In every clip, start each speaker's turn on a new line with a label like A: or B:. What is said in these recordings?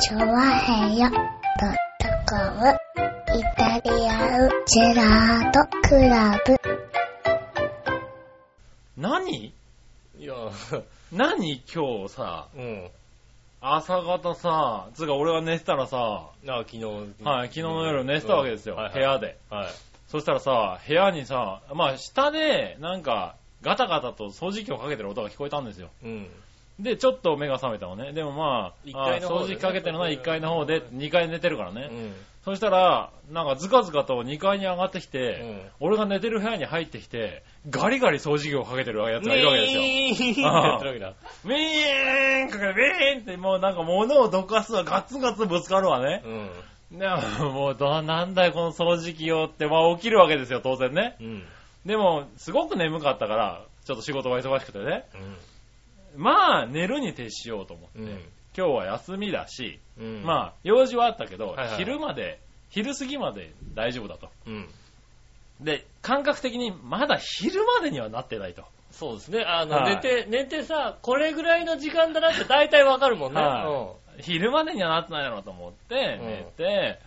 A: チョワヘヨドットコムイタリアンジェラートクラブ。
B: 何
C: いや、
B: 何今日さ、
C: うん。
B: 朝方さ、つうか俺が寝てたらさ、
C: あ、昨日。は
B: はい、昨日の夜寝てたわけですよ、
C: うんはいはい
B: 部屋で。
C: はい。
B: そしたらさ、部屋にさ、まあ下で、なんか、ガタガタと掃除機をかけてる音が聞こえたんですよ。
C: うん。
B: で、ちょっと目が覚めたのね。でもま
C: 一
B: あ、あ
C: 階の方
B: 掃
C: でね
B: 除機かけてるのは1階の方で、2階で寝てるから
C: う
B: ね。
C: ん。
B: そしたら、なんかズカズカと2階に上がってき
C: う
B: て、
C: ん。
B: 俺が寝てる部屋に入ってきて、ガリガリ掃除機をかけてるやつがいるわけですよ。
C: ですよやってるわけだ。
B: ウィーンかけて、ウィーンってもうなんか物をどかすわ、ガツガツぶつかるわね。
C: うん。
B: でもうど、なんだよこの掃除機よって、まあ起きるわけですよ、当然ね。
C: うん。
B: でも、すごく眠かったから、ちょっと仕事が忙しくてね。
C: うん。
B: まあ、寝るに徹しようと思って。
C: うん
B: 今日は休みだし、
C: うん。あ。
B: まあ、用事はあったけど、
C: はいはい
B: 昼まで、昼過ぎまで大丈夫だと。
C: うん。
B: で、感覚的にまだ昼までにはなってないと。
C: そうですね。あの、
B: はい
C: 寝て、寝てさ、これぐらいの時間だなって大体わかるもんね。
B: は昼までにはなってないだろうと思って、
C: うん
B: 寝て、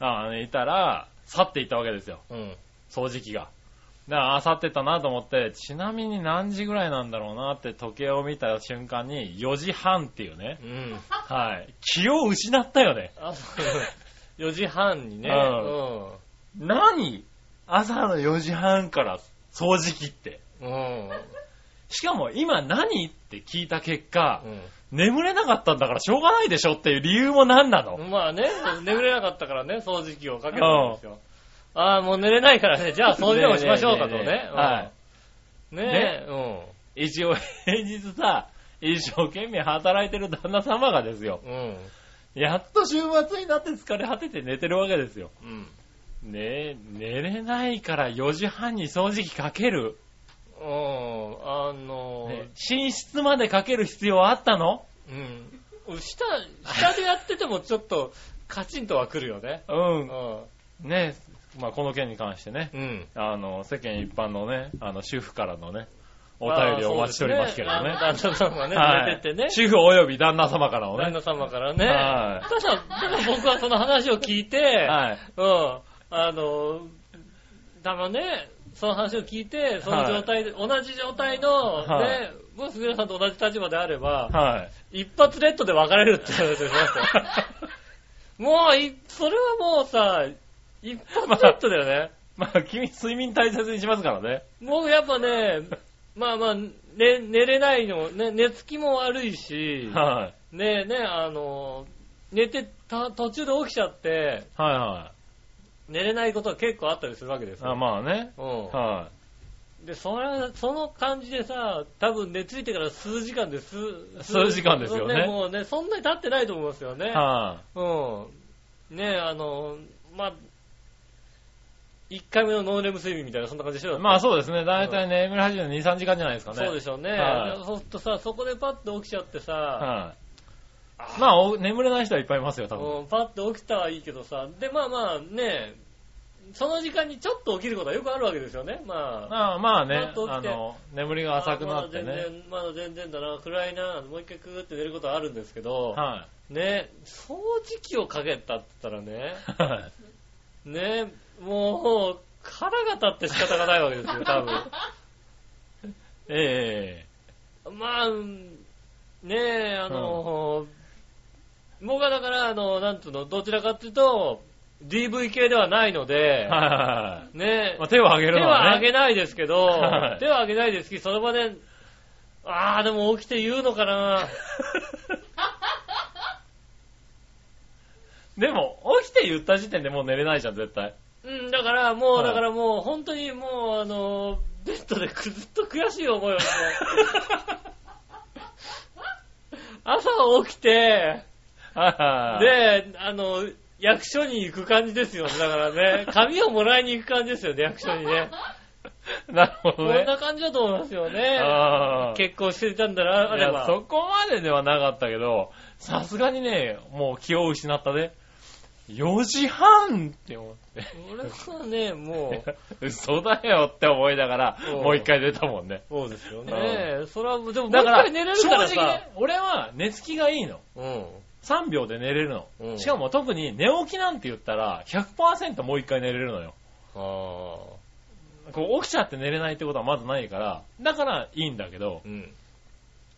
B: ああ、いたら、去っていったわけですよ、
C: うん。うん。
B: 掃除機が。だから、あ去ってったなと思って、ちなみに何時ぐらいなんだろうなって時計を見た瞬間に、4時半っていうね。
C: うん。
B: はい。気を失ったよね。
C: あ、そう。4時半にね。
B: う
C: うん
B: 何朝の4時半から掃除機って。
C: ん。うん。
B: しかも今何って聞いた結果
C: う、ん。
B: 眠れなかったんだからしょうがないでしょっていう理由も何なの、
C: まあね、眠れなかったからね、掃除機をかけたんですよ。ああ、もう寝れないからね、じゃあ掃除でもしましょうかとね。
B: ねえねえねえはい
C: うん。ねえ、う
B: 一応 平日さ、一生懸命働いてる旦那様がですよ、
C: ん。うん。
B: やっと週末になって疲れ果てて寝てるわけですよ。
C: うん。
B: ねえ、寝れないから4時半に掃除機かける、
C: うん、あの
B: ね寝室までかける必要あったの
C: うん。下、下でやっててもちょっと、カチンとは来るよね。
B: う。
C: うんん。
B: ねえ、まあこの件に関してね、
C: うん。
B: あの、世間一般のね、あの、主婦からのね、お便りをお待ちしておりますけれどね。
C: あそうですねあの旦那様が
B: はい
C: ね、寝ててね。
B: 主婦及び旦那様からの
C: 旦
B: ね。
C: 那様からね。
B: はい
C: ただ、ただ僕はその話を聞いて、
B: はい。
C: うん。あの、だからね、その話を聞いて、その状態で、同じ状態の、
B: はい
C: ね、もし皆さんと同じ立場であれば、
B: はい。
C: 一発レッドで別れるって話をしましたよ もうい、それはもうさ、一発レッドだよね。
B: まあ君、睡眠大切にしますからね。
C: もうやっぱね、まあまあ、ね、寝れないの、ね、寝つきも悪い し、
B: はい。
C: ねね、あの、寝てた、途中で起きちゃって、
B: はいはい。
C: 寝れないことが結構あったりするわけですよ。
B: あまあね。
C: うん。
B: は
C: で、それ、その感じでさ、多分寝ついてから数時間です。
B: 数時間ですよね
C: もうね、そんなに経ってないと思いますよね。
B: い。は
C: うん。ねえ、あの、まあ、1回目のノーレム睡眠みたいな、そんな感じでしょ
B: い。まあそうですね。だいたい眠り始めて2、3時間じゃないですかね。
C: そうでしょうね。
B: はい
C: そうするとさ、そこでパッと起きちゃってさ、
B: はい。まあ、お眠れない人はいっぱいいますよ、多分。
C: うん、パッと起きたはいいけどさ、で、まあまあねえ、その時間にちょっと起きることはよくあるわけですよね。まあ、
B: まあまあ
C: パ
B: ね
C: ッと、起
B: あ
C: きて
B: の、眠りが浅くなって
C: あまだ
B: ね。
C: 全然、まだ全然だな、暗いな、もう一回くぐって寝ることはあるんですけど、
B: は
C: ね、掃除機をかけたって言ったらね、
B: い。はい
C: ね、もう、腹が立って仕方がないわけですよ、多
B: え
C: 分。まあ、うんねえ、あの、僕はだから、あの、なんつうの、どちらかっていうと、DV 系ではないの
B: え
C: で、
B: はいはいはい。
C: ね
B: まあ手を挙げ
C: 手
B: るのは
C: は
B: ね。
C: 挙げないですけど
B: は、い
C: 手は挙げないですけど、その場で、ああ、でも起きて言うのか な。
B: でも、起きて言った時点でもう寝れないじゃん、絶対。
C: うん、だからも
B: は
C: う、
B: い
C: だからもう、本当にもう、あの、ベッドでくずっと悔しい思い をして、朝起きて、
B: はいはい。
C: で、あの、役所に行く感じですよね。だか らね、紙をもらいに行く感じですよね、役所にね。
B: で、なるほ
C: こ
B: ど
C: ん
B: ね。
C: な感じだと思いますよね。
B: ああ
C: 結婚していたんだら、あ
B: い
C: れ
B: や、
C: ば。
B: そこまでではなかったけど、さすがにね、もう気を失ったね。4時半って思って。
C: 俺はね、もう、
B: 嘘だよって思いながら、
C: うん
B: もう一回出たもんね。
C: そうですよね。それは、でも、もう一
B: だから、
C: 回寝れる
B: 正
C: から
B: 直
C: さ
B: ね、。俺は寝つきがいいの。
C: う
B: 3秒で寝れるの。
C: うん
B: しかも特に寝起きなんて言ったら100%もう一回寝れるのよ。
C: あ
B: こう起きちゃって寝れないってことはまずないから、だからいいんだけど
C: ー、うん。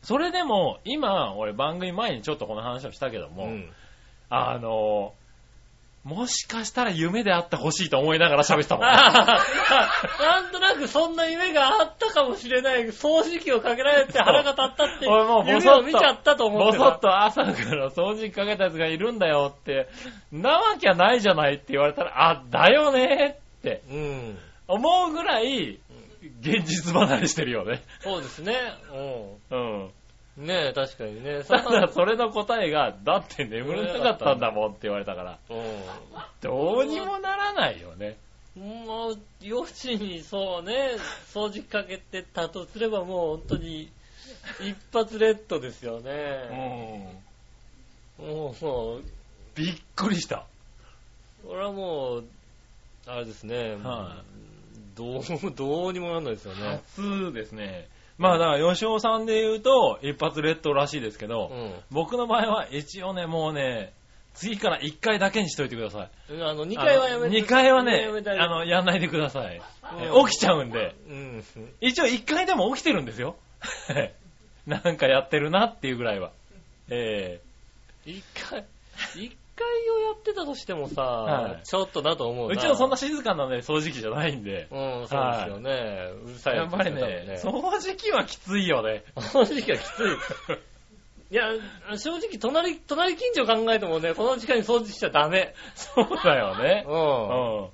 B: それでも今、俺番組前にちょっとこの話をしたけども、
C: うん
B: あのー、もしかしたら夢であってほしいと思いながら喋ってたもん。
C: あー なんとなくそんな夢があったかもしれない、掃除機をかけられて腹が立ったって、
B: 俺もうボ
C: 夢
B: ソッと
C: を見ちゃったと思
B: ぼ
C: って。
B: そったと朝から掃除機かけたやつがいるんだよって、なわきゃないじゃないって言われたら、あ、だよねって
C: うん。
B: 思うぐらい、現実離れしてるよね。
C: そうですね。
B: うん。
C: うん。ねえ、確かにね。そ
B: た
C: んな
B: だ、それの答えが、だって眠れなかったんだもんって言われたから、
C: う
B: どうにもならないよね。
C: ん。もう、4時にそうね、 掃除機かけてたとすればもう本当に、一発レッドですよ
B: う
C: ね。
B: ん。
C: もう、そう、
B: びっくりした。
C: 俺はもう、あれですね、
B: は
C: どう、 どうにもなんないですよね。
B: 初ですね。まあだから、吉尾さんで言うと、一発レッドらしいですけど、
C: う
B: 僕の場合は一応ね、もうね、次から1回だけにしといてください。
C: ん。あの、2回はやめて。
B: 2回は
C: 二
B: ね
C: やめ、たり
B: あの、やんないでください。え
C: うん
B: 起きちゃうんで。
C: うん。
B: 一応1回でも起きてるんですよ。 なんかやってるなっていうぐらいは。え
C: 1回、一回をやってたとしてもさ、
B: はい
C: ちょっとなと思
B: え
C: うな。
B: うちのそんな静かなね、掃除機じゃないんで。
C: うん、そうですよね。うるさい
B: や
C: や
B: っ
C: つ
B: ぱり
C: 多
B: ね
C: 分、ね
B: 掃除機はきついよね。
C: この時期はきつい。いや、正直、隣、隣近所考えてもね、この時間に掃除しちゃダメ。
B: そうだよね。う。
C: うんん。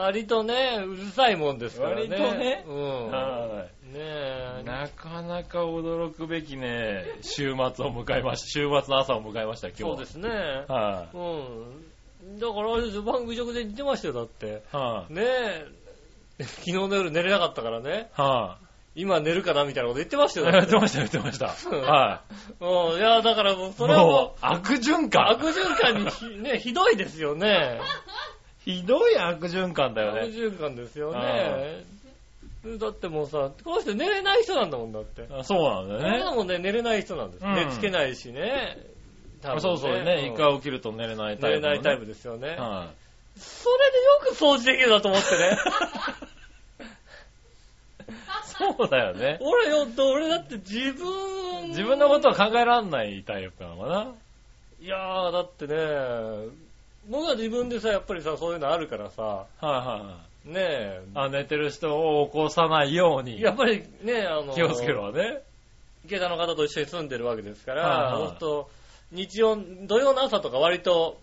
C: 割とね、うるさいもんですからね。
B: 割とね
C: うん。
B: は
C: ねえ
B: い。なかなか驚くべきね、週末を迎えました。週末の朝を迎えました、今日。。
C: そうですすね。
B: は
C: うん。だから、あれですよ番組直前に言ってましたよ、だって。
B: い。はい。
C: ねえ。昨日の夜寝れなかったからね、
B: は
C: 今寝るかなみたいなこと言ってまし
B: い。
C: たよ。だ
B: や
C: っ
B: っててました、やってました。はい。
C: うん。いや、だからもう、それはも
B: も
C: う、
B: う、悪循環。
C: 悪循環にひ、ね、ひどいですよね。
B: ひどい悪循環だよ
C: 悪
B: ね。
C: 循環ですよね。だってもうさ、この人寝れない人なんだもんだって。
B: あそうなん
C: こ
B: だ
C: れ
B: よ
C: だもんね、寝れない人なんです。
B: うん
C: 寝つけないしね。多分
B: ね。そうそうね。一
C: ん
B: 回起きると寝れないタ
C: 寝
B: イ
C: れ
B: プのね。
C: ないタイプですよね。
B: は
C: それでよく掃除できるなと思っ てね。
B: い。そうだよね。
C: 俺よ、俺だって自分、
B: 自分のことは考えらんないタイプなのかな。
C: いやー、だってね、僕は自分でさ、やっぱりさ、そういうのあるからさ、
B: はいはいはい。
C: ねえ、
B: あ、寝てる人を起こさないように
C: やっぱりね、あの、
B: 気をつけるわね。
C: 池田の方と一緒に住んでるわけですから、
B: はいはい
C: そうすると、日曜、土曜の朝とか割と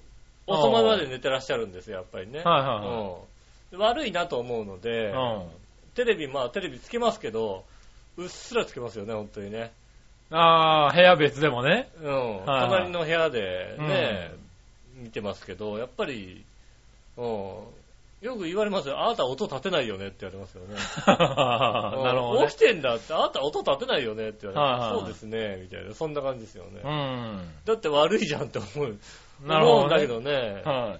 C: 遅までまで寝てらっしゃるんですよ、やっぱりね。
B: はいはいは
C: うん悪いなと思うの
B: う
C: で、
B: ん。
C: テレビ、まあテレビつけますけど、うっすらつけますよね、本当にね。
B: あー、部屋別でもね。
C: うん。
B: はい
C: 隣の部屋でね、見てますけど、やっぱり、うん、よく言われますよ。あなた音立てないよねって言われま すよね。
B: なるほど
C: うん
B: ね
C: 起き。てんだって、あなた音立てないよねって言われます、
B: はいはいはい
C: そうですね、みたいな。そんな感じですよね。
B: うん。
C: だって悪いじゃんって思う。
B: なるほ
C: 思うん
B: ど
C: だ
B: ね
C: け。どね。
B: はい。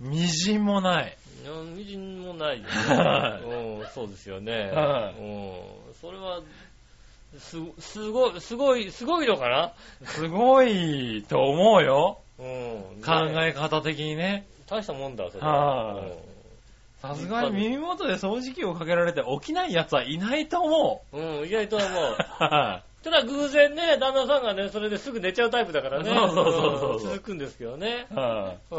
B: みじんもない。
C: いや、みじんもないよ
B: はい
C: ね。うん、そうですよね。
B: は
C: うん、それは、す、すごい、すごい、すごいのかな
B: すごいと思うよ。
C: うん。
B: 考
C: ね
B: え方的にね。
C: 大したもんだ、それ
B: は
C: は。
B: いさすがに耳元で掃除機をかけられて起きない奴はいないと思う。
C: うん、うん意外とはもう。
B: は
C: ただ偶然ね、旦那さんがね、それですぐ寝ちゃうタイプだからね。
B: そうそうそうそうん
C: 続くんですけどね。
B: いは。。
C: う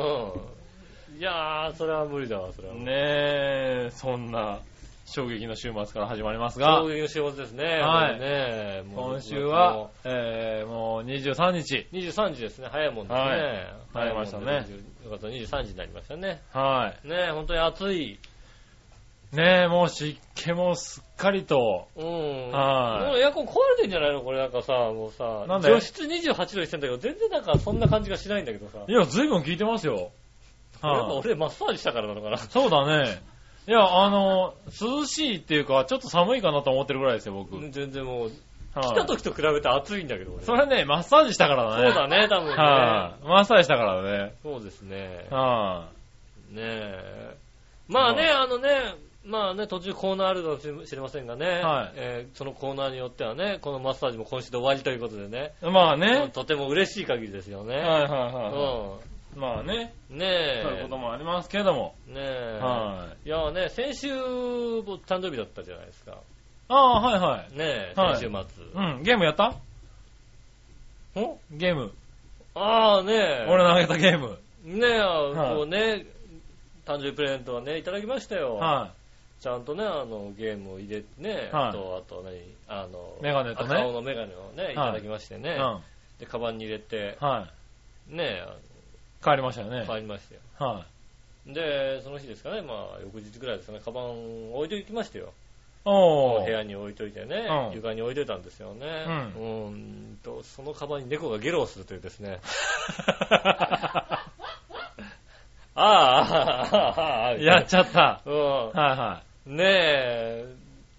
C: ん。いやー、それは無理だわ、それはい
B: ねえ、そんな衝撃の週末から始まりますが
C: そう、いう仕事ですね。
B: はい
C: ねもう
B: 今週は、えー、もう23日。
C: 23時ですね、早いもんですね。
B: はい
C: 早いもんで
B: なりましたね
C: 20よかった、23時になりましたね。
B: は
C: ねえ、本当に暑い。
B: い。ねえ、もう湿気もすっかりと、
C: うん。
B: はい
C: もうエアコン壊れてんじゃないのこれなんかさ、もうさ、
B: なんで
C: 除湿28度にしてんだけど、全然なんかそんな感じがしないんだけ どさ。
B: いや、随分効いてますよ。
C: やっぱ
B: はい。
C: 俺マッサージしたからなのかな。
B: そうだね。いや、あの、涼しいっていうか、ちょっと寒いかなと思ってるぐらいですよ、僕。はい
C: 全然もう、来た時と比べて暑いんだけど、俺。
B: それね、マッサージしたからだ
C: そう
B: ね。
C: だね、多分ね。
B: はい、マッサージしたからだね。
C: そうですね。
B: は
C: ねえ。まあね、
B: はい
C: あのね、まあね、途中コーナーあるのかもしれませんがね、
B: はい
C: えーそのコーナーによってはね、このマッサージも今週で終わりということでね、
B: まあ
C: もう
B: ね。
C: とても嬉しい限りですよね。
B: はいはいは
C: う
B: い。まあね。
C: ん。ね
B: そう
C: え。
B: いうこともありますけども。
C: ねえ。。
B: はい
C: やね、先週、僕誕生日だったじゃないですか。
B: ああ、はいは
C: ねえ、
B: はい
C: 先週末。
B: い。うん、ゲームやった
C: お
B: ゲーム。
C: ああねえ。
B: 俺投げたゲーム。
C: ねえ、
B: い
C: こうね、誕生日プレゼントはね、いただきましたよ。
B: は
C: ちゃんとね、あの、ゲームを入れてね、
B: はい
C: あと、あと何、あの、
B: メガネとね
C: 赤青のメガネをね、いただきましてね、
B: い。うん。
C: で、カバンに入れて、
B: はい。
C: ね、
B: 帰りましたよね。
C: あの帰りましたよ。
B: はい。
C: で、その日ですかね、まあ、翌日ぐらいですかね、カバンを置いといきましたよ。
B: おー。
C: 部屋に置いといてね、
B: うん
C: 床に置いといたんですよね。
B: う
C: ーんと、そのカバンに猫がゲロをするというです ね。 ああ、ああ、ああ、ああ。
B: やっちゃ った。
C: う
B: はいは
C: ん。ねえ、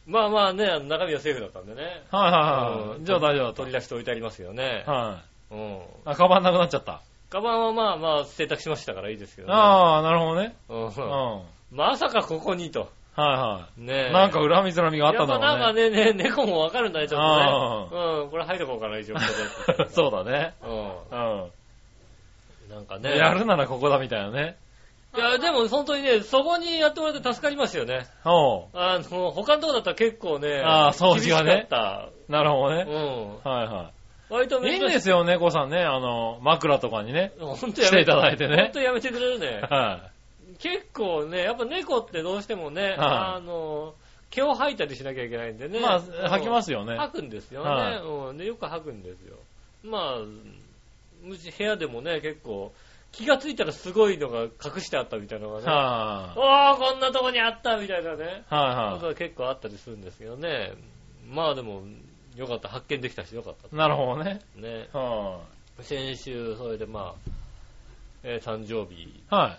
C: まあまあね、あの中身はセーフだったんでね。
B: い。はいはいは
C: う
B: い。
C: ん
B: じゃあ大丈夫だ
C: 取り出して置いてありますけどね
B: と。。はい。
C: うん。
B: あ、カバンなくなっちゃった。
C: カバンはまあまあ選択しましたからいいですけどね。
B: ああ、なるほどね。うん。
C: うん。
B: は
C: まさかここにと。
B: いは
C: ね
B: い。
C: え。
B: なんか恨みつらみがあったんだ
C: やぱな
B: ろ
C: ん
B: う
C: かね、ね、猫もわかるんだね、ちょっとね。うん、これ入っとこうかな、一応。
B: ね。 そうだね。
C: う。
B: うん
C: なんか
B: ん。
C: ね。
B: やるならここだみたいなね。
C: いや、でも本当にね、そこにやってもらって助かりますよね。
B: お
C: あの、他のとこだったら結構ね、
B: あー掃除がね
C: 厳しかっ
B: うなるほど
C: た。う
B: ね。
C: ん。
B: はいは
C: 割と
B: い。いいんですよ、猫さんね。あの、枕とかにね。
C: 本
B: 来
C: 当や
B: て
C: め
B: いただいて
C: 本
B: ね
C: 当。やめてくれるね。
B: は
C: 結構ね、やっぱ猫ってどうしても
B: は
C: ね、
B: い
C: あの、毛を吐いたりしなきゃいけないんで
B: い。
C: ね。
B: まあ、
C: うん
B: 吐きますよね。
C: 吐くんですよ
B: は
C: ね
B: い。
C: うん。で、よく吐くんですよ。まあ、うち部屋でもね、結構、気がついたらすごいのが隠してあったみたいなのがね。
B: は
C: おー、こんなとこにあったみたいなね。
B: い。は
C: こ
B: い
C: と
B: は
C: が結構あったりするんですけどね。まあでも、よかった。発見できたし、よかった
B: い。なるほどね。
C: ね。
B: は
C: 先週、それでまあ、えー誕生日。
B: い。はい。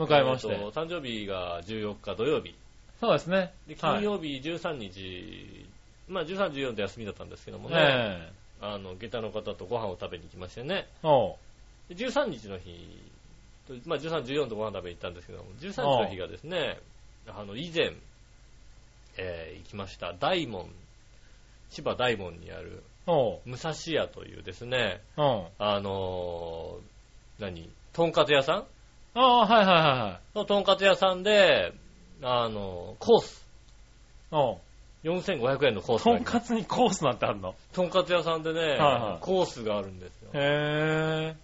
B: 迎えまし
C: えー
B: て。
C: と誕生日が14日土曜日。
B: そうですね。
C: で、
B: は
C: 金
B: い
C: 曜日13日、まあ13、14で休みだったんですけどもね。
B: ええ。
C: あの、下駄の方とご飯を食べに行きましてね。
B: おう。
C: で13日の日と、まあ13、14とご飯食べに行ったんですけども、13日の日がですね、あの、以前、えー行きました、大門、千葉大門にある、
B: おう。
C: 武蔵屋というですね、
B: うん。
C: あのー何、とんかつ屋さん
B: ああ、はいはいはいはい。
C: のとんかつ屋さんで、あのーコース、
B: おう。
C: 4500円のコースが
B: と
C: あ
B: ん
C: ります
B: かつにコースなんてあるの
C: とんかつ屋さんでね、
B: はい
C: コースがあるんですよ。
B: へ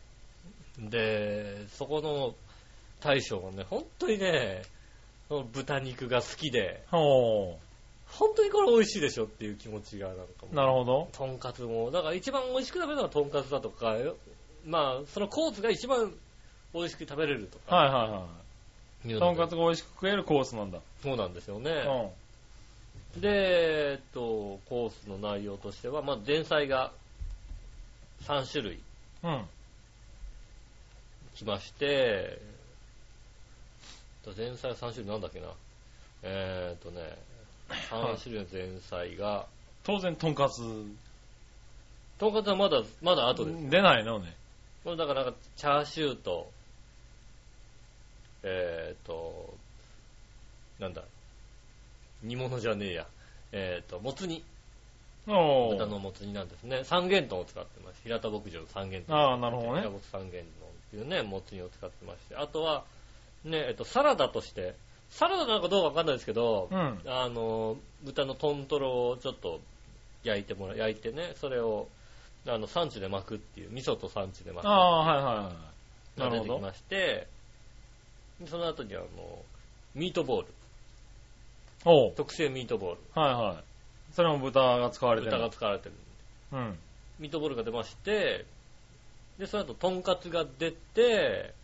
C: で、そこの大将がね、本当にね、その豚肉が好きで、
B: ぇー。お
C: 本当にこれ美味しいでしょっていう気持ちがなんかも
B: ー。
C: う
B: なるほど。
C: とんかつも、だから一番美味しく食べるのはとんかつだとか、まあ、そのコースが一番美味しく食べれるとか。
B: はいはいは
C: い
B: い。
C: うの
B: と
C: で
B: んかつが美味しく食えるコースなんだ。
C: そうなんですよ
B: う
C: ね。
B: ん。
C: で、えっと、コースの内容としては、まあ、前菜が3種類
B: うん。
C: 来まして、えっと前菜3種類なんだっけな。えーっとね、3種類の前菜が、
B: 当然、とんかつ。
C: とんかつはまだ、まだ後です。
B: 出ないのね。
C: これだからなんか、チャーシューと、えーっと、なんだ、煮物じゃねえや。えーっと、もつ煮。
B: お
C: 豚
B: ー。
C: のもつ煮なんですね。三元豚を使ってます。平田牧場の三元豚。
B: ああ、なるほど
C: 平
B: ね
C: 田。牧三元豚っていうね、もつ煮を使ってまして。あとは、ね、えっと、サラダとして、サラダなのかどうかわかんないですけど、
B: うん。
C: あの、豚のトントロをちょっと焼いてもら、焼いてね、それを、あの、産地で巻くっていう、味噌と産地で巻く
B: ああ、はいはいはい。
C: が
B: なる
C: 出て
B: ほ
C: き
B: ど。
C: まして、その後にあの、ミートボール、
B: おう。
C: 特製ミートボール、
B: はいはい。それも豚が使われてる。
C: 豚が使われてる。
B: うん。
C: ミートボールが出まして、で、その後、とんかつが出て、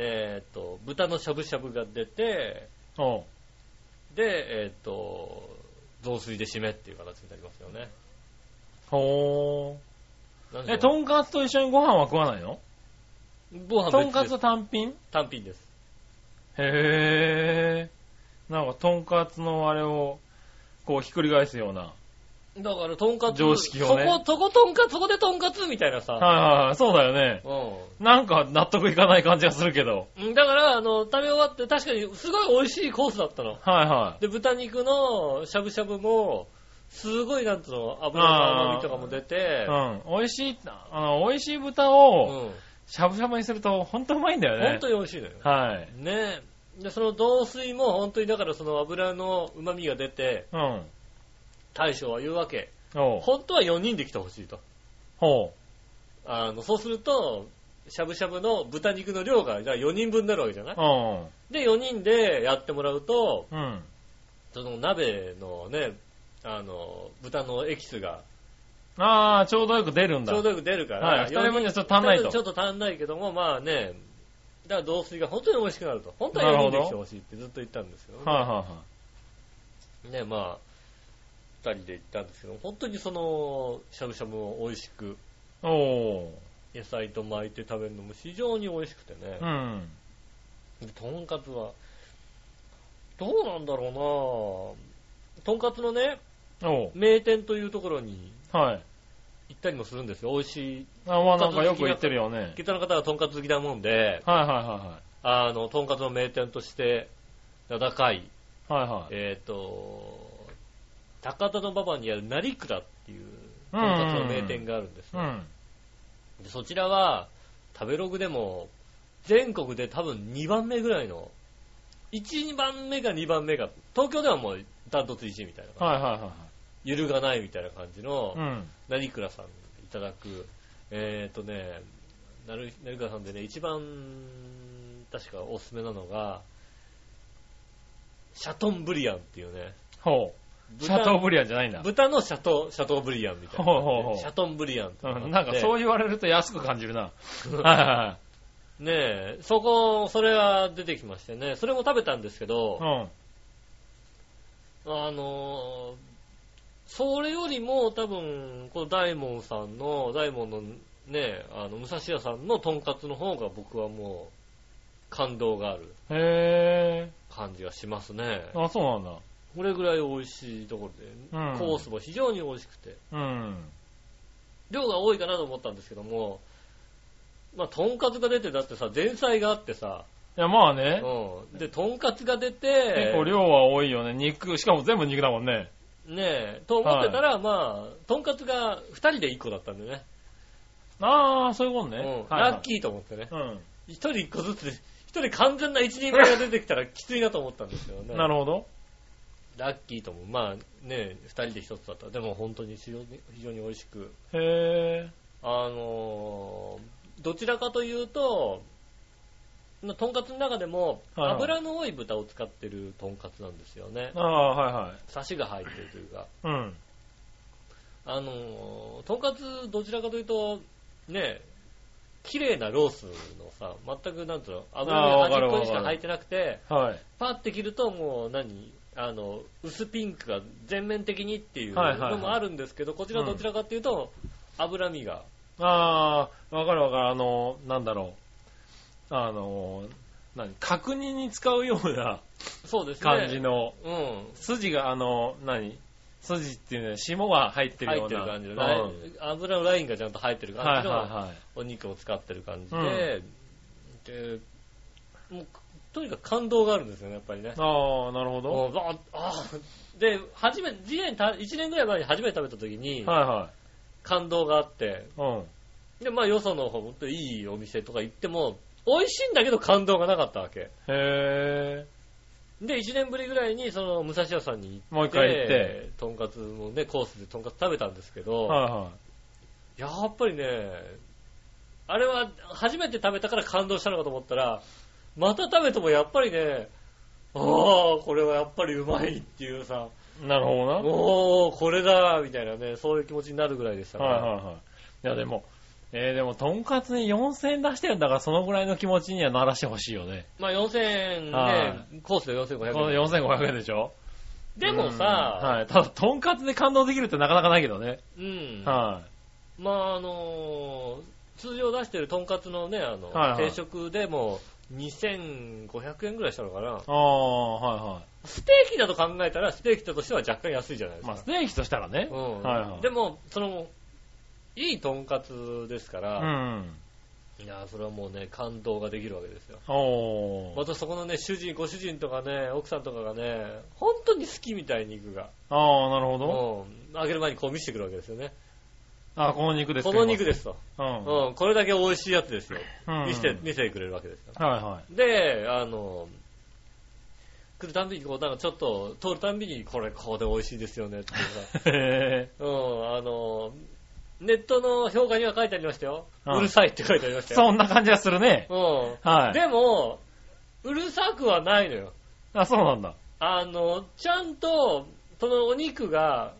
C: えーっと、豚のしゃぶしゃぶが出て、
B: おう。
C: で、えーっと、雑炊で締めっていう形になりますよね。
B: ほ
C: なん
B: ー。
C: で
B: え、とんかつと一緒にご飯は食わないの
C: ご飯
B: とん
C: 別
B: か
C: です
B: つ単品
C: 単品です。
B: へぇー。なんか、とんかつのあれを、こう、ひっくり返すような。
C: だから、とんかつ。
B: 常識をね
C: そこ、そことんかつ、そこでとんかつみたいなさ。
B: はいはい、そうだよね。
C: う
B: なんか納得いかない感じがするけど。
C: ん。だから、あの、食べ終わって、確かに、すごい美味しいコースだったの。
B: はいはい。
C: で、豚肉のしゃぶしゃぶも、すごい、なんつうの、油の甘みとかも出て、
B: うん。美味しい、あの、美味しい豚
C: う
B: を、
C: ん。
B: しゃぶしゃぶにすると、ほんとうまいんだよね。
C: 本当に美味しいのよ。
B: はい。
C: ねえ。で、その同水も本当にだからその油の旨味が出て、
B: うん。
C: 大将は言うわけ。
B: おう。
C: 本当は4人で来てほしいと。
B: ほ。
C: あの、そうすると、しゃぶしゃぶの豚肉の量が、じゃあ4人分になるわけじゃないう
B: うん。
C: で、4人でやってもらうと、
B: うん。
C: その鍋のね、あの、豚のエキスが
B: あー、ちょうどよく出るん
C: ち
B: だ。
C: ょうどよく出るから、
B: はい。二人分にはちょっと足んない
C: ちょ
B: と。
C: っと足んないけども、まあね、だから同水が本当に美味しくなると。本当は4人で来てほしいってずっと言ったんですけどね、
B: はいは
C: ね、まあ、二人で行ったんですけど、本当にその、しゃぶしゃぶを美味しく、
B: いはい。おー。
C: 野菜と巻いて食べるのも非常に美味しくてね
B: う、ん。
C: でとんかつは、どうなんだろうなぁとんかつのね、
B: お
C: 名店というところに
B: う。はい。
C: 行ったりもするんですよ。美味しい。
B: あ、まあなんかよく言ってるよね。
C: ギターの方がとんかつ好きなもんで、
B: はいはいは
C: あの、とんかつの名店として、名高い、
B: いはい。はいはい。
C: えっ、と、高田の馬場にある成倉っていう、とんかつの名店があるんです
B: う
C: ね、
B: ん。
C: でそちらは、食べログでも、全国で多分2番目ぐらいの、1、2番目か2番目か、東京ではもうダントツ1位みたいな感じ、
B: はいはいは
C: 揺るがないみたいな感じの
B: い。う、ん。
C: 成倉さんいただく、えっ、とね、なる成倉さんでね、一番、確かおすすめなのが、シャトンブリアンっていうね、
B: ほう。シャトーブリアンじゃないんだ。
C: 豚のシャト、シャトーブリアンみたいな感じで、
B: ほうほうほう
C: シャトンブリアンっていう
B: う
C: の
B: ん
C: があ
B: な
C: っ
B: んか
C: て
B: そう言われると安く感じるな。はいは
C: ねえ、そこ、それが出てきましてね、それも食べたんですけ
B: い
C: ど、
B: はい。
C: あのーそれよりも多分、この大門さんの、大門のね、あの、武蔵屋さんのとんかつの方が僕はもう、感動がある
B: うん。へ
C: 感じがしますね。
B: ー。あ、そうなんだ。
C: これぐらい美味しいところで、
B: うん
C: コースも非常に美味しくて、
B: うん。
C: 量が多いかなと思ったんですけども、まあ、とんかつが出て、だってさ、前菜があってさ、
B: いや、まあね。
C: うん。で、とんかつが出て、
B: 結構量は多いよね。肉、しかも全部肉だもんね。
C: ねえ、と思ってたら、まあ、とんかつが2人で1個だったんでね。
B: あー、そういうことね。
C: うん、
B: はいはい
C: ラッキーと思ってね。
B: うん。
C: 1人1個ずつ、1人完全な1人前が出てきたらきついなと思ったんですけどね。
B: なるほど。
C: ラッキーとも、まあねえ、2人で1つだった。でも本当に非常に非常に美味しく。
B: へ
C: あのーどちらかというと、まあとんかつの中でも、
B: はいはい
C: 油の多い豚を使ってるとんかつなんですよね
B: ー。。あー、はいはい。
C: サシが入ってるというか。
B: うん。
C: あのーとんかつ、どちらかというと、ね、綺麗なロースのさ、全くなんつうの、
B: あー
C: 油
B: わか
C: が
B: る
C: 端
B: わかる
C: っこにしか入ってなくて、
B: はい。
C: パって切るともう何、あの、薄ピンクが全面的にっていう
B: はいはいはい
C: のもあるんですけど、こちらどちらかというと、脂身が。
B: あー、わかるわかる。あの、なんだろう。あの、何確認に使うような
C: そうですね。
B: 感じの、
C: うん。
B: 筋が、あの、何筋っていうのは霜が入ってる
C: 入
B: よ
C: っ
B: う
C: て
B: な。
C: る感じの、
B: うん
C: ライン油のラインがちゃんと入ってる
B: は
C: 感
B: い
C: じ
B: はい
C: の
B: はい。
C: お肉を使ってる感じで、で、もう、とにかく感動があるんですよね、やっぱりね。
B: ああ、なるほど。
C: もうああで、初め、次年た、1年ぐらい前に初めて食べた時に、
B: は
C: 感動があって、
B: いはい。
C: で、まあ、よその方、ほんといいお店とか行っても、美味しいんだけど感動がなかったわけ。
B: うん。へえ。
C: で、1年ぶりぐらいに、その、武蔵屋さんに行って、
B: もう一回行って、
C: とんかつもね、コースでとんかつ食べたんですけど、
B: はいは
C: やっぱりね、あれは初めて食べたから感動したのかと思ったら、また食べてもやっぱりね、ああ、これはやっぱりうまいっていうさ、
B: い。なるほどな。
C: おー、これだみたいなね、そういう気持ちになるぐらいでしたから
B: はいはいはい。いやでも、えー、でも、とんかつに4000円出してるんだから、そのぐらいの気持ちにはならしてほしいよね。
C: まあ4000円
B: は
C: ね、コースで4500円。
B: この4500円でしょ
C: で
B: う
C: も
B: ん
C: さ、
B: はい。ただ、とんかつで感動できるってなかなかないけどね。
C: うん。
B: は
C: まああのー通常出してるとんかつのね、あの、
B: はいはい
C: 定食でも、 2500円ぐらいしたのかな。
B: ああ、はいは
C: ステーキだと考えたら、ステーキとしては若干安いじゃないで
B: い。
C: す
B: まあ、
C: か
B: ス。テーキとしたらね。
C: うん
B: はいはい。
C: でも、その、いいとんかつですか
B: う
C: ら、
B: ん。
C: いやー、それはもうね、感動ができるわけですよ。
B: おー。
C: またそこのね、主人、ご主人とかね、奥さんとかがね、本当に好きみたい肉が。
B: ああ、なるほど。
C: うん。揚げる前にこう見せてくるわけですよね。
B: あこの肉です。
C: この肉ですすと。
B: うん。うん
C: うん。これだけ美味しいやつですよ。見せて、
B: うん
C: 見せてくれるわけですよ。
B: はいはい。
C: で、あの、来るたんびにこう、なんかちょっと、通るたんびに、これこうで美味しいですよね、って いうか。
B: へ
C: うん、あの、ネットの評価には書いてありましたよ。
B: うん
C: うるさいって書いてありまし
B: え。
C: たよ。
B: そんな感じがするね。
C: う。
B: は
C: ん。
B: い。
C: でも、うるさくはないのよ。
B: あ、そうなんだ。
C: あの、ちゃんと、そのお肉が、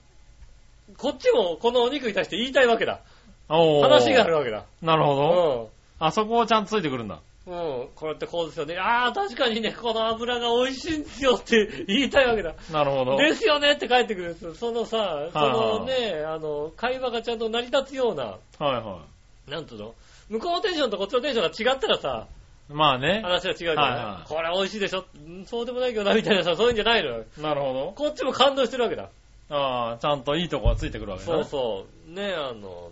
C: こっちもこのお肉に対して言いたいわけだ。
B: おー。
C: 話があるわけだ。
B: なるほ
C: う
B: ど。
C: ん。
B: あそこをちゃんとついてくるんだ。
C: うん、これってこうですよね。ああ、確かにね、この油が美味しいんですよって言いたいわけだ。
B: なるほど。
C: ですよねって返ってくるんですよ。そのさ、そのね、あの、会話がちゃんと成り立つような、
B: はいは
C: なんつうの向こうのテンションとこっちのテンションが違ったらさ、
B: い。まあね。
C: 話は違うけどね、
B: はいはい
C: これ美味しいでしょうんそうでもないけどな、みたいなさ、そういうんじゃないのよ。
B: なるほ
C: こっちも感動してるわけだ。
B: ど。ああ、ちゃんといいとこがついてくるわけだ
C: そ
B: ね。
C: うそう。ね、あの、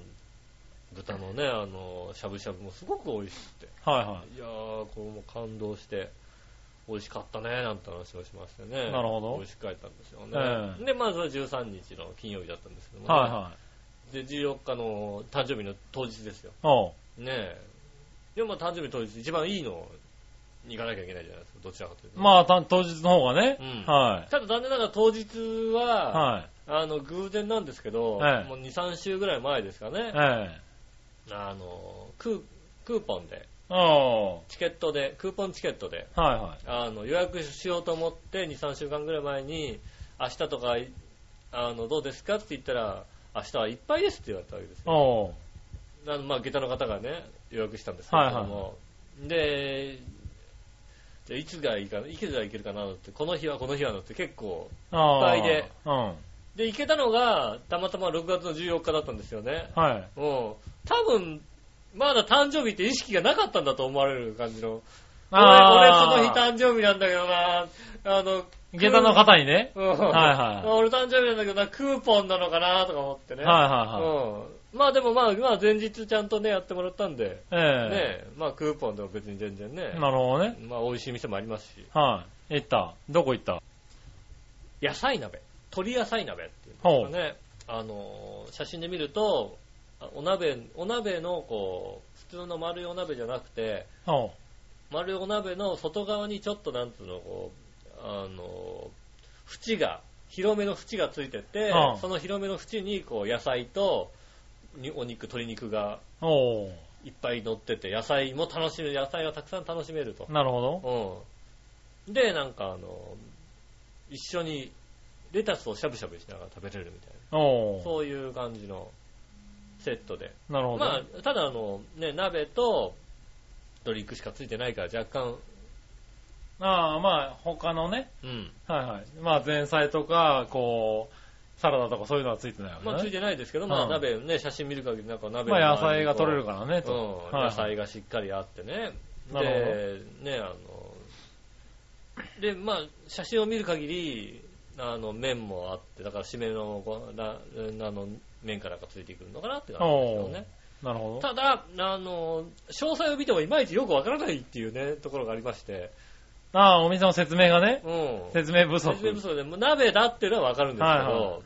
C: 豚のね、あの、しゃぶしゃぶもすごく美味しくて。
B: はいはい
C: やー、これも感動して、美味しかったね、なんて話をしましたね。
B: なるほど
C: 美味しく帰ったんですよね。
B: ええ
C: で、まずは13日の金曜日だったんですけども、
B: い。はいはい。
C: で、14日の誕生日の当日ですよ。
B: おう。
C: ねえ。でもまあ誕生日当日一番いいのに行かなきゃいけないじゃないですか、どちらかというと。
B: まあ、た当日の方がね。
C: うん
B: はい。
C: ただ残念ながら当日は、
B: はい。
C: あの、偶然なんですけど、
B: ええ
C: もう2、3週ぐらい前ですかね、
B: え
C: あの、クー、クーポンで、
B: え。お
C: チケットで、クーポンチケットで、
B: う。はいはい。
C: あの、予約しようと思って2、3週間ぐらい前に、明日とか、あの、どうですかって言ったら、明日はいっぱいですって言われたわけですよ。
B: おう。
C: あのまあ、下駄の方がね、予約したんですけれども、で、じゃあいつがいいかな、いつがいけるかなって、この日はこの日はなって結構、
B: ああ。
C: いっぱいで。
B: うん。
C: で、行けたのが、たまたま6月の14日だったんですよね。
B: はい。
C: うん。多分、まだ誕生日って意識がなかったんだと思われる感じの。俺、俺その日誕生日なんだけどな、あの、
B: 下駄の方にね。
C: うん、
B: はいはい
C: 俺誕生日なんだけどな、クーポンなのかなとか思ってね。
B: はいは
C: うん。まあでもまあ、まあ前日ちゃんとね、やってもらったんで。
B: いはい。え
C: ねえ、まあクーポンでも別に全然ね
B: え。、なるほどね。
C: まあ美味しい店もありますし、
B: はい。行った。どこ行った
C: 野菜鍋、鶏野菜鍋っていうんですかね、あのー、写真で見ると、あお鍋、お鍋のこう、普通の丸いお鍋じゃなくて、
B: おう。
C: 丸いお鍋の外側にちょっとなんつうの、こう、あのー、縁が、広めの縁がついてて
B: うん、
C: その広めの縁にこう野菜と、にお肉、鶏肉が
B: おう。
C: いっぱい乗ってて、野菜も楽しめる、野菜がたくさん楽しめると。
B: なるほど。
C: うん。で、なんかあの、一緒にレタスをしゃぶしゃぶしながら食べれるみたい
B: お
C: な、
B: う。
C: そういう感じのセットで。
B: なるほど。
C: まあ、ただあの、ね、鍋とドリンクしかついてないから若干、
B: ああ、まあ、他のね。
C: うん。
B: はいはい。まあ、前菜とか、こう、サラダとかそういうのはついてないわけ
C: まあ、つい
B: ね。
C: てないですけど、ま
B: う
C: あ、
B: ん
C: 鍋ね、写真見る限りなんか鍋
B: まあ、野菜が取れる
C: か
B: からね、
C: う
B: と。
C: ん。
B: はい
C: 野菜がしっかりあってね。
B: なる
C: で、ね、あの、で、まあ、写真を見る限り、あの、麺もあって、だから締めのご、な、あの、麺からがついてくるのかなって感じですよね。
B: なるほど。
C: ただ、あの、詳細を見てもいまいちよくわからないっていうね、ところがありまして、
B: ああ、お店の説明がね。
C: うん。
B: 説明不足。
C: 説明不足で、もう鍋だっていうのはわかるんですけど、
B: はいは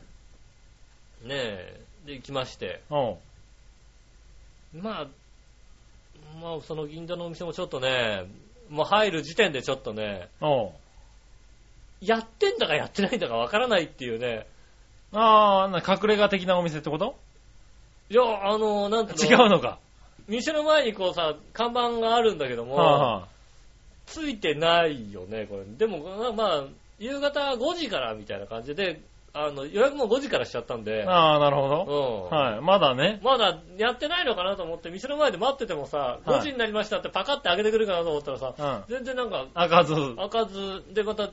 C: ねえ、で、行きまして、
B: おう。
C: まあ、まあ、その銀座のお店もちょっとね、もう入る時点でちょっとね、
B: おう。
C: やってんだかやってないんだかわからないっていうね。
B: ああ、な隠れ家的なお店ってこと
C: いや、あの、なんて
B: 違うのか。
C: 店の前にこうさ、看板があるんだけども、
B: はあは
C: ついてないよね、これ。でも、まあ、まあ、夕方5時からみたいな感じで、あの、予約も5時からしちゃったんで、
B: あ。ああ、なるほ
C: う
B: ど。
C: ん。
B: はい。まだね。
C: まだやってないのかなと思って、店の前で待っててもさ、
B: はい
C: 5時になりましたってパカって開けてくるかなと思ったらさ、
B: うん。
C: 全然なんか
B: 開かず。あ
C: 開かず、でまた、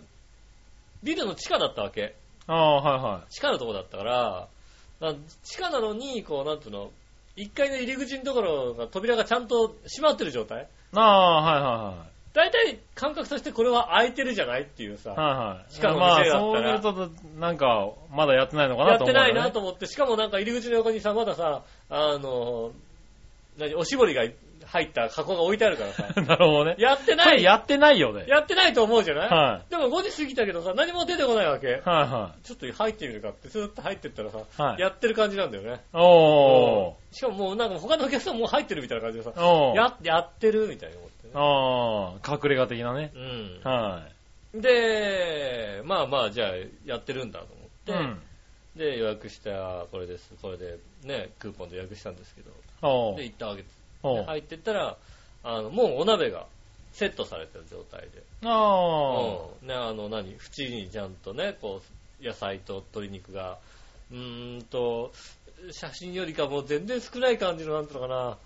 C: ビルの地下だったわけ。
B: あ、はいは
C: 地下のとこだったから、な地下なのに、こう、なんつうの、1階の入り口のところが、扉がちゃんと閉まってる状態
B: い。ああ、はいはいはい。
C: だ大体感覚としてこれは空いてるじゃないっていうさ、
B: はい。
C: しかも
B: まあ、
C: 店だっ
B: そ
C: た
B: うす
C: ら
B: ると、なんか、まだやってないのか
C: や
B: な
C: っ
B: と思
C: て
B: うよ
C: な
B: ね、
C: いなと思って、しかもなんか入り口の横にさ、まださ、あの、何、おしぼりが入った箱が置いてあるからさ、
B: なるほどね。
C: やって
B: こ
C: な
B: れ
C: い、
B: やってないよね。
C: やってないと思うじゃない、
B: は
C: でも5時過ぎたけどさ、何も出てこないわけ
B: い。。はいは
C: ちょっと入ってみるかって、スーッと入ってったらさ、
B: い。はい。
C: やってる感じなんだよね。
B: お
C: しかももうなんか他のお客さんもう入ってるみたいな感じでさ
B: ー。、おー。
C: ややってるみたいな思ってね。
B: ああ、隠れ家的なね。
C: うん
B: は
C: で、まあまあ、じゃあ、やってるんだと思っ
B: い。
C: て、
B: うん。
C: で、予約した、これです、これで、ね、クーポンで予約したんですけど、
B: お
C: で、
B: ー。
C: 行ったわけです。
B: お
C: で
B: ー。
C: 入ってったら、あの、もうお鍋がセットされてる状態で、
B: あ
C: うんね、あの、何、縁にちゃんとね、こう、野菜と鶏肉が、うーんと、写真よりかもう全然少ない感じの、なんていうのかな、
B: ー。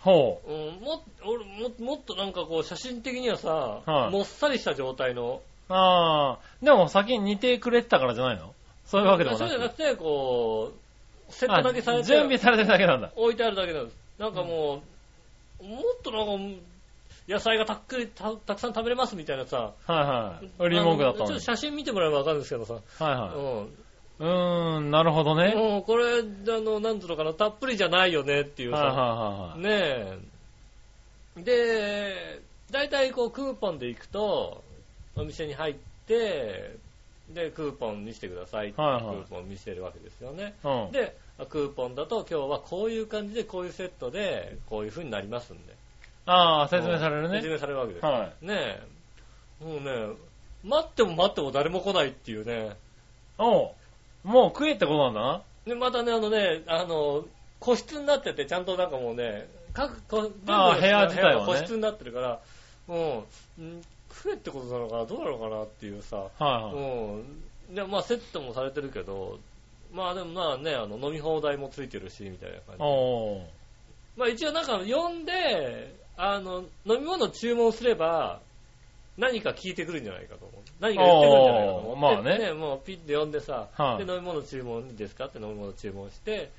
B: ほ
C: うん、もっ、俺も、もっとなんかこう、写真的にはさ、
B: はい
C: もっさりした状態の、
B: う。ああ。でも先に似てくれてたからじゃないのそういうわけでも
C: そうじゃな
B: な
C: くて、こう、セットだけされ
B: く。
C: て、
B: 準備されてるだけなんだ。
C: 置いてあるだけなんです。なんかもう、もっとなんか、野菜がたっくりたたくさん食べれますみたいなさ、
B: はいはい。売り文句だった
C: あち
B: の
C: ょっと
B: に。
C: 写真見てもらえばわかるんですけどさ、
B: はい
C: うん
B: はい。うーん、なるほどね。
C: もうこれ、あの、なんていうのかな、たっぷりじゃないよねっていう
B: はいはい
C: さ、
B: はいはい。
C: ねえ。で、大体こうクーポンで行くと、お店に入って、で、クーポン見せてくださいって、
B: はいはい
C: クーポン見せるわけですよね。
B: うん。
C: で、クーポンだと今日はこういう感じでこういうセットでこういう風になりますんで。
B: ああ、説明される
C: 説
B: ね。
C: 明されるわけです。
B: は
C: ねえ。もうね、待っても待っても誰も来ないっていうね。
B: い。おう。もう食えってことなんだな。
C: で、またね、あのね、あの、個室になってて、ちゃんとなんかもうね、各、こ全部の
B: あー部屋自体はね
C: 部屋が個室になってるから、もう、ん食えってことなのかな、どうなのかなっていうさ、
B: はいはい。
C: うん。で、まあセットもされてるけど、まあでもまあね、あの飲み放題もついてるし、みたいな感じ。
B: おう。
C: まあ一応なんか呼んで、あの、飲み物注文すれば、何か聞いてくるんじゃないかと思う。何か言ってくるんじゃないかと思う。
B: おーまあね
C: もうピッて呼んでさ、
B: はい
C: で、飲み物注文いいですかって飲み物注文して、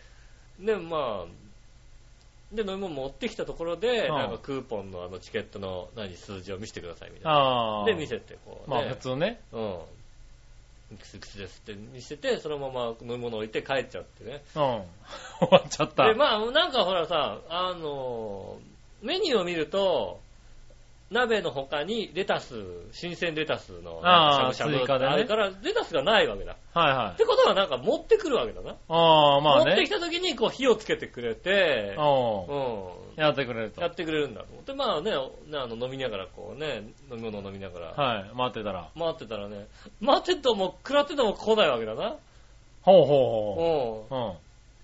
C: で、まあ、で、飲み物持ってきたところで、
B: うん
C: なんかクーポンのあのチケットの何数字を見せてくださいみたい
B: あ
C: な。
B: あ。
C: で、見せてこう、
B: まあ
C: ね
B: 普通ね。
C: うん。いくついくつですって見せて、そのまま飲み物置いて帰っちゃってね。
B: うん。 終わっちゃった。
C: で、まあ、なんかほらさ、あのー、メニューを見ると、鍋の他にレタス、新鮮レタスの
B: あー
C: しゃぶしゃぶ
B: 追加でね
C: あれからレタスがないわけだ。っ
B: はいはい。
C: てことはなんか持ってくるわけだな。
B: ああ、まあ
C: 持って
B: ね。
C: きた時にこう火をつけてくれて、
B: おう
C: う
B: やってくれる
C: ん、
B: と。
C: や
B: は
C: ってくれるんだと思って、まあね、ねあの飲みながらこうね、飲み物を飲みながら
B: い。待ってたら。
C: 待ってたらね、待ってても食らってても来ないわけだな。
B: ほう
C: う
B: ほ
C: ん
B: う。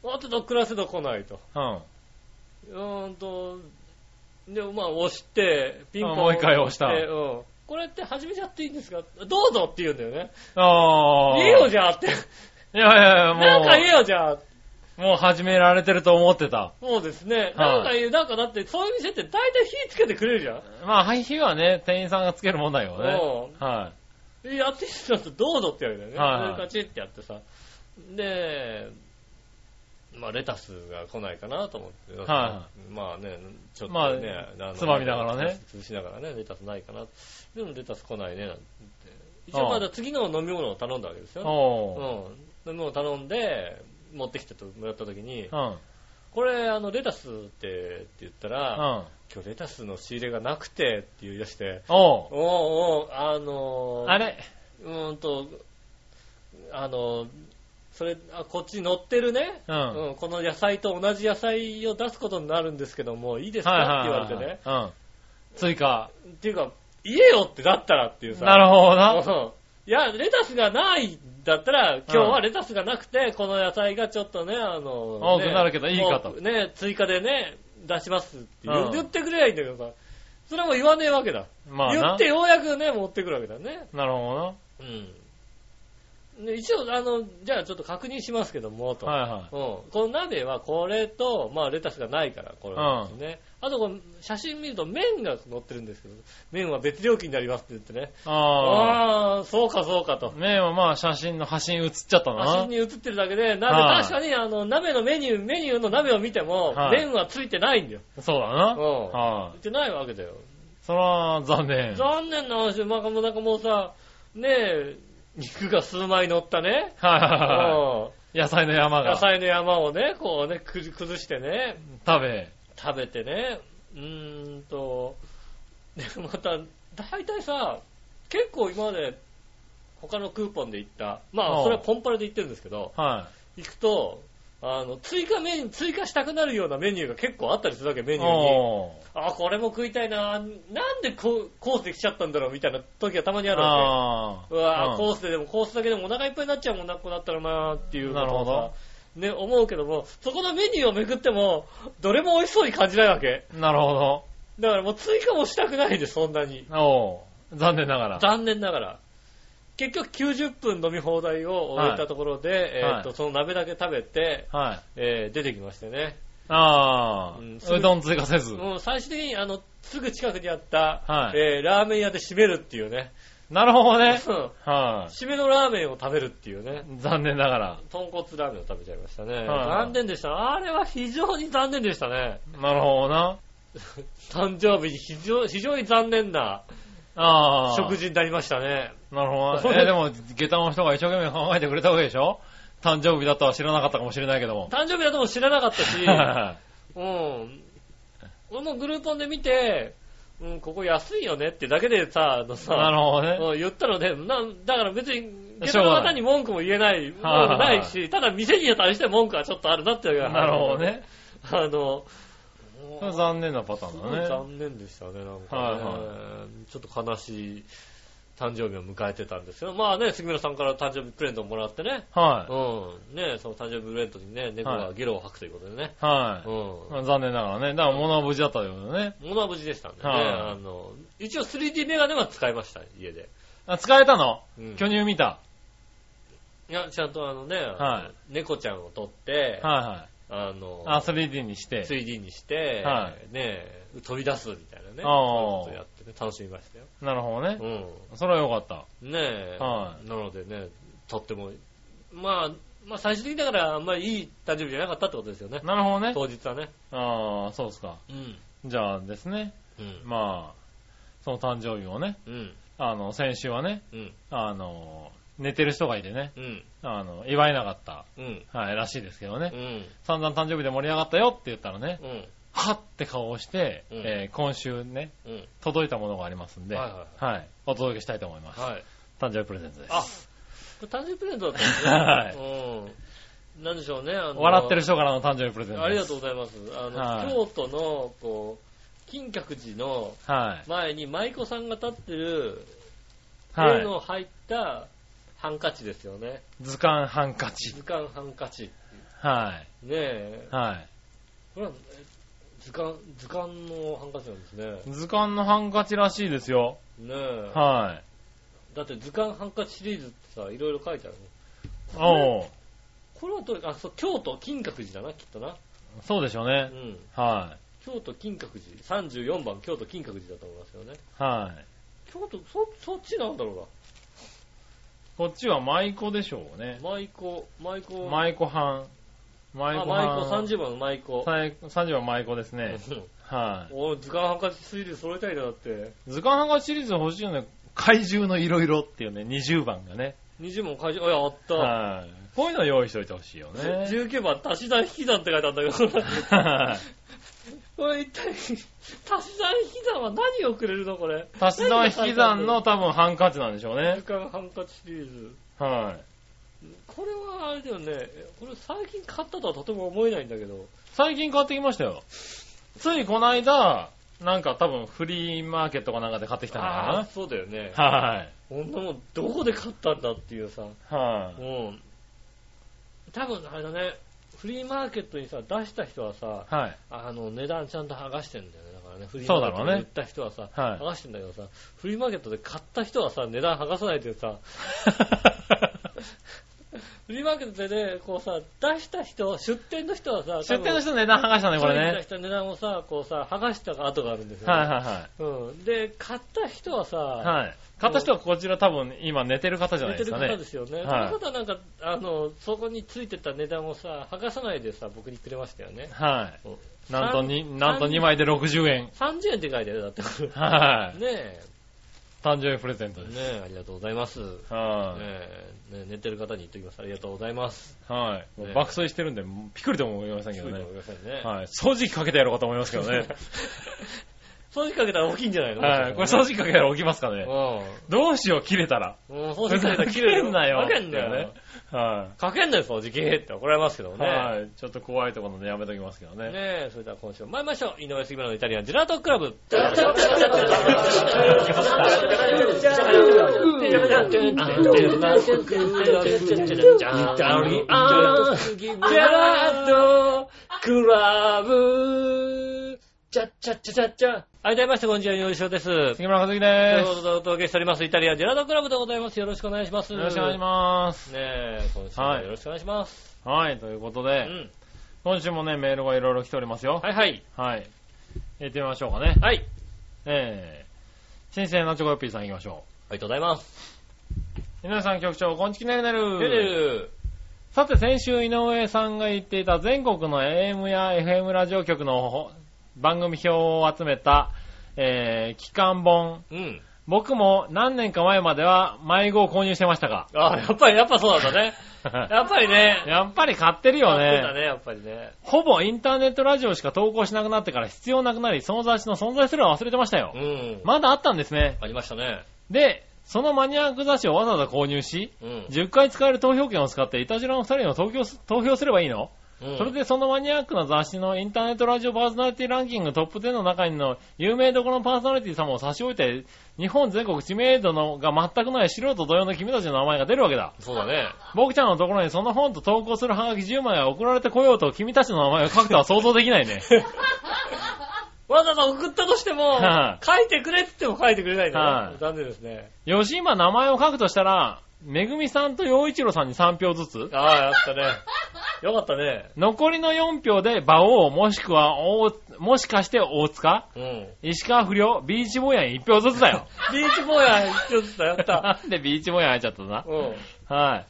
B: ほ
C: 待ってても食らってても来ないと。
B: う。うん。うん。
C: うーんと、でもまあ押して、ピンポン
B: あもう一回押した
C: でうん。これって始めちゃっていいんですかどうぞって言うんだよね。
B: ああ。
C: 言えよじゃあって。
B: いやいやいや、もう。
C: なんか言えよじゃあ。
B: もう始められてると思ってた。
C: そうですね。
B: い
C: なんか言う、なんかだってそういう店って大体火つけてくれるじゃん。
B: まあ、配信はね、店員さんがつけるもんだよね。は
C: でやってる人だとどうぞって言われるんだよね。
B: はいはい
C: それカチってやってさ。で、まあレタスが来ないかなと思って。
B: は
C: まあね、ちょっ
B: ま
C: と
B: あ
C: ね、あの
B: つまみながらね。
C: 潰しながらね、レタスないかな。でもレタス来ないね、なんて言って。一
B: あ
C: 応
B: あ
C: まだ次の飲み物を頼んだわけです
B: い。
C: よね。うん。
B: おう。
C: 飲み物を頼んで、持ってきてともらった時に
B: う、ん。うん。
C: これ、あの、レタスって、って言ったら、今日レタスの仕入れがなくて、って言い出して、
B: おう。
C: おうおう、あのー
B: あれ
C: うーんと、あの、それ、あこっちに乗ってるね、
B: うん
C: うんこの野菜と同じ野菜を出すことになるんですけども、いいですか、
B: はいはい。
C: って言われてね。
B: うん。追加。
C: っていうか、言えよってだったらっていうさ。
B: なるほどな。
C: うんいや、レタスがないんだったら、今日はレタスがなくて、この野菜がちょっとね、あの、
B: 多く
C: ね
B: なるけどいいかと
C: もうね、追加でね、出しますって言う
B: うん
C: 言ってくれりゃいいんだけどさ、それも言わねえわけだ。
B: まあ
C: 言
B: な
C: って。ようやくね、持ってくるわけだね。
B: なるほ
C: うん。で一応、あの、じゃあちょっと確認しますけども、と。
B: どな。はいはい。
C: うん、この鍋はこれと、まあ、レタスがないから、これなんですね。あとこの、写真見ると麺が乗ってるんですけど、麺は別料金になりますって言ってね。
B: ああ。
C: ああー、そうかそうかと。
B: ねえ、まあ写真の端に写っちゃったな。
C: 写真に写ってるだけで、鍋、
B: はい
C: 確かに、あの、鍋のメニュー、メニューの鍋を見ても、
B: はい
C: 麺はついてないんだよ。
B: そうだな。
C: うん
B: は
C: ついてないわけだよ。
B: それは残念。はい
C: 残念な話で、まあ、もうなんかもうさ、ねえ、肉が数枚乗ったね。
B: はいは
C: う
B: い。
C: ん
B: 野菜の山が
C: 野
B: 食
C: 菜の山をね、こうね、くず崩してね、
B: べ。
C: 食べてね、うーんと、で、また、大体さ、結構今まで、他のクーポンで行った、ま
B: う
C: あ、
B: ん
C: それはポンパレで行ってるんですけど、
B: は
C: 行くと、あの、追加メニュー、追加したくなるようなメニューが結構あったりするわけ、メ
B: い。
C: ニューに。
B: お
C: あ、これも食いたいな、なんでこうコースで来ちゃったんだろうみたいな時がたまにあ
B: ー
C: るわけ。
B: あー。
C: うわ
B: う
C: ぁ、
B: ん
C: コースででも、コースだけでもお腹いっぱいになっちゃうもんな、こうなったらなーっていうこ
B: な
C: と
B: る
C: を
B: ほ
C: さ
B: ど、
C: ね、思うけども、そこのメニューをめくっても、どれも美味しそうに感じないわけ。
B: なるほど。
C: だからもう追加もしたくないで、そんなに。
B: おー残念ながら。
C: 残念ながら。結局90分飲み放題を終えたところで、えーっと、
B: は
C: その鍋だけ食べて、
B: はい。
C: えー出てきましてね。
B: あ
C: うん
B: あ。うどん追加せず。
C: もう最終的に、あの、すぐ近くにあった、
B: はい
C: えーラーメン屋で締めるっていうね。
B: なるほどね。
C: うん
B: は
C: 締めのラーメンを食べるっていうね。
B: い。残念ながら。
C: 豚骨ラーメンを食べちゃいましたね。
B: はい
C: 残念でした。あれは非常に残念でしたね。
B: なるほどな。
C: 誕生日に非常非常に残念な
B: ああ。
C: 食。事になりましたね。
B: なるほどな。えー、でも、下駄の人が一生懸命考えてくれたわけでしょ誕生日だとは知らなかったかもしれないけど も。
C: 誕生日だとも知らなかったし、
B: は
C: うん。俺もグルーポンで見て、うん、ここ安いよねってだけでさ、あの
B: いなる
C: さ、
B: ほどね。
C: うん言ったので、なだから別に、
B: し
C: 下
B: ょ
C: 駄
B: う
C: の
B: がない
C: 方に文句も言えない、もう
B: はいはいはい
C: ないし、ただ店に対して文句はちょっとあるなっていうのが
B: なるほど。ね。
C: あの、
B: それ残念なパター
C: す
B: ン
C: ごい
B: だね。
C: 残念でしたね、なんかね、
B: はい
C: ちょっと悲しい誕生日を迎えてたんですけど、まあね、杉村さんから誕生日プレゼントをもらってね、
B: は
C: うん、ね、その誕生日プレゼントにね、猫がゲロを吐くということでね、
B: い。はい。
C: う
B: まあ残念ながらね。だから物は無事だったようだね。
C: ん、物は無事でしたんでね、
B: はい
C: あの、一応 3D メガネは使いました、家で。
B: あ、使えたの
C: うん
B: 巨乳見た。
C: いや、ちゃんとあのね、
B: は
C: 猫ちゃんを取って、
B: は
C: あの
B: い、はい。あ、3D にして。
C: 3D にして、
B: は
C: ね、飛び出すみたいなね、
B: あー
C: そういうことやってね、楽しみましたよ。
B: なるほどね。
C: うん
B: それはよかった。
C: ねえ、
B: は
C: なのでね、とっても、まあ、まあ最終的にだからあんまりいい誕生日じゃなかったってことですよね。
B: なるほどね。
C: 当日はね。
B: ああ、そうですか。
C: うん。
B: じゃあですね、
C: うん。
B: まあ、その誕生日をね、
C: うん。
B: あの、先週はね、
C: うん。
B: あの、寝てる人がいてね、
C: うん。
B: あの、祝えなかった、
C: うん。
B: はい、らしいですけど
C: う
B: ね、
C: ん。
B: 散々誕生日で盛り上がったよって言ったらね、
C: うん。
B: はっって顔をして、
C: うん
B: えー今週ね、
C: うん。
B: 届いたものがありますんで、
C: はいはい
B: はいお届けしたいと思います。
C: はい。
B: 誕生日プレゼントです。
C: あ、これ誕生日プレゼント だったんですね。うん。なんでしょうね。あの
B: 笑ってる人からの誕生日プレゼントです。
C: ありがとうございます。あの、
B: はい
C: 京都の、こう、金閣寺の
B: はい。
C: 前に舞妓さんが立ってる、
B: は
C: 絵
B: い。
C: の入ったハンカチですよね。
B: 図鑑ハンカチ。
C: 図鑑ハンカチ。
B: は
C: ねえ
B: い。。はい。
C: これは、え図鑑、図鑑のハンカチなんですね。
B: 図鑑のハンカチらしいですよ。
C: ねえ。
B: は
C: だって図鑑ハンカチシリーズってさ、いろいろ書いてある
B: い。
C: ね。
B: おう
C: これはどれあ、そう、京都金閣寺だな、きっとな。
B: そうでしょう
C: う
B: ね。
C: ん。
B: は
C: 京都金閣寺。34番、京都金閣寺だと思いますよね。
B: い。はい。
C: 京都、そ、そっちなんだろ
B: こっちは舞妓でしょう
C: う
B: ね
C: な。。舞妓、舞妓。
B: 舞妓班。舞
C: あ
B: 妓
C: 舞
B: 班。
C: 妓、30番の舞妓。
B: さい30は舞妓ですね。
C: うん
B: は
C: おい図鑑ハンカチシリーズ揃えたいな、だって。
B: い。図鑑ハンカチシリーズ欲しいよね。怪獣のいろいろっていうね、20番がね。
C: 20問会場、あ、やった。
B: はい。こういうの用意しといてほしいよね。
C: 19番、足し算引き算って書いてあるんだけど。
B: はい
C: これ一体、足し算引き算は何をくれるのこれ。
B: 足し算引き算の多分ハンカチなんでしょう
C: 図
B: ね。
C: 鑑ハンカチシリーズ。
B: はい。
C: これはあれだよね、えこれ最近買ったとはとても思えないんだけど。
B: 最近買ってきましたよ。ついこの間、なんか多分フリーマーケットかなんかで買ってきたの
C: ああ、
B: か
C: そうだよね。
B: な。はい。
C: こんなもんどこで買ったんだっていうさ。
B: は
C: う
B: い。
C: ん。多分あれだね、フリーマーケットにさ、出した人はさ、
B: はい。
C: あの、値段ちゃんと剥がしてんだよね。だからね、フリーマ
B: そ
C: ーケット
B: うだ
C: で
B: ろう
C: 売
B: ね
C: った人はさ、
B: はい
C: 剥がしてんだけどさ、フ リーマーケットで買った人はさ、値段剥がさないというさ、フフリーマーケットでね、こうさ、出した人、出店の人はさ、
B: 出店の人の値段剥がしたね、これ
C: 出
B: ね。
C: した値段をさ、こうさ、剥がした跡があるんですよ、
B: はいは
C: うん。で、買った人はさ、
B: いはい。はい。買った人はこちら多分今寝てる方じゃな
C: 寝
B: い
C: て
B: で
C: る
B: すか
C: 方
B: ね
C: で。すよね。
B: はい
C: その方なんか、あの、そこについてた値段をさ、剥がさないでさ、僕にくれましたよね。
B: は
C: そう
B: い。なんとに、なんと
C: 三
B: 2枚で60円。
C: 30円って書いてあるよ、だって。
B: はい。
C: ね
B: 誕生日プレゼン
C: え、
B: ト
C: ね
B: です。
C: え、ありがとうございます。ね
B: は
C: え、ねえ寝てる方に言っておきます。ありがとうございます。
B: い。はい。もう
C: ね
B: 爆睡してるんで、もうピクリとも思いませんけ
C: す
B: ど
C: ぐ
B: ね
C: にご。めんなさいね。
B: はい。掃除機かけてやろうかと思いますけど ね。
C: 掃除かけたら大きいんじゃないの
B: はい。これ掃除機かけたら起きますかね。どうしよう、切れたら。
C: うん。もう掃除機かけたら切れる
B: ふざけんなよ
C: かけんなよ。
B: は
C: かけんなよ、掃除機って怒られますけど
B: い。
C: ね。
B: はい。ちょっと怖いところでやめときますけどね。
C: ねえ、それでは今週も参りましょう。井上杉村のイタリアンジェラートクラブ。はい、どうもみなさん、こんにちは、よろしくです。という
B: 杉村和樹
C: こ
B: です。
C: とでお届けしております、イタリアンジェラートクラブでございます。よろしくお願いします。
B: よろしくお願いします。
C: す。ねえ、今週もよろしくお願いします。
B: はい。ということ
C: う
B: で、
C: ん。
B: 今週もね、メールがいろいろ来ておりますよ。
C: はいはい。
B: はい。行ってみましょうかね。
C: はい。
B: えー、新鮮なチョコヨッピーさん行きましょ
C: ありがとうございます。
B: う。皆さん局長、こんちきねるねる。
C: てる
B: さて、先週井上さんが言っていた全国の AM や FM ラジオ局のほ番組表を集めた、えー、期間本。
C: うん。
B: 僕も何年か前までは迷子を購入してました が。
C: あ、やっぱり、やっぱそうなんだ ね。やっぱりね。
B: やっぱり買ってるよ
C: そうだ
B: ね。
C: ね、やっぱりね。
B: ほぼインターネットラジオしか投稿しなくなってから必要なくなり、その雑誌の存在すら忘れてましたよ
C: う。ん。
B: まだあったんですね。
C: ありましたね。
B: で、そのマニアック雑誌をわざわざ購入し、
C: うん。
B: 10回使える投票券を使って、いたじらの2人の投票す投票すればいいの、
C: うん
B: それ、でそのマニアックな雑誌のインターネットラジオパーソナリティランキングトップ10の中にの有名どころのパーソナリティ様を差し置いて、日本全国知名度のが全くない素人同様の君たちの名前が出るわけだ。
C: そうだね。
B: 僕ちゃんのところにその本と投稿するハガキ10枚が送られてこようと君たちの名前を書くとは想像でき ないね。
C: わざわざ送ったとしても
B: は、
C: 書いてくれって言っても書いてくれないんだ
B: は
C: ね。
B: い
C: 残念ですね。
B: よし、今名前を書くとしたら、めぐみさんと陽一郎さんに3票ずつ。
C: ああ、やったね。よかったね。
B: 残りの4票で、馬王、もしくは大、もしかして大塚、
C: うん。
B: 石川不良、ビーチボーヤン1票ずつだよ。
C: ビーチボーヤー一つだ、や った。
B: なんでビーチボーヤン入っちゃったな
C: う。ん。
B: はい。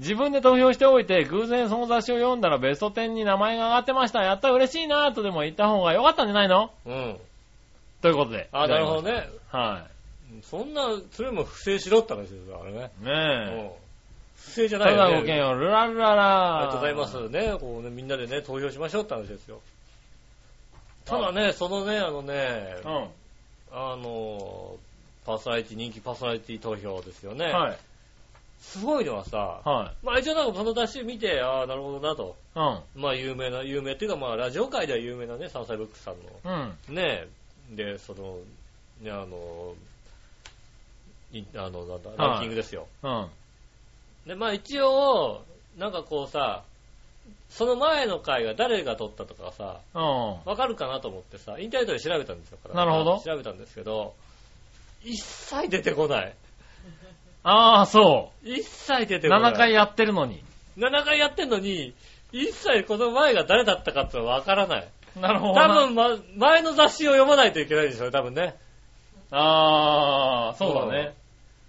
B: 自分で投票しておいて、偶然その雑誌を読んだらベスト10に名前が上がってました。やった嬉しいなぁとでも言った方が良かったんじゃないの
C: うん。
B: ということで。
C: ああ、なるほど。ね。
B: は
C: そんな、それも不正しろって話ですよ、あれね。
B: い。
C: う
B: ねえ。
C: ん。不正じゃな
B: た
C: い
B: だ
C: よね。
B: ごきげんよう、ルラルララ
C: ありがとうございます。ね、こうね、みんなでね、投票しましょうって話ですよ。ただね、そのね、あのね、
B: う
C: あの、パーソナリティ、人気パーソナリティ投票ですよね。
B: ん。はい。
C: すごいのはさ、
B: は
C: まあ一応なんかその雑誌見て、ああ、なるほどなと。
B: い。うん。
C: まあ有名な、有名っていうかまあラジオ界では有名なね、サンサイブックスさん
B: うん。
C: の。ねで、その、ね、あの、いあの、なんだ、ランキングですよ。
B: うん。
C: で、まあ一応、なんかこうさ、その前の回が誰が取ったとかさ、
B: うん。
C: わかるかなと思ってさ、インターネットで調べたんですよ。これ
B: なるほど
C: 調べたんですけど、一切出てこない。
B: ああ、そ
C: 一切出
B: う。
C: てこない。
B: 7回やってるのに。
C: 7回やってんのに、一切この前が誰だったかってのはわからない。
B: なるほ
C: 多
B: どな。
C: 分、ま、前の雑誌を読まないといけないでしょうね、多分ね。
B: ああ、そうだね。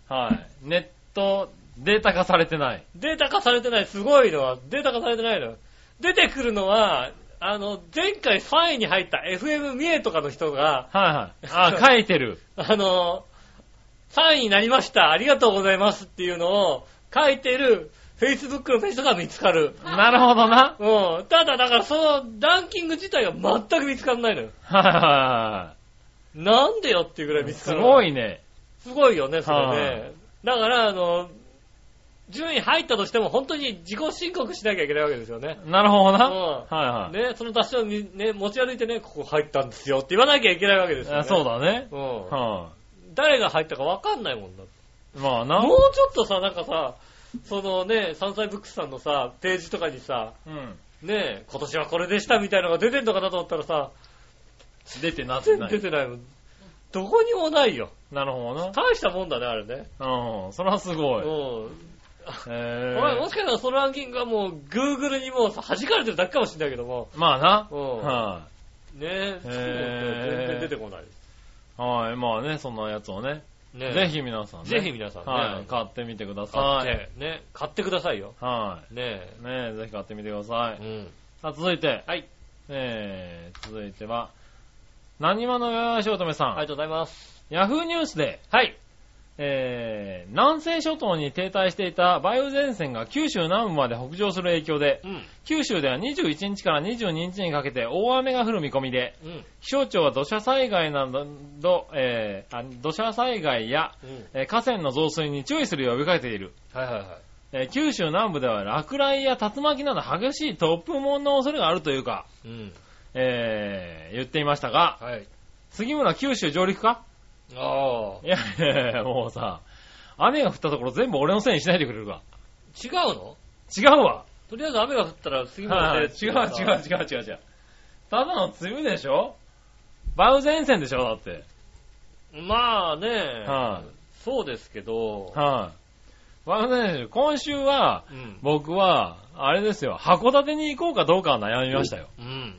B: はい。ネット、データ化されてない。
C: データ化されてない、すごいのは、データ化されてないの。出てくるのは、あの、前回3位に入った FM 三重とかの人が、
B: はいはい。あ ー書いてる。
C: あの、3位になりました、ありがとうございますっていうのを書いてる Facebook のページが見つかる。
B: なるほどな。
C: うん。ただ、だからそのランキング自体が全く見つからないのよ。
B: はいはいは
C: なんでよっていうぐらい
B: い。
C: 見つ
B: す
C: から
B: ご
C: ない。
B: いね。
C: すごい。すごいよね、それ
B: は
C: ね。だから、あの、順位入ったとしても本当に自己申告しなきゃいけないわけですよね。
B: なるほどな。
C: うん
B: はいはい。
C: ね、その雑誌をみね、持ち歩いてね、ここ入ったんですよって言わなきゃいけないわけですよ、ね。
B: あそう。だね。
C: うん。
B: は
C: 誰が入ったかわかんないもんだって
B: い。まあな
C: も。うちょっとさ、なんかさ、そのね、山菜ブックスさんのさ、ページとかにさ、
B: うん。
C: ね、今年はこれでしたみたいなのが出てんのかなと思ったらさ、
B: 出てなって
C: 全
B: な
C: 然出
B: い。
C: てないもん。どこにもないよ。
B: なるほどな。
C: 大したもんだね、あれね。
B: うん。それはすごい。
C: うん。
B: え
C: お前もしかしたらそのランキングはもう Google にもう弾かれてるだけかもしれないけども。
B: ー、まあな。
C: うん
B: は
C: ねえ、そう
B: へー
C: 全然出てこないです。
B: い。はい。まあね、そんなやつをね。
C: ねえ
B: ぜひ皆さんね。
C: ぜひ皆さんね
B: はい。買ってみてくだ
C: 買
B: さ
C: って
B: い。、
C: ね、買ってくださいよ。
B: は
C: ね
B: い。ねえ、ぜひ買ってみてくださ
C: え。
B: い。
C: ん。
B: さあ、続いて。
C: はい。
B: えー、続いては、何話のよよしおとめさん。
C: ありがとうございます。
B: ヤフーニュースで、
C: はい。
B: えー、南西諸島に停滞していた梅雨前線が九州南部まで北上する影響で、
C: うん。
B: 九州では21日から22日にかけて大雨が降る見込みで、
C: うん。
B: 気象庁は土砂災害など、えーあ土砂災害や、
C: うん。
B: えー河川の増水に注意するよう呼びかけている。
C: はいはいはい。
B: えー九州南部では落雷や竜巻など激しい突風もの恐れがあるというか、
C: うん。
B: えー言っていましたが、
C: はい。
B: 杉村九州上陸か
C: ああ。
B: いやいやいや、もうさ、雨が降ったところ全部俺のせいにしないでくれるか。
C: 違うの
B: 違うわ。
C: とりあえず雨が降ったら次の
B: はい、違う違う違う違う違う。ただの梅雨でしょ梅雨前線でしょだって。
C: う。まあね、
B: はい
C: そうですけど、
B: はい、梅雨前線でしょ今週は、
C: うん。
B: 僕は、あれですよ、函館に行こうかどうかは悩みましたよ。
C: うん。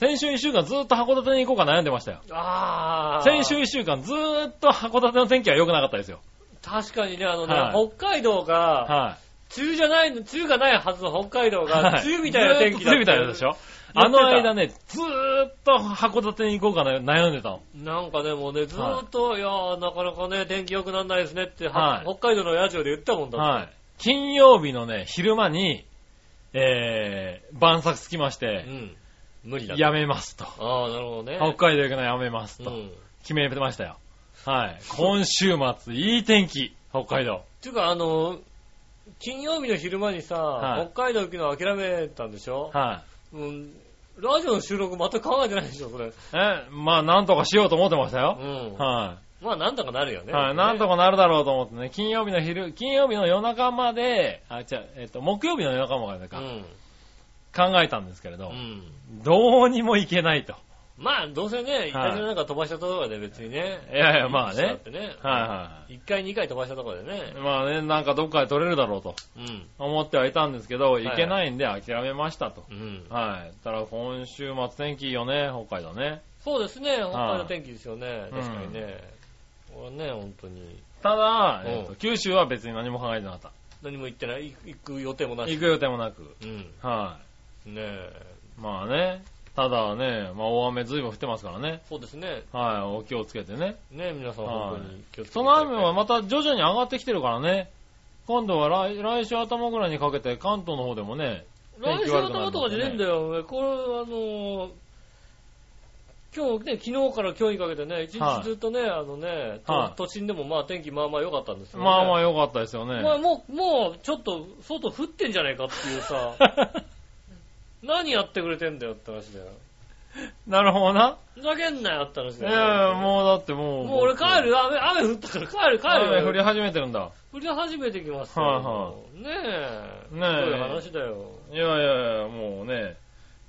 B: 先週一週間ずっと函館に行こうか悩んでましたよ。
C: ああ。
B: 先週一週間ずーっと函館の天気は良くなかったですよ。
C: 確かにね、あのね、
B: はい
C: 北海道が、
B: はい、
C: 梅雨じゃないの、梅雨がないはずの北海道が
B: は、
C: 梅雨みたいな天気
B: ずーっと梅
C: だ
B: 雨みたいなでしょ
C: 言
B: あ
C: ってた
B: の間ね、ずーっと函館に行こうかな悩んでたの。
C: なんかね、もうね、ずーっと、い、やー、なかなかね、天気良くならないですねって、は
B: はい
C: 北海道のラジオで言ったもんだって。
B: はい。金曜日のね、昼間に、えー、晩作つきまし
C: う
B: て、
C: ん。無理だ。
B: やめますと。
C: ああ、なるほどね。
B: 北海道行くのやめます
C: う
B: と。
C: ん。
B: 決めてましたよ。はい。今週末、いい天気、北海道。
C: ていうか、あの、金曜日の昼間にさ、
B: はい
C: 北海道行くの諦めたんでしょ、
B: はい。
C: うん。ラジオの収録全く考えてないでしょ、それ。
B: え、まあ、なんとかしようと思ってました
C: う
B: よ。
C: ん。
B: は
C: まあ、なんとかなるよ
B: い。
C: ね。
B: はい。なんと
C: か。
B: かなるだろうと思ってね、金曜日の昼、金曜日の夜中まで、あ、違う、えっと、木曜日の夜中まで
C: う
B: か、
C: ん。
B: 考えたんですけれど
C: う、ん。
B: どうにもいけないと。
C: まあ、どうせね、一回目なんか飛ばしたところで別にね。
B: いやいや、まあ
C: だっ
B: ね。
C: てね。。
B: はいはい
C: 一回、二回飛ばしたところでね
B: い。。まあね、なんかどっかで取れるだろうと。
C: うん。
B: 思ってはいたんですけど、
C: い
B: 行けないんで諦めましたと。
C: うん。
B: はい。たら今週末天気いいよね、北海道ね。
C: そうですね、北海
B: は
C: 道
B: い
C: 天気ですよね。確かにね。これね、本当に。
B: ただ、
C: うん
B: えっと九州は別に何も考えてなかっ
C: 何も言ってない。行く行く予定も
B: た。
C: なし。
B: 行く予定もなく。
C: うん。
B: は
C: ねえ。
B: い。まあね、ただね、まあ大雨随分降ってますからね。
C: そうですね。
B: はい、お気をつけてね。
C: ね皆さん
B: はい
C: 本当に気をつけて。
B: その雨は
C: ま、
B: また徐々に上がってきてるからね。今度は来来週頭ぐらいにかけて関東の方でもね、
C: 来
B: 天
C: 週
B: 気
C: の
B: 悪く
C: と
B: な
C: こ
B: る
C: とかじゃねえんだよ。これ、あのー、今日ね、昨日から今日にかけてね、一
B: は
C: 日
B: い
C: ずっとね、あのね、
B: は
C: と
B: い
C: 都心でもまあ天気まあまあ良かったんですよね。
B: まあまあ良かったですよ
C: まあ
B: ね。
C: もう、もう、ちょっと、外降ってんじゃないかっていう さ、何やってくれてんだよって話だよ。
B: なるほどな。
C: ふざけんなよって話
B: い
C: だよ。
B: やもうだってもう。
C: もう俺帰る、雨、雨降ったから帰る、帰る。
B: 雨降り始めてるんだ。
C: 降り始めてきますよ。
B: はいは
C: ねえ。
B: ねえ
C: そういう話だよ。
B: いやいやいや、もうね、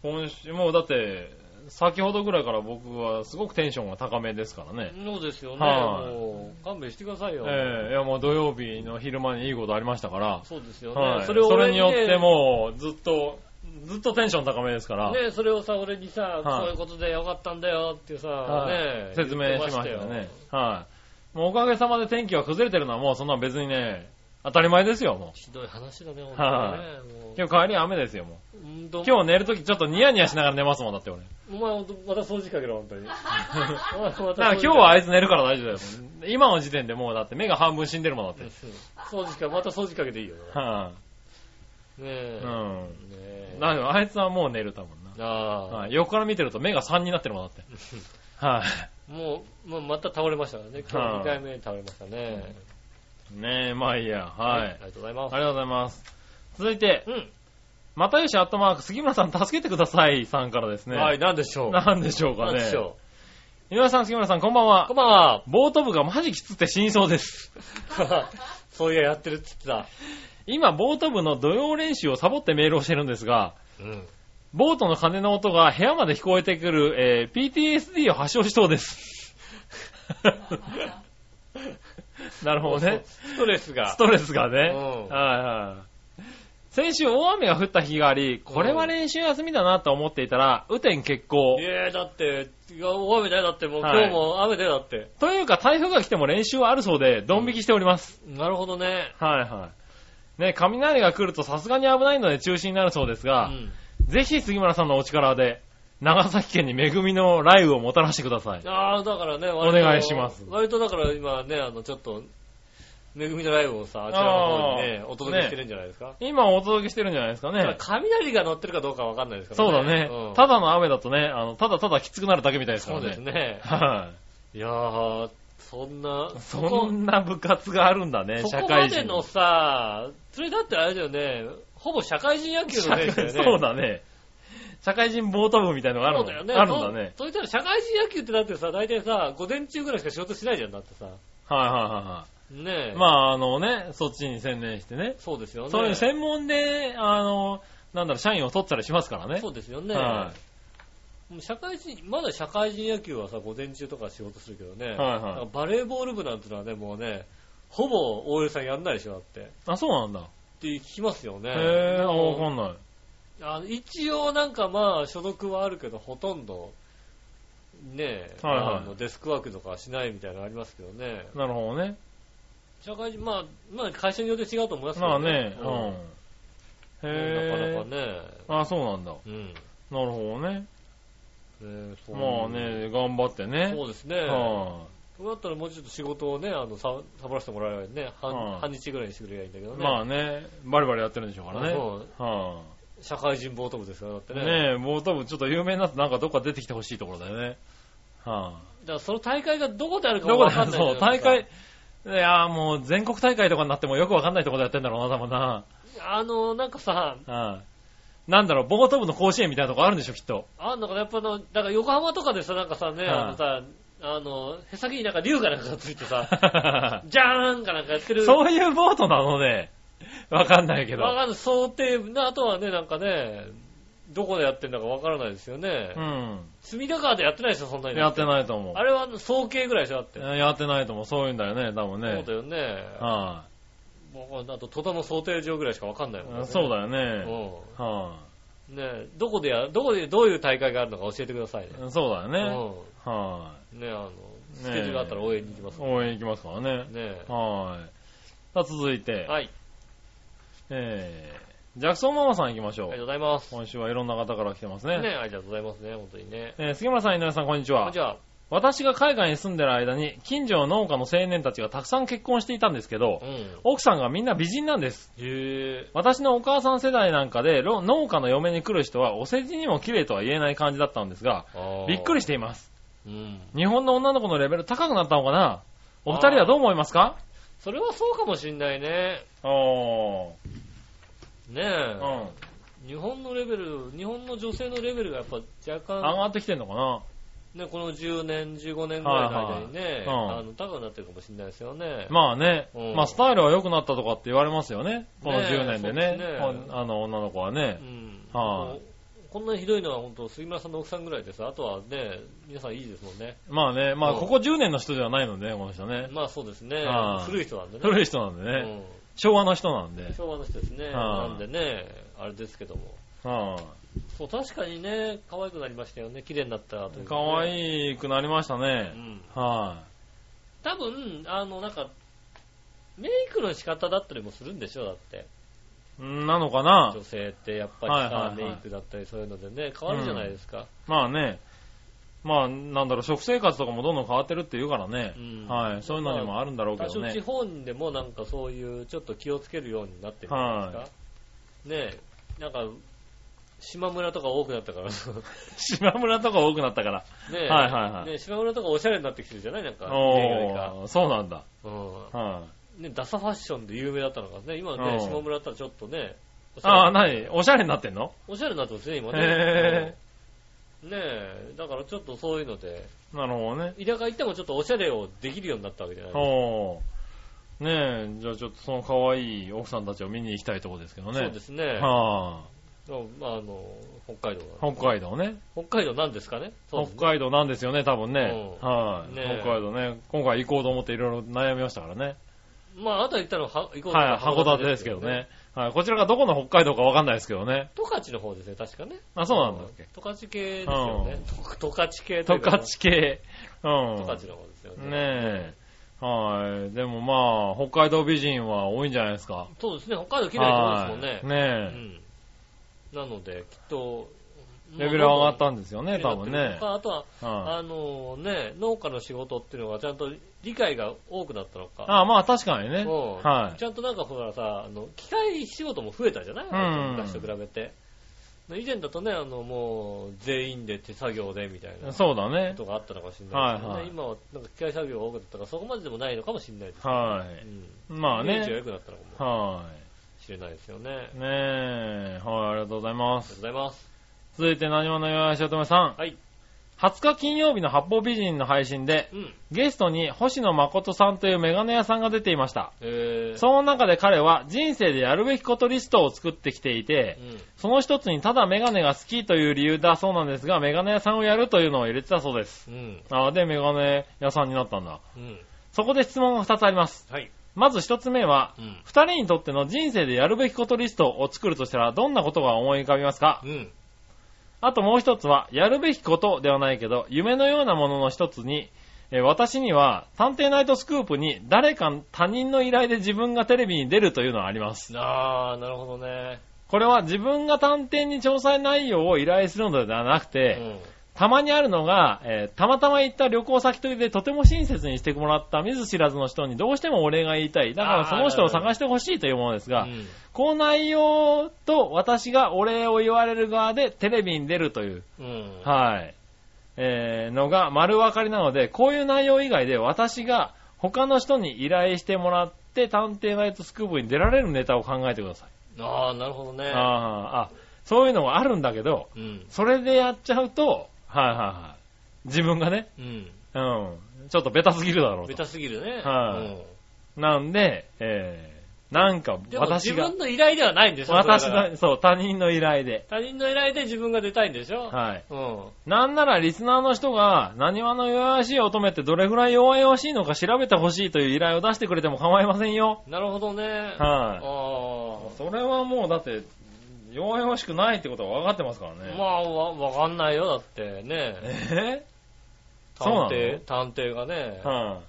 B: 今週、もうだって、先ほどぐらいから僕はすごくテンションが高めですからね。
C: そうですよね。
B: はい
C: もう、勘弁してくださいよ。
B: ええいやもう土曜日の昼間にいいことありましたから、
C: そうですよね。
B: はい、そ
C: そ
B: れ
C: れを俺
B: によって
C: ね
B: もうずっと、ずっとテンション高めですから、
C: ねそれをさ、俺にさ、
B: はい
C: こういうことでよかったんだよってさ、
B: はい
C: ねえ
B: 説明しました
C: 言っ
B: よ
C: て
B: ね。はい、もうおかげさまで天気が崩れてるのはもうそんな別にね、当たり前ですよ、も
C: ひどい話だね、本
B: はう。
C: 当
B: 今日帰り雨ですよ、もう。
C: にね。もう
B: 今日寝るときちょっとニヤニヤしながら寝ますもん、だって俺。
C: 日、お前ほんとまた掃除かけろ、本当に。だ
B: だから
C: か
B: 今日はあいつ寝るから大丈夫だよ。今の時点でもうだって目が半分死んでるもんだって。
C: 掃除か、また掃除かけていいよ。ね
B: は
C: え。
B: い、うん。
C: ねえ。
B: だけど、あいつはもう寝る多分
C: あ
B: な。
C: あ、
B: はい、横から見てると目が3になってるもんだって。はい、
C: もう、もうまた倒れましたからね。今日2回目倒れましたね。
B: ねえ、まあいいや。はい。
C: ありがとうございます。
B: ありがとうございます。続いて、
C: うん。
B: またよしアットマーク、杉村さん助けてくださいさんからですね。
C: はい、。なんでしょう。
B: なんでしょうか
C: なん
B: ね。
C: でしょ
B: 井上さん、杉村さん、こんばん
C: う。
B: は
C: こん。ばん は。
B: ボート部がマジきつって死にそうです。
C: そういや、やってるっつってた。
B: 今、ボート部の土曜練習をサボってメールをしてるんですが、
C: うん。
B: ボートの鐘の音が部屋まで聞こえてくる、えー PTSD を発症しそうです。 なるほどね。
D: ストレスが
B: ス。トレスがね。
D: うん
B: はいはい。先週大雨が降った日があり、これは練習休みだなと思っていたら、雨天決行。
D: ええだって、いや大雨だよ、だってもう、
B: はい
D: 今日も雨だよ、だって。
B: というか台風が来ても練習はあるそうで、ドン引きしております。
D: なるほどね。
B: はいはい。ね、雷が来るとさすがに危ないので中止になるそうです
D: う
B: が、
D: ん。
B: ぜひ杉村さんのお力で、長崎県に恵みの雷雨をもたらしてください。
D: ああ、だからね、お
B: お願いします
D: 割とだから今ね、あの、ちょっと、恵みのライブをさ、あちらの方にね
B: あ、ー
D: お届けしてるんじゃないですか。
B: 今お届けしてるんじゃないですか
D: ただ
B: ね。
D: 雷が乗ってるかどうかわかんないですか
B: そう
D: ら
B: だ
D: ね。
B: ね。
D: ん
B: ただの雨だとね、あの、ただただきつくなるだけみたいですか
D: そ
B: ら
D: うです
B: ね。
D: ね。
B: はい
D: やー、そんな、
B: そんな部活があるんだね、
D: そ
B: 社
D: こま
B: 会
D: で
B: 人。
D: のさ、それだってあれだよね、ほぼ社会人野球の選手だよね。
B: そうだね。社会人ボート部みたいのがある
D: そ
B: の
D: うだよね。
B: あるんだね。
D: そそしたら社会人野球ってだってさ、大体さ、午前中ぐらいしか仕事しないじゃん、だってさ。
B: はいはいはいは
D: ねえ。
B: い。まあ、あのね、そっちに専念してね。
D: そうですよね。
B: そういう専門で、あの、なんだろう、社員を取ったりしますからね。
D: そうですよね。
B: は
D: もう社会人、まだ社会人野球はさ、午前中とか仕事するけどね。
B: はい
D: だから
B: はい。
D: バレーボール部なんてのはね、もうね、ほぼ大江さんやんないでしょ、だって。っ
B: あ、そうなんだ。
D: て聞きますよね。
B: へぇー、あ
D: もう
B: わかんない。
D: あの一応なんかまあ所属はあるけど、ほとんど、ねえ、
B: はいはい
D: あのデスクワークとかはしないみたいなのありますけどね。
B: なるほどね。
D: 社会人、まあ、まあ会社によって違うと思いますけ
B: まあ
D: ど
B: ね
D: ね。、
B: うん。
D: うん
B: へ
D: なかな
B: ぇ
D: かね、
B: ー。あ、そうなんだ。
D: うん。
B: なるほどね。
D: ねそう
B: まあね、頑張ってね。
D: そうですね。
B: は
D: そうだったらもうちょっと仕事をね、あの、ササボらせてもらえばね、半,、
B: うん
D: 半日ぐらいにしてくれりゃいいんだけど
B: い
D: ね。
B: まあね、バリバリやってるんでしょうからね。
D: そう
B: は
D: 社会人ボート部ですから、だって
B: い。
D: ね。
B: ねえ、もう多分ちょっと有名になってなんかどっか出てきてほしいところだよね。は
D: だからその大会がどこである
B: い。
D: か
B: ど
D: も
B: こ
D: わ
B: だ
D: かんないじゃ
B: そ
D: な
B: う、
D: い
B: 大
D: ですか
B: 会。いやーもう全国大会とかになってもよくわかんないところでやってんだろうな、多分な。
D: あの、なんかさ、
B: はい。なんだろう、ボート部の甲子園みたいなとこあるんでしょ、きっ と。
D: あんのかな、やっぱあの、だから横浜とかでさ、なんかさね、
B: はい、
D: あのさ、あの、へさきになんか竜かなんかがついてさじゃーんかなんかやってる。
B: そういうボートなのね。わかんないけど。
D: わかんない。想定、なあとはね、なんかね、どこでやってんだかわからないですよね。
B: うん。
D: 隅田川でやってないでしょ、そんなに。
B: やってないと思う
D: あ。れはあの総計ぐらいでしょ、だって。
B: やってないと思う。そういうんだよね、多分
D: そう
B: ね
D: だ。よね。
B: は
D: もうあと、とても想定上ぐらいしかわかんない
B: い
D: もんね。
B: そうだよね。
D: よ。
B: は
D: うん。ねえどこでや、どこで、どういう大会があるのか教えてくださいね。
B: い。そうだよね。
D: う
B: は
D: ん。ねえあの、スケジュールがあったら応援に行きます
B: い。
D: ね
B: 応援行きますからね。
D: え。
B: はい。さあ、続いて、
D: はい。
B: えー、ジャクソンママさん行きまし
D: あ
B: ょ
D: りがと
B: う。
D: うございます。
B: 今週はいろんな方から来てますね。
D: ね、ありがとうございますね、本当にね。
B: えー杉村さん、井上さん、こんにち
D: こん
B: は
D: にち。は。
B: 私が海外に住んでる間に、近所の農家の青年たちがたくさん結婚していたんですけど
D: う、ん。
B: 奥さんがみんな美人なんです。
D: へえ。
B: 私のお母さん世代なんかで、ろ農家の嫁に来る人は、お世辞にも綺麗とは言えない感じだったんですが、びっくりしています。
D: うん。
B: 日本の女の子のレベル高くなったのかなお二人はどう思いますか
D: それはそうかもしんないね。
B: おー。
D: ね
B: う
D: え
B: ん。。上
D: 日本のレベル、日本の女性のレベルがやっぱ若干、
B: がってきてんのかな
D: ね、この10年、15年ぐらいの間にね、
B: はいはいうん
D: あの、高くなってるかもしんないですよね。
B: まあね
D: う、ん
B: まあスタイルは良くなったとかって言われますよね。この
D: ねえ
B: 10年で
D: そう
B: ね。
D: ですね
B: あの女の子はね
D: う。ん。
B: は
D: こうこんなにひどいのは本当杉村さんの奥さんぐらいです。あとはね、皆さんいいですもんね。
B: まあね、まあ
D: うん
B: ここ10年の人ではないのでね、この人ね。
D: まあそうですね
B: はい。
D: 古い人なんでね。
B: 古い人なんでね。
D: うん
B: 昭和の人なんで。
D: 昭和の人ですね。
B: は
D: ないんでね、あれですけども。
B: はい
D: そう、確かにね、可愛くなりましたよね。綺麗になったという
B: 可愛、
D: い。
B: いくなりました
D: う
B: ね。
D: ん。
B: は
D: 多分、あの、なんか、メイクの仕方だったりもするんでしょだって。
B: い。んなのかな
D: 女性ってやっぱりさ、
B: はいはいはい
D: メイクだったりそういうのでね、変わるじゃないですか。
B: まあね、まあなんだろう、食生活とかもどんどん変わってるって言うからね、
D: うん
B: はい、そういうのにもあるんだろうけ
D: 多
B: ど
D: 少地
B: ね。
D: 方にでもなんかそういう、ちょっと気をつけるようになってるじゃないですか。ねえ、なんか、島村とか多くなったから。ね
B: 島村とか多くなったから。
D: え、
B: はいはいはい
D: ねえ島村とかおしゃれになってきてるじゃないなんか、海外が
B: おー、そうなんだ。
D: うん。
B: はい。
D: ね、ダサファッションで有名だったのがね、今
B: う
D: ね、
B: ん
D: 下村だったらちょっとね、おしゃれ
B: ああ、なにおしゃれになってんの
D: おしゃれになってますね、今ね。
B: へ
D: ねえ、だからちょっとそういうので、
B: なるほどね。
D: 田舎行ってもちょっとおしゃれをできるようになったわけじゃないですか。
B: おー。ねえ、じゃあちょっとその可愛い奥さんたちを見に行きたいとこですけどね。
D: そうですすね。
B: はあ、
D: まあ、あの、北海道
B: 北海道ね。
D: 北海道なんですかねそうですね
B: 北海道なんですよね、多分ね。
D: うん
B: はい、
D: ねえ
B: 北海道ね、今回行こうと思っていろいろ悩みましたからね。
D: まあ、あとは言ったのは、行こう
B: はい、函館ですけど。ね。はい、こちらがどこの北海道かわかんないですけどね。
D: 十勝の方ですね、確かね。
B: あ、そうなんだっけ。
D: 十勝系ですよね。十勝系とい
B: 十
D: うか
B: 勝系。う
D: 十
B: ん。
D: 勝の方ですよね。
B: ねえ。はい。でもまあ、北海道美人は多いんじゃないですか。
D: そうですね、北海道綺麗なところですもんね。
B: はいね
D: うん。なので、きっと、
B: え。レベル上がったんですよ
D: まあ
B: ね、多分ね。
D: あとは、
B: はい
D: あのね、農家の仕事っていうのがちゃんと理解が多くなったのか。
B: あまあ確かにね。
D: うん
B: はい。
D: ちゃんとなんかほらさ、あの、機械仕事も増えたじゃない、
B: うん
D: 昔と比べて。以前だとね、あの、もう、全員で手作業でみたいなこ
B: そうだね。
D: とがあったのかもしれないですけどね
B: はいはい
D: 今はなんか機械作業が多くなったから、そこまででもないのかもしれないです。
B: は
D: う
B: い。
D: ん。
B: まあ
D: イメージが
B: ね。
D: 良くなったのかも
B: は
D: しれないですよね。ありがと
B: い。ねえ。はい、ありがとうございま
D: う
B: す。
D: ございます。
B: 続いて、何者よやしおとめさん。
D: はい。
B: 20日金曜日の八方美人の配信で、
D: うん。
B: ゲストに星野誠さんというメガネ屋さんが出ていました。
D: えー、
B: その中で彼は人生でやるべきことリストを作ってきていて、
D: うん。
B: その一つにただメガネが好きという理由だそうなんですが、メガネ屋さんをやるというのを入れてたそうです。
D: うん。
B: ああ、で、メガネ屋さんになったんだ。
D: うん。
B: そこで質問が二つあります。
D: はい。
B: まず一つ目は、
D: うん。
B: 二人にとっての人生でやるべきことリストを作るとしたら、どんなことが思い浮かびますか
D: うん。
B: あともう一つは、やるべきことではないけど、夢のようなものの一つに、えー私には、探偵ナイトスクープに誰か他人の依頼で自分がテレビに出るというのはあります。
D: あー、なるほどね。
B: これは自分が探偵に調査内容を依頼するのではなくて、
D: うん。
B: たまにあるのが、えーたまたま行った旅行先とでとても親切にしてもらった見ず知らずの人にどうしてもお礼が言いたい。だからその人を探してほしいというものですが、
D: うん
B: この内容と私がお礼を言われる側でテレビに出るという、
D: うん。
B: はい、えーのが丸分かりなので、こういう内容以外で私が他の人に依頼してもらって探偵ナイトスクープに出られるネタを考えてください。
D: あー、なるほどね。
B: あーあ、そういうのがあるんだけど、
D: うん。
B: それでやっちゃうと、はいはいはい。自分がね、
D: うん。
B: うん。ちょっとベタすぎるだろう
D: ベ
B: と。
D: タすぎるね。
B: はいなんで、えー、なんか
D: うんでも自
B: 私が
D: 分、の依頼ではないんでしょ
B: 私
D: それだから
B: の、そう、他人の依頼で。
D: 他人の依頼で自分が出たいんでしょ
B: はい。
D: うん。
B: なんならリスナーの人が、何話の弱々しい乙女ってどれぐらい弱々しいのか調べてほしいという依頼を出してくれても構いませんよ。
D: なるほどね。あ
B: は
D: あ
B: い。それはもうだって、弱々しくないってことは分かってますから
D: ー。
B: ね。
D: まあ、わ、わかんないよ、だってね。
B: えそうなの
D: 探偵、探偵がね
B: ー、は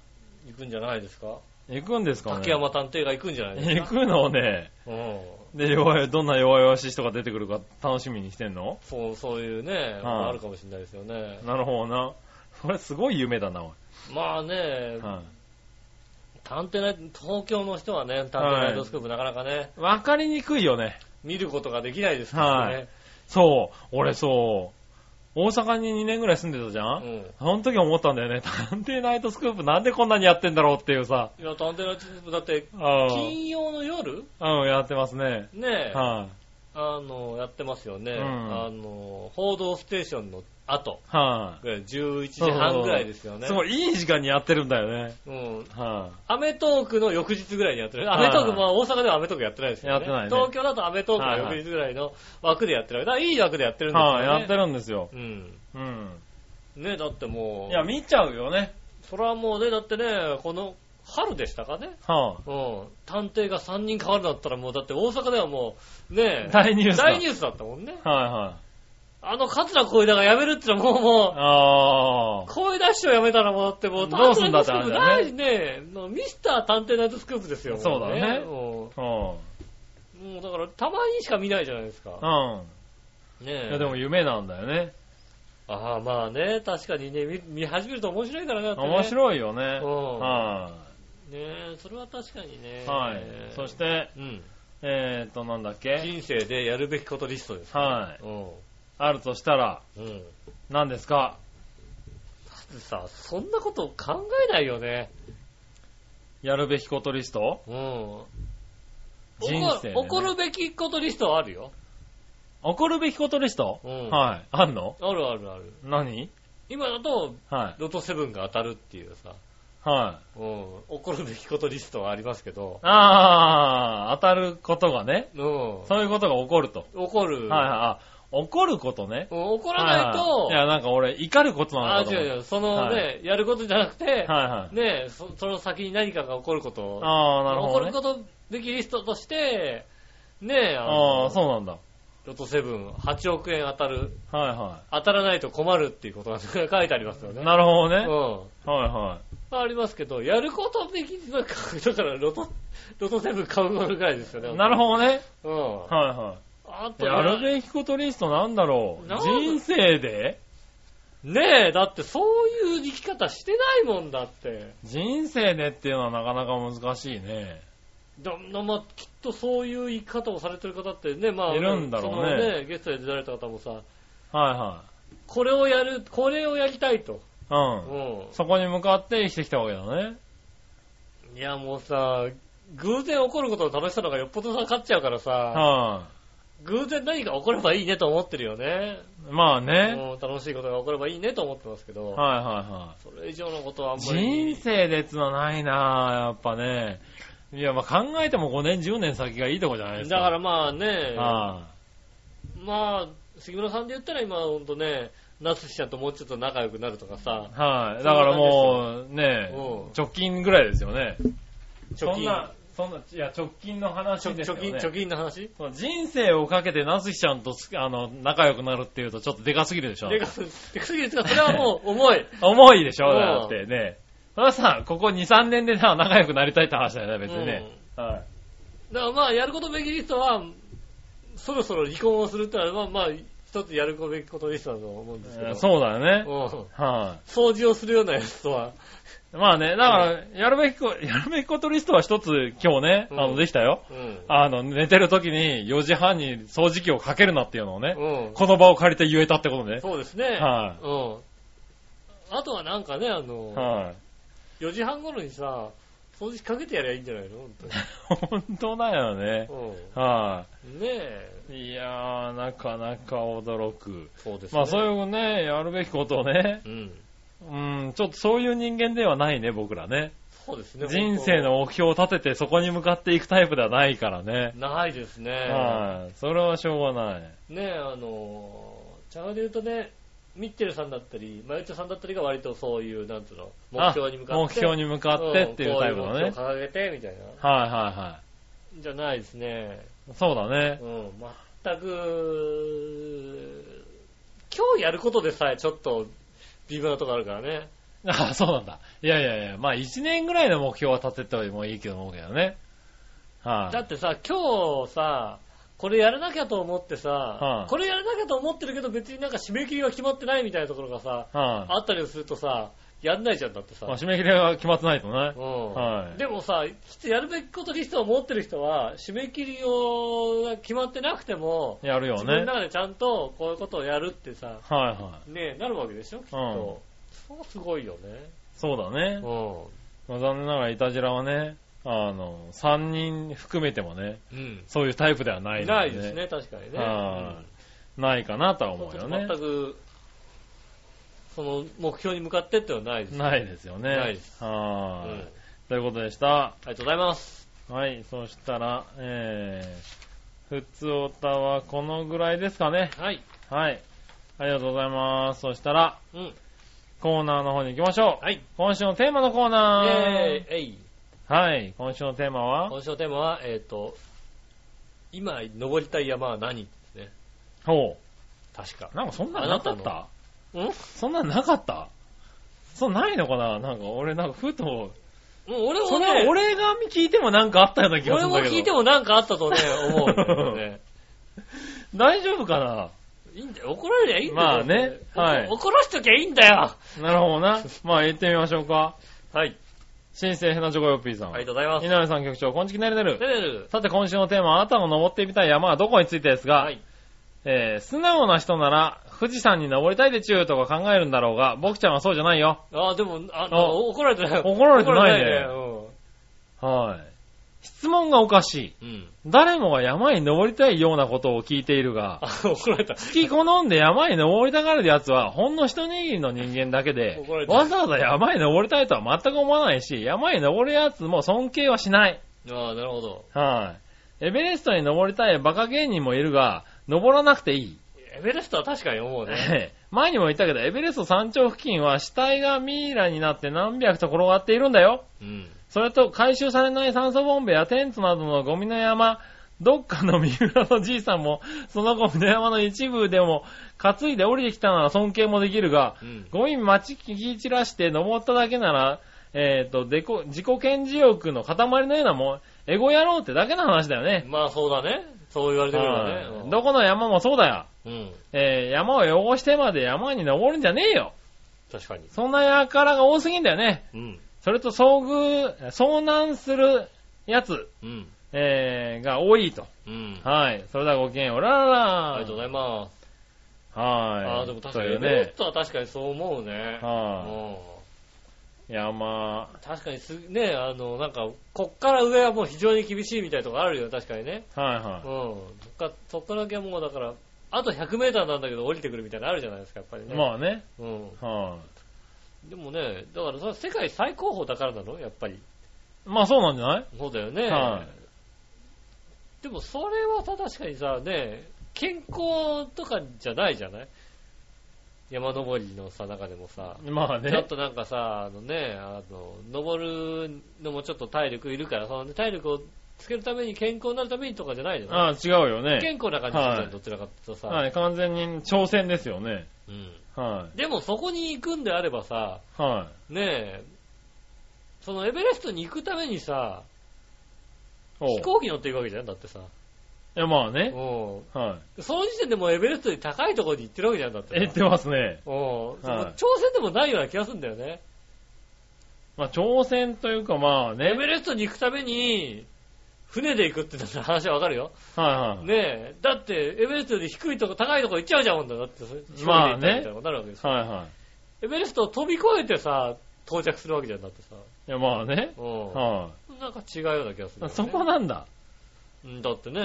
D: 行くんじゃないですか
B: い。行くんですかね。
D: 竹山探偵が行くんじゃないです
B: 行
D: か
B: くのね。
D: うん。
B: で、弱々どんな弱々しい人が出てくるか楽しみにしてんの
D: そう、そういうね、
B: はい
D: あるかもしれないですよね。
B: なるほどな。それすごい夢だな、おい
D: まあね、
B: は
D: 探偵ナイト、東京の人はね、探偵ナイトスクープなかなかね、
B: い。わかりにくいよね。
D: 見ることができないですからね。
B: そう。俺そう。大阪に2年ぐらい住んでたじゃん、
D: うん。
B: その時思ったんだよね。 探偵ナイトスクープなんでこんなにやってんだろうっていうさ。
D: いや、探偵ナイトスクープだって、
B: うん。
D: 金曜の夜
B: うん、やってますね。
D: ねえ、
B: はい、
D: あの、やってますよね。
B: うん
D: あの、報道ステーションの後
B: はい、
D: ぐらい、11時半ぐらいですよね。
B: すごいいい時間にやってるんだよね。
D: うん。
B: は
D: アメトークの翌日ぐらいにやってる。アメトーク、
B: はい
D: まあ大阪ではアメトークやってないですよね。
B: やってないね
D: 東京だとアメトークの翌日ぐらいの枠でやってる。だからいい枠でやってる
B: い、
D: んですよ
B: はい、
D: ね。
B: やってるんですよ。
D: うん。
B: うん。
D: ねだってもう、
B: いや、見ちゃうよね。
D: それはもうね、だってね、この春でしたかね。
B: は
D: うん。探偵が3人変わるんだったらもう、だって大阪ではもう、ねえ
B: 大ニュースだ
D: 大ニュースだったもんね。
B: い、はいはい。
D: あの、桂小枝が辞めるってのはもうもう、
B: ああ。
D: 声出しをやめたらもうだってもう、
B: どうすんだって
D: 探
B: 話
D: 偵
B: だ
D: ナ
B: よ
D: イトスクープないね。もうミスター探偵ナイトスクープですよ。も
B: そうだね
D: も
B: うん。
D: うもうだから、たまにしか見ないじゃないですか。
B: うん。
D: ねえ。
B: いや、でも夢なんだよね。
D: ああ、まあね、確かにね、見見始めると面白いからね。だってね
B: 面白いよね。はい、
D: うんねえ、それは確かにね。
B: はい。そし、て、
D: うん。
B: えーっと、なんだっけ
D: 人生でやるべきことリストです。。
B: はいう
D: ん。
B: あるとしたら、
D: うん。
B: 何ですか
D: さ、そんなこと考えないよね。
B: やるべきことリスト
D: うん。
B: 人生でね
D: 怒怒るべきことリストはあるよ。
B: 怒るべきことリスト、
D: うん
B: はい。あんの
D: あるあるある。
B: 何
D: 今だと、
B: は
D: ロトセブンが当たるっていうさ、
B: い。はい。
D: うん、怒るべきことリストはありますけど、
B: あー、当たることがね、
D: うん、
B: そういうことが起こると。
D: 怒る、
B: はいはい。あ、怒ることね。
D: うん怒らないと、
B: はいはいいや、なんか俺、怒ることなの
D: あ
B: かと
D: ー、
B: 思
D: 違
B: っ
D: う
B: た
D: 違う、そのね、
B: は
D: やることじゃなくて、
B: はいはい。
D: ねそ、その先に何かが起こることを、
B: ああ、なるほ
D: 起こ
B: ど、
D: る
B: ね。
D: ことべきリストとして、ねあ
B: ああ、
D: の
B: そうなんだ。
D: ロトセブン、8億円当たる、
B: はいは
D: 当たらないと困るっていうことが 書いてありますよね。
B: い。なるほどね。
D: うん。
B: はいは
D: ありますけど、やることべき、だから、 ロト、ロトセブン買うぐらいですよね。
B: い。なるほどね。
D: ど。うん。
B: はいは
D: あ
B: い。
D: と、
B: やるべきことリストなんだろう。
D: なん
B: 人生で
D: ねえ、だってそういう生き方してないもんだって。
B: 人生でっていうのはなかなか難しいね。
D: だなまあ、きっとそういう生き方をされてる方ってね、まあ、
B: いるんだろうね
D: そのねゲストで出られた方もさ、
B: はいは
D: これをやる、これをやりたいと。
B: い。うん。
D: うん。
B: そこに向かって生きてきたわけだね。
D: いや、もうさ、偶然起こることの楽しさの方がよっぽど勝っちゃうからさ、
B: は
D: 偶然何か起こればいいねと思ってるよね。
B: い。まあね。
D: もう楽しいことが起こればいいねと思ってますけど、
B: はいはいはい。
D: それ以上のことはあんまり
B: 人。生でっつのはないなぁ、やっぱね。いや、まあ考えても5年、10年先がいいとこじゃないですか。
D: だからまあね、
B: は
D: まあ、杉村さんで言ったら今ほんとね、夏ちゃんともうちょっと仲良くなるとかさ
B: い、、はい。だからもう、ね
D: うん
B: 貯金ぐらいですよね。
D: 貯
B: そん
D: 金、
B: な、そんな、いや、直近の話
D: 貯
B: ですよ
D: 貯
B: ね。
D: 金、貯金の話
B: その人生をかけて、なつきちゃんとす、あの、仲良くなるっていうと、ちょっとでかすぎるでしょ
D: でかす、でかすぎるとか、それはもう重い。
B: 重いでしょ
D: うん
B: だってね。それはさ、ここ2、3年でさ、仲良くなりたいって話だよね、別にね。はい。
D: だからまあ、やることべきリストは、そろそろ離婚をするってのは、まあまあ、一つやるべきことリストだと思うんですけ
B: えー
D: ど。
B: そうだよね。
D: うん。
B: は
D: 掃除をするようなやつとは、
B: い。まあね、だから、やるべきこ、 やるべきことリストは一つ、今日ね、あ
D: うん
B: の、できたよ。
D: うん。
B: あの、寝てる時に4時半に掃除機をかけるなっていうのをね、
D: うん。
B: この場を借りて言えたってことね。
D: そうですね。
B: は
D: うん。あとはなんかね、あの、
B: はい。
D: 4時半頃にさ、掃除機かけてやりゃいいんじゃないの本
B: 本当だよね。
D: 当に。
B: は
D: うん。ねえ。
B: い。いやー、なかなか驚く。
D: そうですね。
B: まあそう
D: う。
B: いうね、やるべきことをね、
D: うん。
B: うん、ちょっとそういう人間ではないね、僕らね。
D: そうですね。
B: 人生の目標を立ててそこに向かっていくタイプではないからね
D: 本。当。ないですね。
B: はい。それはしょうがない。
D: ねえ、あの、茶川で言うとね、ミッチェルさんだったり、マユッチョさんだったりが割とそういう、なんつうの、目標に向かって。
B: あ目標に向かってっていうタイプのね。は
D: んこういう目
B: い
D: 標を掲げて、みたい
B: はいは
D: な。じゃないですね。
B: い。そうだね。
D: うん、全く、今日やることでさえちょっと微妙なとこあるからね。
B: あそうなんだ。いやいやいや、まあ1年ぐらいの目標は立ててもいいけど思うけどね。はい、
D: だってさ、今日さ、これやらなきゃと思ってさ、
B: はい
D: これやらなきゃと思ってるけど別になんか締め切りは決まってないみたいなところがさ、
B: はい、
D: あったりするとさ、やんないじゃんだってさ。
B: まあ締め切りは決まってないとね。
D: うん
B: はい
D: でもさ、きっとやるべきことリストを持ってる人は、締め切りを決まってなくても、
B: やるよ
D: 自分
B: ね。
D: の
B: はい
D: 中でちゃんとこういうことをやるってさ、
B: はい。
D: ねえ、なるわけでしょ、きっと。そうすごいよね。
B: そうだね。
D: う
B: まあ、残念ながらイタジラはね、あの、3人含めてもね、
D: ん。
B: そういうタイプではないので、
D: ないですね、確かにね。
B: はいないかなとは
D: うん
B: 思うよね。
D: 全く、その目標に向かってってのはないです。
B: ないですよね。
D: ないですうん。
B: は
D: あ
B: い
D: り
B: ということでした。
D: がとうございます。
B: はい。そしたら、えー、ふつおたはこのぐらいですかね。
D: はい。
B: はい。ありがとうございます。そしたら、
D: うん。
B: コーナーの方に行きましょう。
D: はい。
B: 今週のテーマのコーナー。
D: えー、えい。
B: はい。今週のテーマは、
D: 今週のテーマは、えっ、と、今登りたい山は何ですね。
B: ほ
D: 確か
B: う。。なんかそんなのなか
D: あ
B: っ
D: なた
B: た
D: うんうん
B: そんなんなかったそんなんないのかななんか俺なんかふと、
D: 俺
B: そ
D: も
B: ん
D: ね、
B: な俺が聞いてもなんかあったような気がす
D: 俺
B: るん
D: も
B: だけど。
D: 聞いてもなんかあったとね、思うんだよね。
B: 大丈夫かない
D: いんだよ。怒られりゃいいんだよ。
B: まあねはい
D: 怒怒らしときゃいいんだよ。
B: なるほど な。まあ行ってみましょうか。
D: はい。
B: 新生ヘナチョコヨッピーさん。
D: ありがとうございます。
B: 稲荷さん局長、こんちきなりな
D: て
B: る。
D: れる。
B: さて今週のテーマ、あなたの登ってみたい山はどこについてですが、
D: はい。
B: えー、素直な人なら富士山に登りたいでちゅうとか考えるんだろうが、僕ちゃんはそうじゃないよ。
D: ああ、でも、あ
B: あ
D: の、怒られてない。
B: 怒られてないね
D: 怒
B: はい。質問がおかしい。
D: られてないうん。うん。
B: 誰もが山に登りたいようなことを聞いているが、
D: あ、怒られた。
B: 好き好んで山に登りたがる奴は、ほんの一握りの人間だけで
D: 怒られ、た
B: わざわざ山に登りたいとは全く思わないし、山に登る奴も尊敬はしない。
D: ああ、なるほど。
B: はい。エベレストに登りたいバカ芸人もいるが、登らなくていい。
D: えエベレストは確かに思うね。
B: ええ前にも言ったけど、エベレスト山頂付近は死体がミイラになって何百と転がっているんだよ。
D: うん。
B: それと回収されない酸素ボンベやテントなどのゴミの山、どっかの三浦のじいさんも、そのゴミの山の一部でも担いで降りてきたなら尊敬もできるが、
D: うん。
B: ゴミ待ちき散らして登っただけなら、えっ、と、でこ、自己顕示欲の塊のようなもん、エゴ野郎ってだけの話だよね。
D: まあそうだね。そう言われてみればね
B: う
D: うんん。
B: どこの山もそうだよ。
D: うん。
B: えー山を汚してまで山に登るんじゃねえよ。
D: 確かに。
B: そんなやからが多すぎんだよね。
D: うん。
B: それと遭遇、遭難するやつ、
D: うん。
B: えーが多いと。
D: うん。
B: はい。それではごきげんよう。ららら
D: ありがとうございます。
B: はい。
D: ああ、でも確かに
B: とい
D: エ
B: う
D: ベレス
B: ね。
D: トは確かにそう思うね。
B: は
D: うん。
B: い。山、
D: 確かにす、ね、あの、なんか、こっから上はもう非常に厳しいみたいなとこあるよ、確かにね。
B: はい
D: うん。
B: は
D: そっか、そっからだけはもうだから、あと100メーターなんだけど降りてくるみたいなのあるじゃないですか、やっぱり
B: い。
D: ね。
B: まあね。
D: うん。
B: は
D: でもね、だからそれは世界最高峰だからなのやっぱり。
B: い。まあそうなんじゃない
D: そうだよね。
B: は
D: でもそれはさ、確かにさ、ね、健康とかじゃないじゃない山登りのさ、中でもさ。
B: まあ
D: ちょ
B: ね
D: っ。となんかさ、あのね、あの、登るのもちょっと体力いるから、その、体力をつけるために健康になるためにとかじゃないじゃない
B: ああ、違うよね。
D: 健康な感じするじゃん、
B: はい
D: どちらかというとさ、
B: はい。完全に挑戦ですよね。
D: うん。
B: は
D: でもそこに行くんであればさ、
B: い。は
D: ねえ、そのエベレストに行くためにさ、
B: い。おう
D: 飛行機乗っていくわけじゃん、だってさ。
B: いや、まあ
D: うん
B: ね。。は
D: その時点でもうエベレストに高いところに行ってるわけじゃん、だって
B: い。
D: さ。
B: えってますね。
D: うん。その
B: はい
D: 挑戦でもないような気がするんだよね。
B: まあ、挑戦というか、まあね。
D: エベレストに行くために、船で行くってだったら話はわかるよ。
B: はいはい。
D: ねえ、だって、エベレストより低いとこ、高いとこ行っちゃうじゃん、ほんとだって、それ
B: まあね
D: 飛行機で行ったみたいなことになるわけですよ。
B: はいはい。
D: エベレストを飛び越えてさ、到着するわけじゃん、だってさ。
B: いや、まあね。
D: うん。
B: は
D: なんか違うような気がする、
B: い。そこなんだ。
D: うんだってね、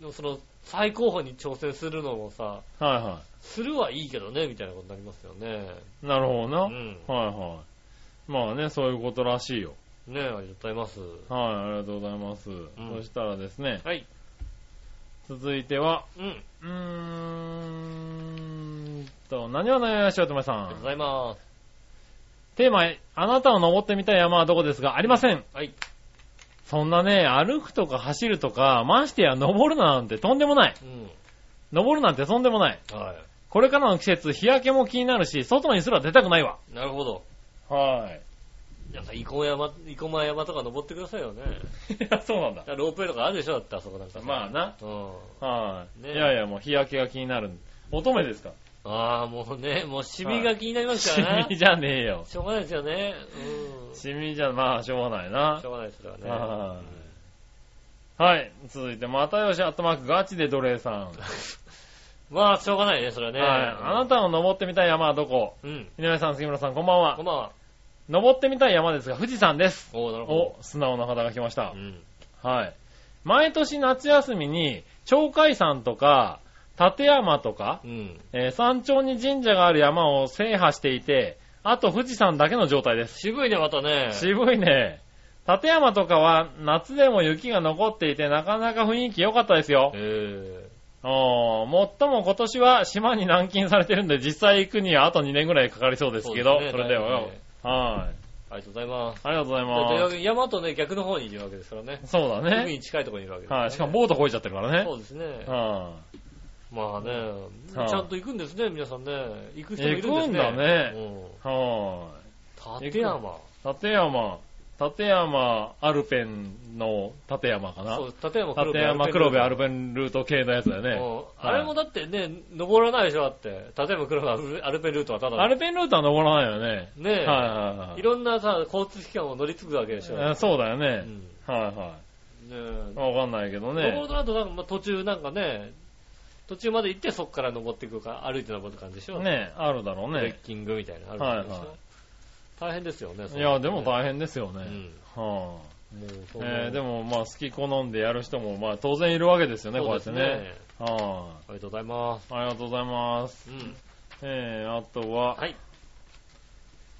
D: でもその、最高峰に挑戦するのもさ、
B: はいは
D: するはいいけどね、みたいなことになりますよね。
B: い。なるほどな。
D: う
B: はい
D: ん。
B: はい。まあね、そういうことらしいよ。
D: ねえ、ありがとうございます。
B: はい、ありがとうございます。そしたらですね、
D: はい。
B: 続いては、
D: うん。
B: うーんと、何はないしおとめさ
D: ありがとうご
B: ん。
D: ざいます。
B: テーマ、あなたの登ってみたい山はどこですが、ありません。
D: はい。
B: そんなね、歩くとか走るとか、ましてや登るなんてとんでもない。
D: うん。
B: 登るなんてとんでもない。
D: は
B: これからの季節、日焼けも気になるし、外にすら出たくないわ。
D: い。なるほど。
B: はい。
D: なんか、生駒山、生駒山とか登ってくださいよね。
B: いや、 そうなんだ
D: だか。らロープウェイとかあるでしょだってあそこなんかさ
B: まあな。
D: うん。
B: はい、
D: ね
B: い
D: え
B: やいや、もう日焼けが気になる。乙女ですか
D: ああ、もうね、もうシミが気になります
B: シ
D: から
B: ミ
D: ね。
B: じゃねえよ。
D: しょうがないですよね。うん。し
B: シミじゃ、まあ、しょうがないな。
D: ょうがないですからね。
B: はいはい。続いて、またよし、アットマーク、ガチで奴隷さん。
D: まあ、しょうがないね、それはね。
B: はい。あなたの登ってみたい山はどこ
D: うん。
B: 井上さん、杉村さん、こんばんは
D: こん。ばんは。
B: 登ってみたい山ですが、富士山です。
D: おーなるほ
B: お、素直な方が来ました
D: ど。う。ん。
B: はい。毎年夏休みに、鳥海山とか、立山とか
D: う、ん。
B: えー山頂に神社がある山を制覇していて、あと富士山だけの状態です。
D: 渋いね、またね。
B: 渋いね。立山とかは夏でも雪が残っていてなかなか雰囲気良かったですよ。
D: え
B: おーもっとも今年は島に軟禁されてるんで実際行くにはあと2年ぐらいかかりそうですけど、
D: そう
B: そ
D: ですね
B: れでは、
D: だいぶね
B: はい。
D: ありがとうございます。
B: ありがとうござい
D: でというわ
B: ま
D: けで山とね、逆の方にいるわけですからね。
B: す。そうだ
D: 海
B: ね。
D: に近いところにいるわけですらね
B: はい。しかもボート越えちゃってるからね
D: そ。うですね。
B: は
D: まあね、
B: はい
D: ちゃんと行くんですね、皆さんね。行く人もいるんですね。
B: 行くんだね
D: うん
B: い。は
D: 立山。
B: い。立山、立山アルペンの立山かな。
D: そう、立山黒部
B: 立山黒部アルペンルート系のやつだよね。
D: うんあれもだってね、登らないでしょ、だって。立山黒部アルアルペンルートはただの。
B: アルペンルートは登らないよね。
D: ね
B: はいは
D: え、
B: いはい
D: いろんなさ、交通機関を乗り継ぐわけでしょ。
B: えー。そうだよ
D: う
B: ね。
D: んね
B: はいは
D: え
B: い。わかんないけど
D: 登
B: ね
D: る。となるとなんか、まあ、途中なんかね、途中まで行ってそこから登っていくか、歩いて登る感じでしょ。
B: ねあるだろう
D: トレッ
B: ね。
D: キングみたいなのあるんでしょ。
B: はいは
D: 大変ですよね。そ
B: い
D: れ
B: や、でも大変ですよね。
D: う
B: は
D: んもう
B: あ
D: そ、う
B: えーでも、まあ、好き好んでやる人も、まあ、当然いるわけですよね、こう
D: そ
B: や
D: う
B: っ
D: で
B: て
D: す
B: ね。
D: ね。
B: は
D: ありがとうございます。
B: い。ありがとうございます。
D: うん。
B: えー、あとは、
D: はい。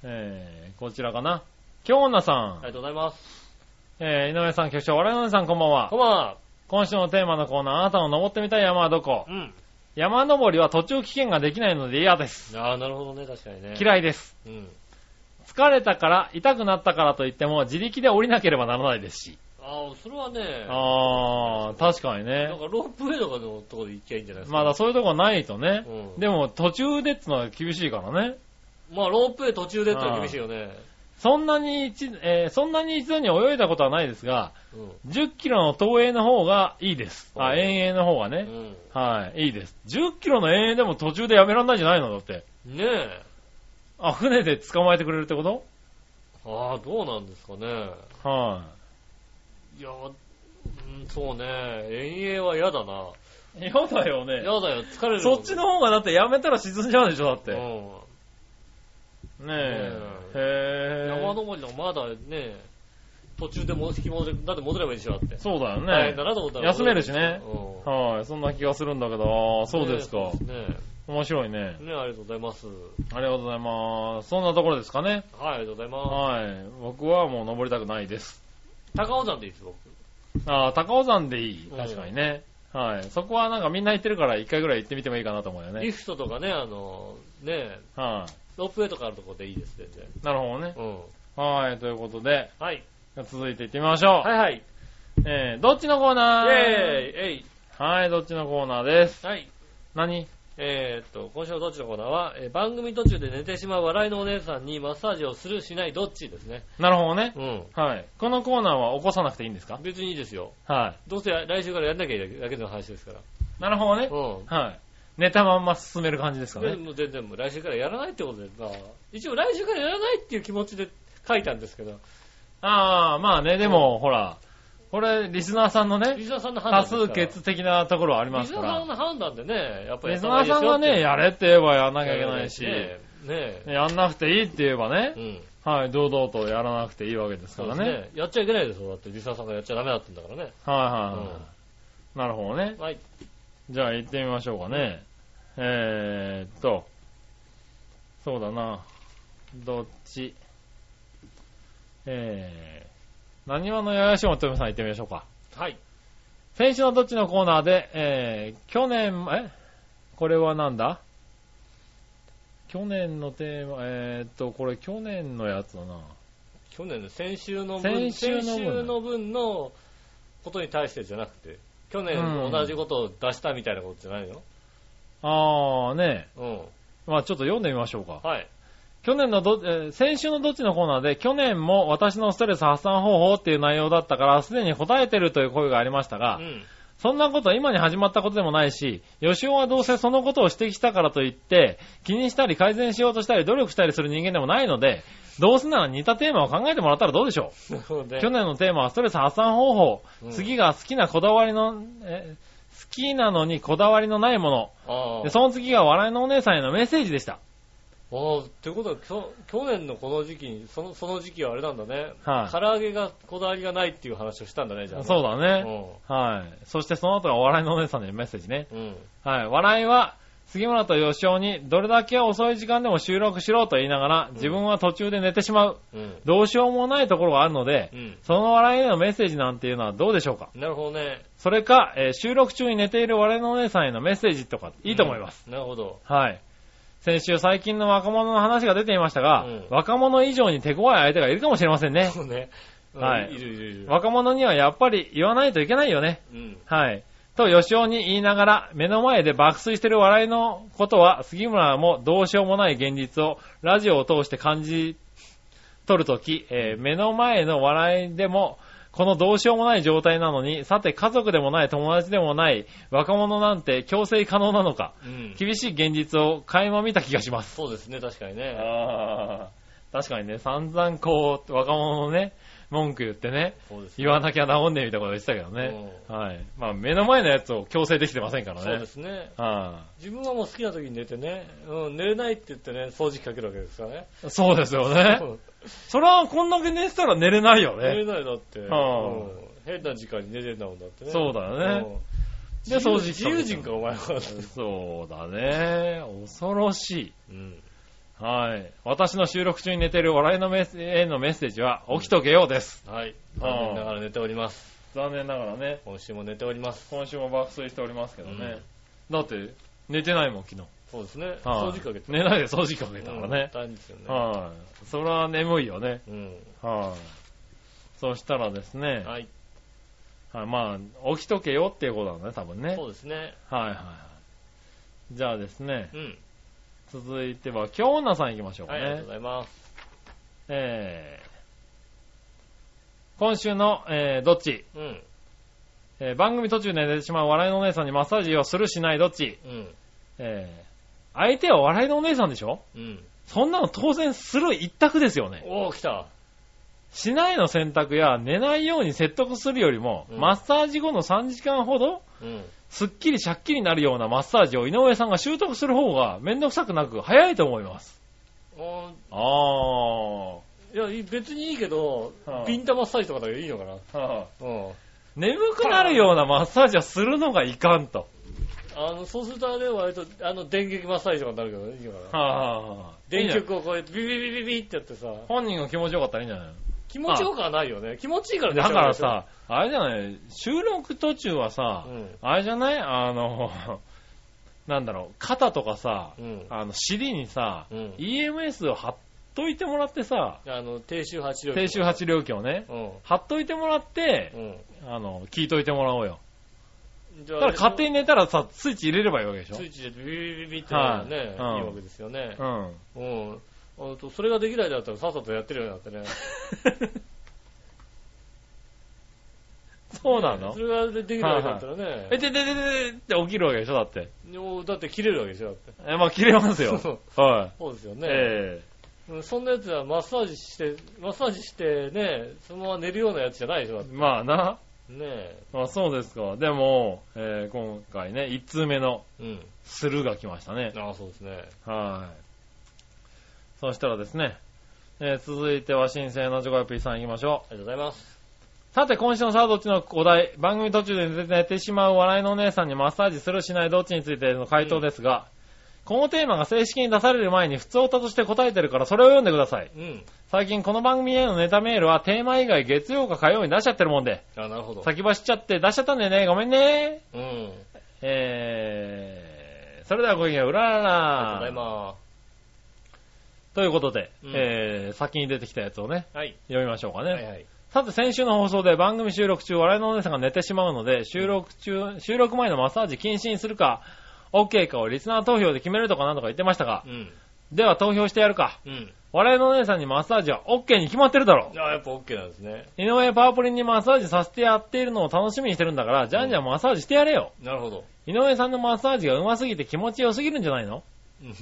B: えー、こちらかな。京女さん
D: あり、がとうございます。
B: えー、井上さん、局長、我々の皆さん、こんばんは
D: こ。んばんは。
B: 今週のテーマのコーナー、あなたの登ってみたい山はどこ
D: うん。
B: い山登りは途中棄権ができないので嫌です。
D: ああ、なるほどね、確かにね。い。
B: 嫌いです。
D: うん。
B: 疲れたから、痛くなったからといっても、自力で降りなければならないですし。
D: ああ、それはね、
B: あー、確かに
D: な
B: ね
D: ん。かロープウェイとかのとこで行きゃいいんじゃないですか。
B: まだそういうとこないとね。
D: うん。
B: でも、途中でっつのは厳しいからね。
D: まあ、ロープウェイ途中でってのは厳しいよね。
B: そんなに一、えーそんなに一度に泳いだことはないですが、
D: うん。
B: 10キロの投影の方がいいです。
D: う
B: あ、
D: ん
B: 遠泳の方が
D: う
B: ね。
D: ん。
B: はい、いいです。10キロの遠泳でも途中でやめらんないんじゃないのだって。
D: ねえ。
B: あ、船で捕まえてくれるってこと
D: ああ、どうなんですかね。
B: はい
D: や、うん、そうね。遠泳は嫌だな。
B: い。嫌だよね
D: 嫌だよ、疲れるもん。
B: そっちの方がだってやめたら沈んじゃうでしょ、だって。
D: う
B: ね
D: ん。
B: え。へ
D: 山
B: え。
D: 登りのまだね、途中でも引き戻れ、だって戻ればいいでしょ、だって。
B: そうだよ
D: 大
B: ね
D: 変だ。なと思ったら。
B: 休めるしね
D: うん
B: はい、そんな気がするんだけど、あーそうですか
D: ね。ね
B: 面白いね。
D: ねありがとうございます。
B: ありがとうございます。そんなところですかね。
D: はい、ありがとうございま
B: はい。僕はもう登りたくないです。
D: す。高尾山でいいです、僕。
B: ああ、高尾山でいい。
D: うん
B: 確かにね。はい。そこはなんかみんな行ってるから一回ぐらい行ってみてもいいかなと思うよ
D: リ
B: ね。
D: フトとかね、あの、ね
B: は
D: ロープウェイとかあるとこでいいです、全然。
B: い。なるほどね。
D: うん。
B: はい。ということで、
D: はい。
B: 続いて行ってみましょう。
D: はいはい。
B: えー、どっちのコーナー
D: イェーイえい
B: はい、どっちのコーナーです。
D: はい。
B: 何
D: えーっと、今週のどっちのコーナーは、えー番組途中で寝てしまう笑いのお姉さんにマッサージをする、しない、どっちですね。
B: なるほどね。
D: うん。
B: はい。このコーナーは起こさなくていいんですか
D: 別にいいですよ。
B: は
D: どうせ来週からやんなきゃいいだけの話ですから。
B: い。なるほどね。
D: うん。
B: はい。寝たまんま進める感じですか
D: で
B: ね。
D: もう全然もう来週からやらないってことで、まあ、一応来週からやらないっていう気持ちで書いたんですけど、
B: ああ、まあね、でも、ほら、これ、リスナーさんのね、
D: リスナーさんの判断
B: 多
D: ですから
B: 数決的なところはありま
D: リ
B: す
D: ス
B: か
D: ナーさん
B: ら。
D: の判断でね、やっぱり
B: リスナーさんがね、やれって言えばやらなきゃいけないし、
D: ねね
B: やんなくていいって言えばね
D: う、ん。
B: はい、堂々とやらなくていいわけですか
D: そう
B: ら
D: です
B: ね。
D: ね。やっちゃいけないですよ。だってリスナーさんがやっちゃダメだってんだからね。
B: はいはいはい、なるほどね。
D: はい。
B: じゃあ行ってみましょうかね。えーっと、そうだな。どっちえー、何話のややしもとめさん行ってみましょうか。
D: はい。
B: 先週のどっちのコーナーで、えー、去年、えこれはなんだ去年のテーマ、えーっと、これ去年のやつだな。
D: 去年の先週の
B: 先
D: 分、
B: 週の分
D: 先週の分のことに対してじゃなくて、去年
B: うん
D: 同じことを出したみたいなことじゃないの
B: あーね。
D: うん。
B: まあちょっと読んでみましょうか。
D: はい。
B: 去年のど、えー先週のどっちのコーナーで、去年も私のストレス発散方法っていう内容だったから、すでに答えてるという声がありましたが、
D: うん。
B: そんなことは今に始まったことでもないし、吉尾はどうせそのことを指摘したからといって、気にしたり改善しようとしたり努力したりする人間でもないので、どうせなら似たテーマを考えてもらったらどうでしょ
D: なるほど
B: う。
D: ね
B: 去年のテーマはストレス発散方法。
D: うん
B: 次が好きなこだわりの、えー好きなのにこだわりのないもの。
D: あ
B: で
D: あ。
B: その次が笑いのお姉さんへのメッセージでした。
D: ああ、ってことは、きょ去年のこの時期に、その、その時期はあれなんだね。
B: はい
D: 唐揚げが、こだわりがないっていう話をしたんだね、じゃあ、
B: そうだね。
D: ね。
B: はい。そしてその後がお笑いのお姉さんのメッセージね。
D: うん。うん。
B: はい。笑いは、杉村と吉尾に、どれだけ遅い時間でも収録しろと言いながら、自分は途中で寝てしまう。
D: うん。
B: どうしようもないところがあるので
D: う、ん。
B: その笑いへのメッセージなんていうのはどうでしょうか
D: なるほどね。
B: それか、えー収録中に寝ている笑いのお姉さんへのメッセージとか、いいと思います。
D: うん。なるほど。
B: はい。先週最近の若者の話が出ていましたが、
D: うん
B: 若者以上に手強い相手がいるかもしれませんね。
D: そうね。うん
B: はい
D: いるいるいる。
B: 若者にはやっぱり言わないといけないよね。
D: うん。
B: はい。と、吉尾に言いながら、目の前で爆睡してる笑いのことは、杉村もどうしようもない現実を、ラジオを通して感じ取るとき、えー目の前の笑いでも、このどうしようもない状態なのに、さて家族でもない友達でもない若者なんて強制可能なのか、
D: うん。
B: 厳しい現実を垣間見た気がします。
D: そうですね、確かにね。
B: ああ、確かにね、散々こう、若者のね、文句言ってね、
D: そうですね。
B: 言わなきゃ治んねえみたいなこと言ってたけどね。はい。まあ、目の前のやつを強制できてませんからね。
D: そうですね。
B: は
D: 自分はもう好きな時に寝てね、うん、寝れないって言ってね、掃除機かけるわけですからね。
B: いそうですよね
D: う。ん
B: それはこんだけ寝てたら寝れないよ
D: 寝れ
B: ね。
D: ないだって、うん
B: はあ
D: 変な時間に寝てんだもんだってね。
B: そうだよね。
D: うん。
B: で
D: 自由
B: 掃除機かけ
D: 自
B: た
D: 由人か、お前は。
B: そうだね。恐ろしい。
D: うん。
B: はい。私の収録中に寝てる笑いのメッセへのメッセージは、起きとけようです。
D: はい。
B: あ
D: 残
B: あ
D: 念ながら寝ております。
B: 残念ながらね、
D: 今週も寝ております。
B: 今週も爆睡しておりますけどね。だって、寝てないもん、昨日。
D: そうですね。
B: はい
D: 掃除かけて。
B: 寝ないで掃除機かけたから
D: うん
B: ね。
D: 大変ですよね。
B: はい。それは眠いよね。
D: うん。
B: はい。そしたらですね、
D: はい。
B: はい、まあ、起きとけよっていうことなんだね、多分ね。
D: そうですね。
B: はいはいはい。じゃあですね、
D: うん。
B: 続いては、京女さん行きましょうか
D: はい、あ
B: ね。
D: りがとうございます。
B: えー、今週の、えー、どっち、
D: うん。
B: えー、番組途中で寝てしまう笑いのお姉さんにマッサージをするしないどっち、
D: うん。
B: えー、相手は笑いのお姉さんでしょ
D: うん。
B: そんなの当然する一択ですよね。
D: おー、来た。
B: しないの選択や寝ないように説得するよりも、
D: うん
B: マッサージ後の3時間ほど、
D: うん。
B: すっきりシャッキリになるようなマッサージを井上さんが習得する方がめんどくさくなく早いと思います。
D: おー
B: ああ、はい
D: や、い別にいいけど
B: は、い
D: ビンタマッサージとかだけでいいのかな。
B: あ
D: うん。
B: 眠くなるようなマッサージはするのがいかんと。
D: あの、そうするとあれ割と、あの、電撃マッサージとかになるけど、いいの かな。
B: はあ、
D: 電極をこうやってビビビビビってやってさ、
B: 本人が気持ちよかったらいいんじゃない
D: 気持ちよくはないよね。気持ちいいから
B: のだから、さ、あれじゃない、収録途中はさ、
D: うん
B: あれじゃないあの、 なんだろう、肩とかさ、
D: うん
B: あの尻にさ、
D: うん
B: EMS を貼っといてもらってさ、
D: あの、低周波治療器
B: 低周波治療器をね、
D: うん。
B: 貼っといてもらって、
D: う
B: あの、聞いといてもらおうよ。
D: ん。じゃ
B: ただ勝手に寝たらさ、スイッチ入れればいいわけでしょ
D: スイッチでビビビビビってやるのがね、
B: はい
D: い、
B: うん
D: いわけですよね
B: う。ん。
D: うん。あと、それができないだったらさっさとやってるようになってね。
B: そうなの
D: それができないだったらね
B: え、。でででででって起きるわけでしょだって。
D: もうだって切れるわけでしょ、だって。
B: え、まあ切れますよ。
D: そう
B: はい。
D: そうですよね。
B: え
D: うんそんなやつはマッサージして、マッサージしてね、そのまま寝るようなやつじゃないでしょ、だっ
B: え
D: て
B: まあな。
D: ねえ。
B: まあそうですか。でも、えー今回ね、1通目の
D: うん。
B: スルーが来ましたね。
D: ああ、そうですね。
B: はい。そしたらですね、えー続いては新生のジョコヨピーさん行きましょう。
D: ありがとうございます。
B: さて、今週のさあどっちのお題、番組途中で寝てしまう笑いのお姉さんにマッサージするしないどっちについての回答ですが、このテーマが正式に出される前に普通歌として答えてるからそれを読んでください。
D: うん。
B: 最近この番組へのネタメールはテーマ以外月曜か火曜に出しちゃってるもんで、
D: あなるほど。
B: 先走っちゃって出しちゃったんでね、ごめんね。
D: うん。
B: えー、それではごきげんよう、うらら
D: ありがとうござい
B: ら
D: ま
B: ということで、
D: うん
B: えー、先に出てきたやつをね、
D: す。はい。
B: 読みましょうかね。
D: はいはい。
B: さて、先週の放送で番組収録中、笑いのお姉さんが寝てしまうので、収録中、収録前のマッサージ禁止にするか、OK かをリスナー投票で決めるとかなんとか言ってましたが
D: う、ん。
B: では投票してやるか。
D: うん。
B: 笑いのお姉さんにマッサージは OK に決まってるだろ
D: ああ、やっぱ OK なんですね。
B: う。井上パープリンにマッサージさせてやっているのを楽しみにしてるんだから、じゃんじゃんマッサージしてやれよ。
D: なるほど。。
B: 井上さんのマッサージが上手すぎて気持ち良すぎるんじゃないの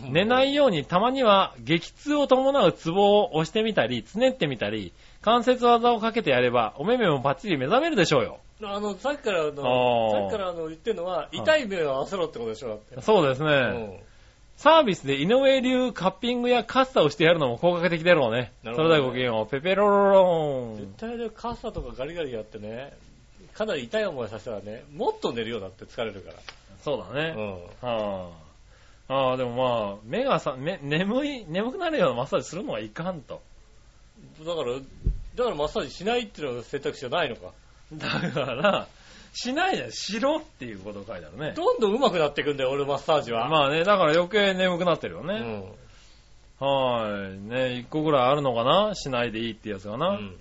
B: 寝ないいようにたまには激痛を伴うツボを押してみたり、つねってみたり、関節技をかけてやれば、お目目もパッチリ目覚めるでしょうよ。
D: あの、さっきからあ
B: あ
D: の、
B: ー
D: さっきからあの言ってるのは、痛い目を合わせろってことでしょ、だって。
B: そうですね。
D: うん。
B: サービスで井上流カッピングやカッサをしてやるのも効果的だろうね。
D: なる
B: そ
D: ほど
B: れで
D: ね
B: はごきげんよう。ペペロロロー
D: 絶
B: ン。
D: 対で傘とかガリガリやってね、かなり痛い思いさせたらね、もっと寝るようになって疲れるか
B: そうだ
D: ら。う
B: ね。
D: ん。
B: はあ、ああ、でもまあ、目がさ、め眠い、眠くなるようなマッサージするのはいかんと。
D: だから、だからマッサージしないっていうのが選択肢じゃないのか。
B: だから、しないでしろっていうことを書いてあるね。
D: どんどん上手くなっていくんだよ、俺マッサージは。
B: まあね、だから余計眠くなってるよ
D: あ
B: ね。
D: ね。
B: はい。ね、一個ぐらいあるのかなしないでいいってやつか
D: うん。う
B: な。
D: ん。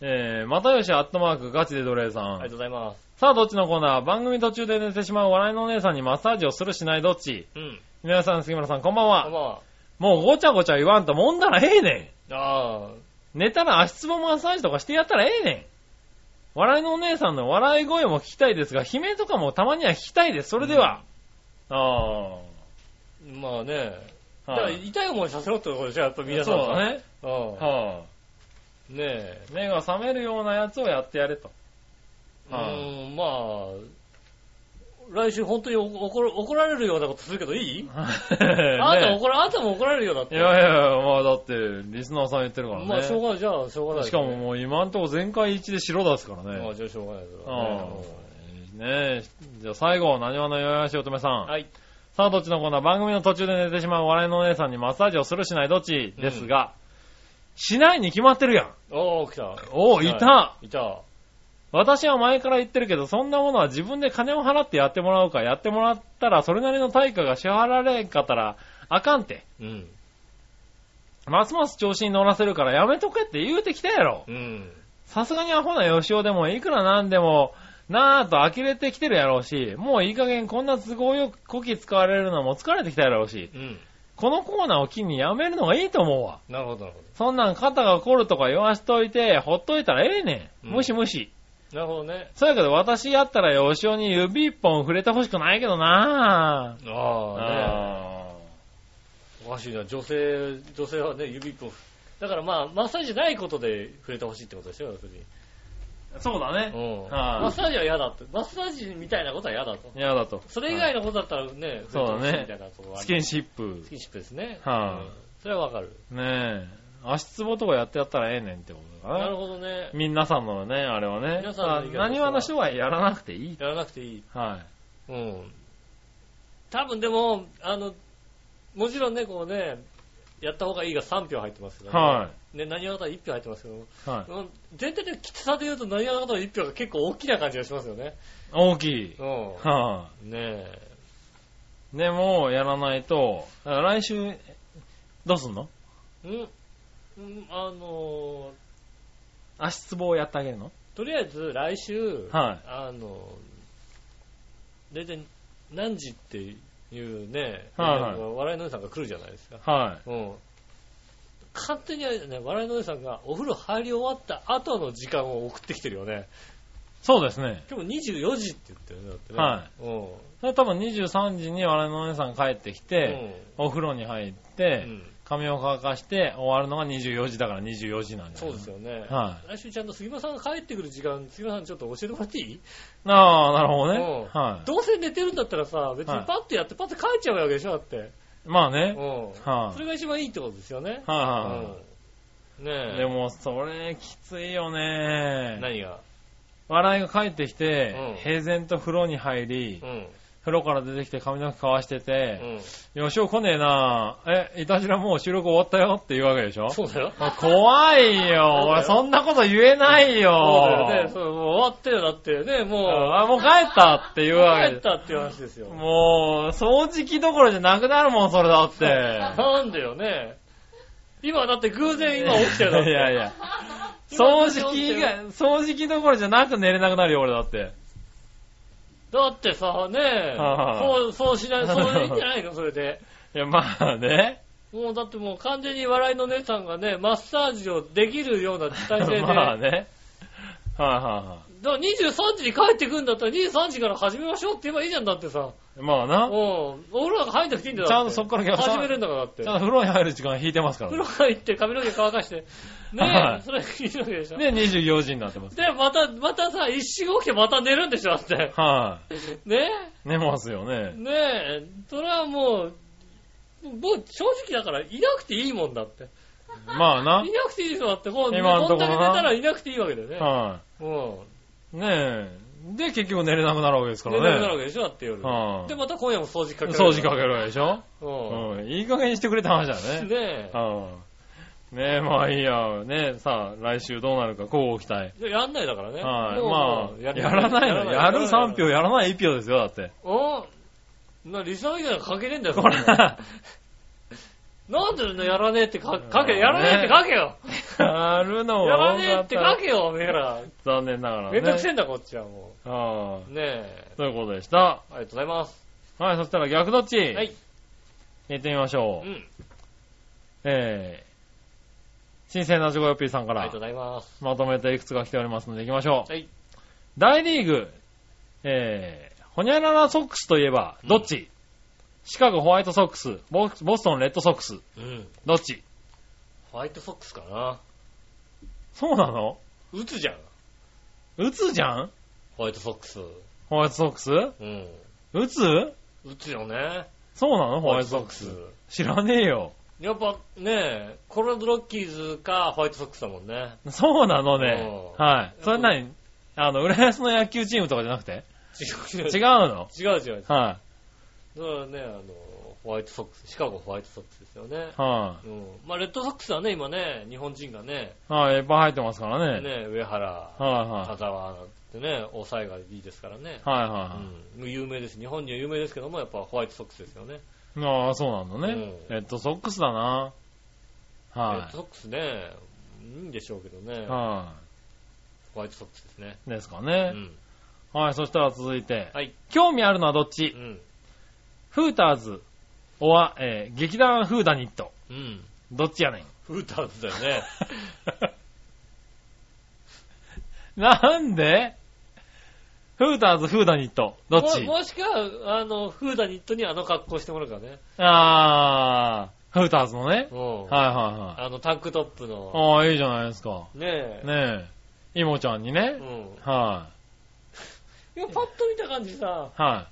B: えー、またよしアットマークガチで奴隷さ。
D: ありがとうんございます。
B: さあ、どっちのコーナー番組途中で寝てしまう笑いのお姉さんにマッサージをするしないどっち
D: うん。
B: 皆さん、杉村さん、こんばん
D: あ
B: は。
D: ま
B: もうごちゃごちゃ言わんともんだらええね
D: あ、ああ、
B: ん。寝たら足つぼマッサージとかしてやったらええねん。笑いのお姉さんの笑い声も聞きたいですが、悲鳴とかもたまには聞きたいです。それでは。あ
D: まあね。
B: あ。
D: だから
B: はい。
D: 痛い思いさせろってことでしょ、やっぱ皆さん
B: そう
D: は
B: だ。ね。
D: う
B: は
D: ん。ねえ。
B: い。目が覚めるようなやつをやってやれと。
D: う
B: は
D: ーん、まあ、来週本当にお怒る怒られるようなことするけどいいあんた
B: ね
D: 怒ら、あんたも怒られるよだっ
B: い
D: て。
B: やいやいや、まあだって、リスナーさん言ってるからね。
D: まあ、しょうがない、じゃあ、しょうがない、
B: しかも、もう今んとこ全会一致で白だですから
D: まあ、
B: ね。
D: じゃあ、しょうがないですからね
B: ああねえ、じゃあ最後、何話のよやしおとめさん。
D: うんはい。
B: さあ、どっちのコーナー番組の途中で寝てしまう笑いのお姉さんにマッサージをするしないどっちですが、しないに決まってるやん。
D: おー、来た。
B: おお、いた。
D: いた。
B: 私は前から言ってるけど、そんなものは自分で金を払ってやってもらうか、やってもらったらそれなりの対価が支払われんかったらあかんて。
D: うん。
B: ますます調子に乗らせるからやめとけって言うてきたやろ。
D: うん。
B: さすがにアホな吉尾でもいくらなんでも、なぁと呆れてきてるやろうし、もういい加減こんな都合よくこき使われるのも疲れてきたやろうし、
D: うん。
B: このコーナーを機にやめるのがいいと思うわ。
D: なるほど、なるほ
B: そんなん肩が凝るとか言わしといて、ほっといたらええねん。
D: うん
B: 無視無視。
D: ど。なるほどね。
B: そうやけど私やったら吉尾に指一本触れてほしくないけどなぁ。
D: ああ、ね
B: あ
D: おかしいな。女性、女性はね、指一本。だからまあ、マッサージじゃないことで触れてほしいってことでしょ、要するに。
B: ーそうだ
D: う
B: ね。
D: ん。
B: はい
D: マッサージは嫌だと。マッサージみたいなことは嫌だと。
B: 嫌だと。
D: それ以外のことだったらね、
B: そうだね
D: 触れてほしいみたいなとこはあ
B: ス
D: る
B: キンシップ
D: ス。キンシップですね。
B: はあ
D: うんそれはわかる。
B: ねえ。足つぼとかやってやったらええねんってことかな。
D: なるほどね。
B: 皆さんのね、あれはね。
D: 皆さんの意見
B: なにわの人はやらなくていい。
D: やらなくていい。
B: は
D: うん。多分でも、あの、もちろんね、こうね、やった方がいいが3票入ってますけ
B: い。
D: ど、。
B: はい
D: ね、何わ方は1票入ってますけど、
B: い。はい。
D: うん、全体的にきつさで言うと何わ方の1票が結構大きな感じがしますよね。
B: 大きい。
D: う
B: は
D: ん。ねえ。
B: い。でも、やらないと、だから来週、どうすんの
D: うん。うんあのー
B: 足つぼをやってあげるの
D: とりあえず来週、
B: はい
D: あのー、大体何時っていうね、
B: はいはい
D: 連絡が笑いのおじさんが来るじゃないですか。
B: は
D: うん。勝手にあれだね、笑いのおじさんがお風呂入り終わった後の時間を送ってきてるよね。
B: い。そうですね。
D: 今日24時って言ってるんだってね。。
B: はい
D: うん。
B: それ多分23時に我々のお姉さん帰ってきて、お風呂に入っ
D: う
B: て、
D: ん。
B: 髪を乾かして終わるのが24時だから24時なんだ
D: そうです
B: よ。
D: よね。
B: は
D: 来週ちゃんと杉間さんが帰ってくる時間、杉間さんちょっと教えてもらっていい
B: ああ、なるほどね。
D: うん
B: はい。
D: どうせ寝てるんだったらさ、別にパッてやってパッて帰っちゃうわけでしょ、だって。
B: まあ
D: う
B: ね。
D: ん。
B: はい
D: それが一番いいってことですよね。
B: はいはいはい。
D: うん。ねえ。
B: で、も、それ、きついよね。
D: 何が
B: 笑いが帰ってきて、
D: うん
B: 平然と風呂に入り、
D: うん。
B: 風呂から出てきて髪の毛乾わして
D: う
B: て、
D: ん。
B: よしお来ねえなえ、いたしらもう収録終わったよって言うわけでしょ
D: そうだよ。
B: 怖いよ。俺、そんなこと言えないよ。
D: そうだよね。そう、もう終わったよ、だってね、
B: う
D: もう。
B: んあ、もう帰ったって言うわ
D: 帰
B: け
D: っ
B: で。
D: たっていう話ですよ。
B: もう、掃除機どころじゃなくなるもん、それだって。
D: なんだよね。今だって偶然今起きたよだ っ
B: い
D: て。
B: やいや。
D: 今
B: 掃除機が、掃除機どころじゃなく寝れなくなるよ、俺だって。
D: だってさ、ねえ、
B: はあ
D: そう、そう しない、それでいいんじゃないか、それで。
B: いや、まあね。
D: もうだってもう完全に笑いの姉さんがね、マッサージをできるような体制 で。
B: まあね。はい、はいは
D: だから23時に帰ってくんだったら23時から始めましょうって言えばいいじゃんだってさ。
B: い。まあ
D: うん。
B: な。ち
D: お風呂なんか入んなくていいんだよ。だ
B: ゃんとそっから逆
D: 始めるんだからだって
B: ちゃ。んと風呂に入る時間引いてますか
D: 風
B: ら
D: 呂。入って髪の毛乾かして。ねえ、
B: はい
D: それいいわけでしょ。
B: で、24時になってます。
D: で、また、またさ、一瞬起きてまた寝るんでしょだって。
B: は
D: ね
B: い。寝ますよ
D: え、
B: ね。
D: ねえ、それはもう、もう正直だから、いなくていいもんだって。。
B: まあない
D: なくていいでしょだって、もう、
B: 今の
D: ことん
B: こ
D: だけ
B: ろ
D: 寝
B: な
D: たらいなくていいわけだよね。
B: は
D: うん。
B: い。ねえ。で、結局寝れなくなるわけですか
D: 寝なくなる
B: ら
D: わ
B: ね。
D: けでしょだって夜。
B: はい
D: で、また今夜も掃除かける。
B: 掃除かけるわけでしょ
D: う
B: うん。いい加減にしてくれた話だ
D: ん。
B: ね。
D: ねえ。
B: うん。ねえ、まあいいや。ねえ、さあ、来週どうなるか、こう期待。
D: でやんないだからね。
B: はい。まあ、やらないの。やる3票、
D: や
B: やらない1票ですよ、だって。
D: おな、理想以外はかけねえんだよ、
B: こ
D: そん
B: れ
D: なのなんでねやらねえってかかけ、やらねえってかけよ。
B: やるの
D: や
B: は
D: らねえってかけよ、おめえら。
B: 残念ながらね。
D: めんどくせえんだ、こっちはも
B: あ
D: う。ねえ
B: あ。。ということでした。
D: ありがとうございます。
B: はい、そしたら逆どっち
D: は。い。
B: 行ってみまし
D: う
B: ょう。
D: ん。
B: えー、新鮮なジョコヨッピーさんか
D: ありが
B: ら
D: とうございます。
B: まとめていくつか来ておりますので行きましょう。
D: はい。
B: 大リーグ、えー、ほにゃららソックスといえば、どっち、シカゴホワイトソックス、ボボストンレッドソックス、
D: うん。
B: どっち
D: ホワイトソックスかな。
B: そうなの
D: 打つじゃん。
B: 打つじゃん
D: ホワイトソックス。
B: ホワイトソックス
D: うん。
B: 打つ
D: 打つよね。
B: そうなのホワイトソックス。知らねえよ。
D: やっぱねえ、コロナドロッキーズかホワイトソックスだもんね。
B: そうなのね。
D: うん
B: はい。それ何あの、浦安の野球チームとかじゃなくて
D: 違う違う
B: 違うの
D: 違う違う。
B: は
D: だからね、あの、ホワイトソックス、シカゴホワイトソックスですよね。
B: は
D: うん。まあ、レッドソックスはね、今ね、日本人がね、
B: い。はい、いっぱい入ってますからね。
D: ね、上原、
B: はいは
D: 田沢なんてね、抑えがいいですからね
B: い。。はいうは
D: ん。もう有名です。日本には有名ですけども、やっぱホワイトソックスですよね。
B: い。ああ、そうなんだね。
D: う
B: レッドソックスだな。
D: レッ
B: は
D: ドソックスね、いいんでしょうけど
B: い。
D: ね。
B: は
D: ホワイトソックスですね。
B: い。ですか
D: う
B: ね。
D: ん。
B: はい、そしたら続いて、
D: はい。
B: 興味あるのはどっち
D: うん。
B: フーターズ、おは、えー劇団フーダニット。
D: うん。
B: どっちやねん。
D: フーターズだよね。
B: なんでフーターズ、フーダニット。どっち
D: ももしか、あの、フーダニットにあの格好してもらうからね。
B: あー、フーターズのね。
D: うん。
B: はいはいはい。
D: あの、タンクトップの、
B: あー、いいじゃないですか。
D: ねえ。
B: ねえ、イモちゃんにね。
D: うん。
B: はい
D: や、パッと見た感じさ、
B: い。はい。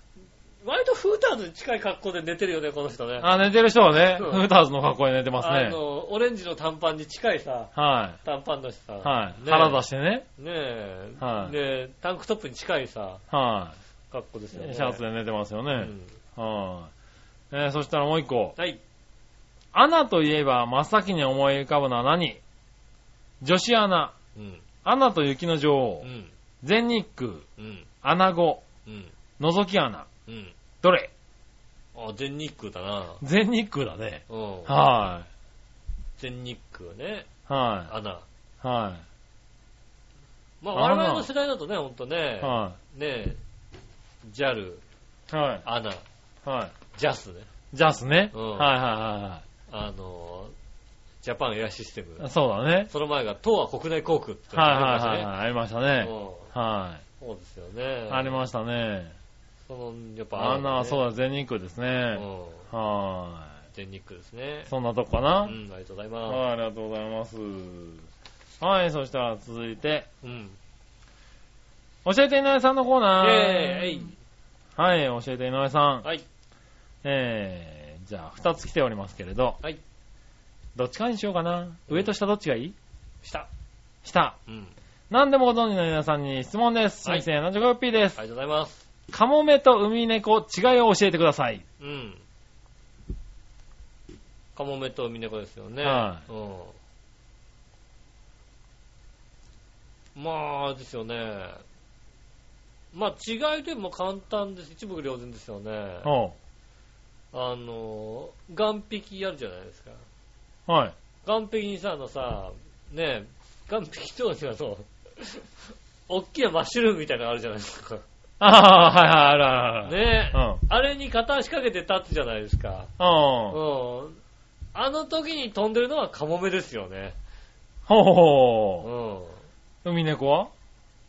D: 割とフーターズに近い格好で寝てるよね、この人ね。
B: あ、寝てる人はね、
D: そう
B: フーターズの格好で寝てます
D: あ
B: ね。
D: の、オレンジの短パンに近いさ、
B: は
D: 短パンだしさ。
B: い。はい。
D: ね
B: 腹出してね。
D: ねえ、
B: はい
D: ねえ、タンクトップに近いさ、
B: は
D: 格好ですよね。
B: い。シャツで寝てますよ
D: う
B: ね。
D: ん。
B: はい。えーそしたらもう一個。
D: はい。
B: アナといえば真っ先に思い浮かぶのは何女子アナ、
D: うん。
B: アナと雪の女王
D: う、ん。
B: 全日空、
D: うん。
B: アナゴ、
D: うん。
B: 覗き穴。
D: うん。
B: どれ
D: あ、全日空だな。
B: 全日空だね。
D: うん。
B: は
D: 全日空ね。
B: い。は
D: アナ。
B: い。は
D: まあ、
B: アナ
D: 我々の世代だとね、ほんとね
B: い。、は
D: ねえ、JAL、
B: い。はい。
D: アナ、
B: はい。
D: JAS ね。
B: ジャスね。
D: う
B: はい
D: ん
B: はいは
D: あの、ジャパンエアシステム
B: いは。い。そうだね。
D: その前が、東亜国内航空っての
B: はい
D: が
B: はいはいはい。ありましたね
D: ありましたね。。うん
B: は
D: そうですよね
B: い。。ありましたね。
D: その、やっぱ
B: アナはそううだ、全日空です
D: だ
B: ね。
D: ね。うん
B: は
D: 全日空ですね
B: い。。そんなとこかな。
D: うん、ありがとうございま
B: はい、ありがとうございます。はい、そしたら続いて、
D: す。うん。
B: 教えて井上さんのコー
D: イェ
B: ナー。
D: ーイ
B: はい、教えて井上さん。
D: はい。
B: えー、じゃあ、二つ来ておりますけれど。
D: はい。
B: どっちかにしようかな。上と下どっちがいい
D: した。
B: 下。
D: うん。
B: 何でもご存知の皆さんに質問です。
D: はい
B: 先生、75よっぴーです。
D: ありがとうございます。
B: カモメとウミネコ、違いを教えてください。
D: うん。カモメとミネコですよね。
B: は
D: うん。まあ、あれですよね。まあ、違いでも簡単です。一目瞭然ですよね。
B: おう
D: あの、岸壁あるじゃないですか。
B: はい。
D: 岸壁にさ、あのさ、ねえ、岸壁とにあの、おっきなマッシュルームみたいなのあるじゃないですか。
B: ああ、はいはい、あるあるある。
D: ねえ、
B: うん。
D: あれに片足かけて立つじゃないですか。
B: うん。
D: うん。あの時に飛んでるのはカモメですよね。
B: ほうほう
D: う
B: ほう。ウ
D: ん。
B: ミネコは。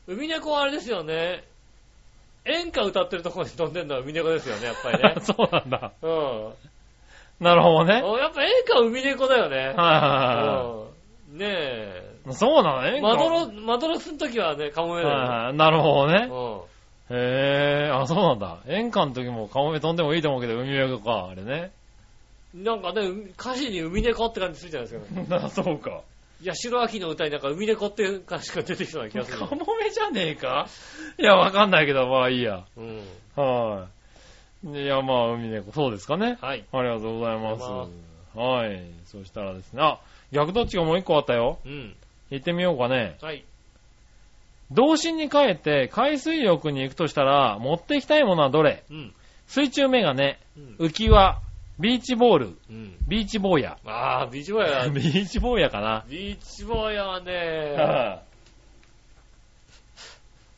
D: 海猫はあれですよね。演歌歌ってるところに飛んでるのは海猫ですよね、やっぱりね
B: そうなんだ。
D: うん。
B: なるほどね。
D: おやっぱ演歌は海猫だよね。
B: はいはいは
D: うん。ねえ。
B: い。そうなのね。
D: マドロ、マドロスの時はね、カモ
B: は
D: メ
B: い
D: だよね。
B: はい。なるほど
D: う
B: ね。
D: ん。
B: へえ、あ、そうなんだ。演歌の時もカモメ飛んでもいいと思うけど、海猫か、あれね。
D: なんかね、海歌詞に海猫って感じするじゃないですか。
B: あそうか。八
D: 八代亜紀の歌になんか海猫っていう歌詞が出てきそうな気 がする。
B: カモメじゃねえかいや、わかんないけど、まあいいや。
D: うん。
B: はい。いや、まあ、海猫、そうですかね。
D: はい。
B: ありがとうございま
D: ありがとうござい
B: す。はい。そしたらですね、あ、逆どっちがもう一個あったよ。
D: うん。
B: 行ってみようかね。
D: はい。
B: 童心に帰って海水浴に行くとしたら、持っていきたいものはどれ
D: うん。
B: 水中メガネ、
D: うん。
B: 浮き輪、ビーチボール、
D: うん。
B: ビーチ坊や。
D: ああ、ビーチボーイは、
B: ビーチ坊やかな。
D: ビーチボーイはね、
B: 面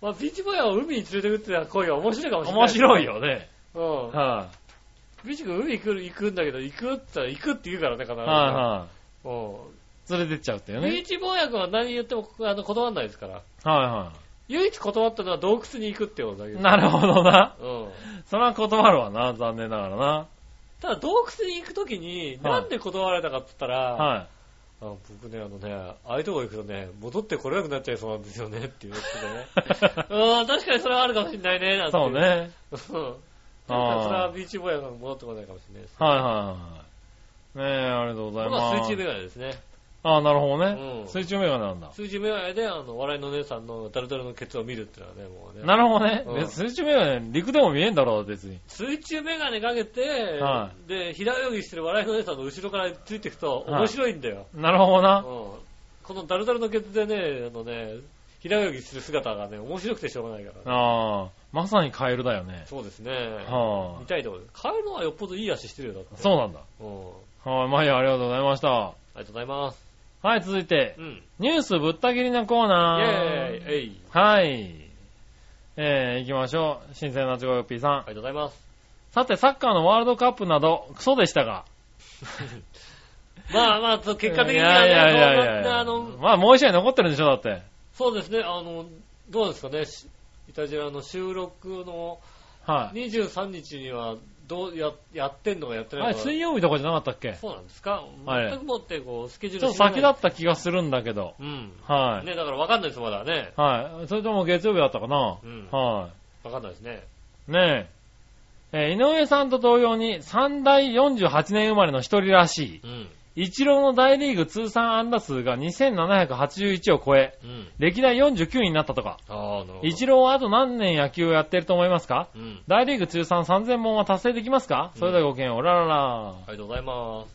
D: まあ、ビーチボーイを海に連れてくっていうのは恋は面白いかもしれない。
B: 白いよね。
D: よ。う
B: は
D: ん。ビーチ君海行く行くんだけど、行くって言ったら行くって言うからね、必ず
B: い、
D: ね。
B: は
D: う。
B: い、連れてっちゃうっていうん
D: ビ
B: ね
D: ー。チボーイ君は何言ってもあの断らないですから。
B: は
D: 唯一断ったのは洞窟に行くってことだけ
B: い
D: ど。
B: はい。なるほどな。
D: うん。
B: それは断るわな、残念ながらな。
D: ただ洞窟に行くときに、
B: はい
D: なんで断られたかって言ったら、
B: は。
D: あ僕ね、あのね、ああいうとこ行くとね、戻ってこれなくなっちゃいそうなんですよねっていうやつでね。うん、確かにそれはあるかもしれないね、ない んて
B: そう。ね。
D: うん。それ
B: あー
D: はビーチボーイが戻ってこないかもしれないです。
B: はいはいはい。ねえ、ありがとうござい
D: 僕は
B: ます。
D: 水中メガネですね。
B: ああ、なるほどね。
D: うん
B: 水中メガネなんだ。
D: 数字目合いで、あの、笑いのお姉さんのダルダルのケツを見るってのはね、もうね。
B: なるほどね。
D: うん
B: 別に水中メガネ、陸でも見えんだろう、別に。
D: 水中メガネかけて、
B: は
D: で、平泳ぎしてる笑いのお姉さんの後ろからついていくと
B: はい
D: 面白いんだよ。
B: なるほどな。
D: うんこのダルダルのケツでね、あのね、平泳ぎする姿がね、面白くてしょうがないからね。
B: ああ、まさにカエルだよね。
D: そうですね。
B: は
D: 見たいところです。カエルのはよっぽどいい足してるよ、だって。
B: あ、そうなんだ。
D: うん。
B: はい、マイヤーありがとうございました。
D: ありがとうございます。
B: はい、続いて
D: う、ん。
B: ニュースぶった切りのコー
D: イェー
B: ナー。
D: イえい
B: はい。えー、行きましょう。新鮮なチョコヨッピーさん。
D: ありがとうございます。
B: さて、サッカーのワールドカップなど、クソでしたが。
D: まあまあ、と結果的に
B: いや
D: は
B: いやいやい
D: ね、
B: やい
D: こう
B: や
D: あの、
B: まあ、もう一試合残ってるんでしょ、だって。
D: そうですね、あの、どうですかね、しイタジラの収録の
B: はい。
D: 23日には、どうや、やってんのかやって
B: あ
D: ない
B: れ、
D: のか。
B: 水曜日とかじゃなかったっけ
D: そうなんですか
B: はい
D: 全くもって、こう、スケジ
B: ちょ
D: ュ
B: っ
D: ール
B: と先だ
D: 知
B: った気がするんだけど。
D: らない。うん。
B: はい。
D: ね、だから分かんないです、まだね。
B: はい。それとも月曜日だったかな、
D: うん
B: は
D: 分かんないですね。
B: い。ねえ。えー井上さんと同様に、三大48年生まれの一人らし
D: うん。
B: い。一郎の大リーグ通算安打数が2781を超え、
D: うん。
B: 歴代49になったとか。
D: ああ、なるほど。
B: 一郎はあと何年野球をやってると思いますか
D: うん。
B: 大リーグ通算3000本は達成できますか、それではごきげんよう、おららら。
D: ありがとうございます。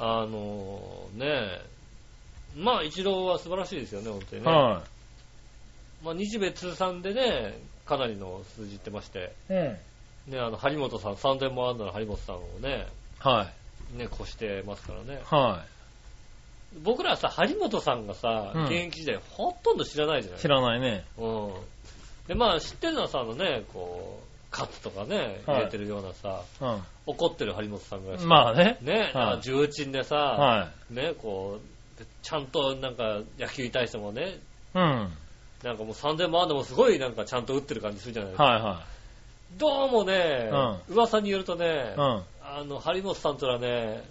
D: あのねえ、まあ一郎は素晴らしいですよね、本当にね。
B: は
D: まあ日米通算でね、かなりの数字ってまして、
B: い。うん。
D: ね、あの、張本さん、3000本安打の張本さんをね、
B: はい。
D: ね、越してますからね。
B: は
D: 僕らさ、張本さんがさ、
B: うん
D: 現役時代ほとんど知らないじゃない
B: い。知らないね。
D: うん。で、まあ知ってるのはさ、あのね、こう、勝つとかね、
B: はい
D: 入れてるようなさ、
B: うん。
D: 怒ってる張本さんが、
B: まあね。
D: ね、なんか重鎮でさ、
B: は
D: ね、こう、ちゃんとなんか野球に対してもね、
B: い。うん。はい
D: なんかもう3000万でもすごいなんかちゃんと打ってる感じするじゃないですか。
B: は
D: どうもね、噂によるとね
B: い。う、ん。
D: あの、張本さんとはね、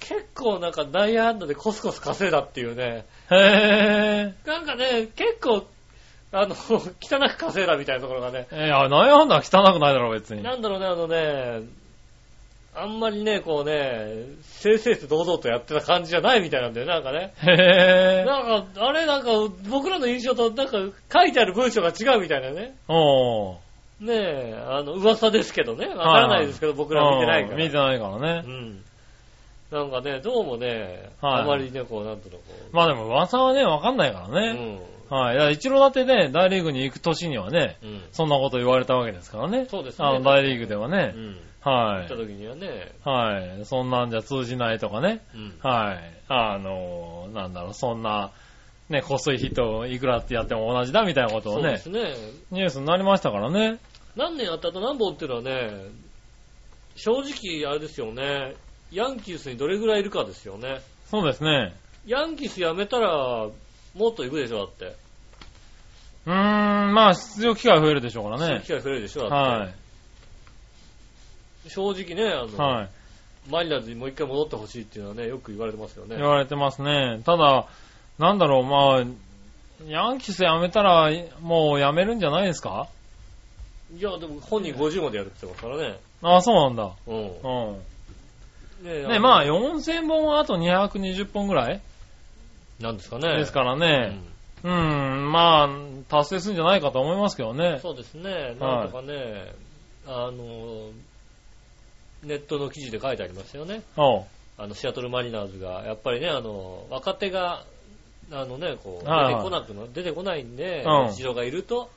D: 結構なんか内野安打でコスコス稼いだっていうね、
B: へえ。
D: なんかね、結構、あの、 汚く稼いだみたいなところがね、
B: いや、内野安打は汚くないだろ、別に。
D: なんだろうね、あのね、あんまりね、こうね、正々と堂々とやってた感じじゃないみたいなんだよね、なんかね。
B: へえ。
D: なんか、あれなんか、僕らの印象となんか書いてある文章が違うみたいなね。
B: おー。
D: ねえ、あの、噂ですけどね。わからないですけど、僕ら見てないか
B: う
D: ら。
B: ん見てないから
D: う
B: ね。
D: ん。なんかね、どうもね、
B: はい
D: あまりね、こう、なんていうの、こう。
B: まあでも噂はね、わかんないからね。はい。だから一郎だってね、大リーグに行く年にはね、
D: うん。うん。
B: そんなこと言われたわけですからね。
D: そうですね。
B: あの、大リーグでは
D: う
B: ね。
D: ん。
B: は
D: 行った
B: い。
D: 時にはね、
B: はい。そんなんじゃ通じないとかね。
D: うん。
B: はい。あのー、なんだろう、そんな、ね、こっそり人いくらってやっても同じだみたいなこと
D: そ
B: を
D: うで
B: ね
D: す、ね。
B: ニュースになりましたからね。
D: 何年あったと何本っていうのはね、正直、あれですよね、ヤンキースにどれぐらいいるかですよね。
B: そうですね。
D: ヤンキース辞めたら、もっといくでしょ、だって。
B: うーん、まあ、出場機会は増えるでしょうから
D: そういう
B: ね
D: 機。会増えるでしょ、だっ
B: は
D: て。正直ね、あ
B: い。
D: の、
B: はい。
D: マリナーズにもう一回戻ってほしいっていうのはね、よく言われてますよね
B: 言。われてますね。ただ、なんだろう、まあ、ヤンキース辞めたら、もう辞めるんじゃないですか
D: いや、でも本人50までやるって言ってますからね。
B: ああ、そうなんだ。
D: う。
B: うん
D: ね
B: ん。ね、まあ、
D: の
B: 4000本はあと220本ぐらい
D: なんですかね。
B: ですからね。うん、まあ、達成するんじゃないかと思いますけど
D: うん
B: ね。
D: そうですね。なんとかね、あの、ネットの記事で書いてありましたよね。
B: おう
D: あの、シアトルマリナーズが、やっぱりね、あの、若手が、あのね、こう、
B: はい
D: 出て
B: はい
D: こなくな、出てこないんで
B: うん、
D: 一郎がいると、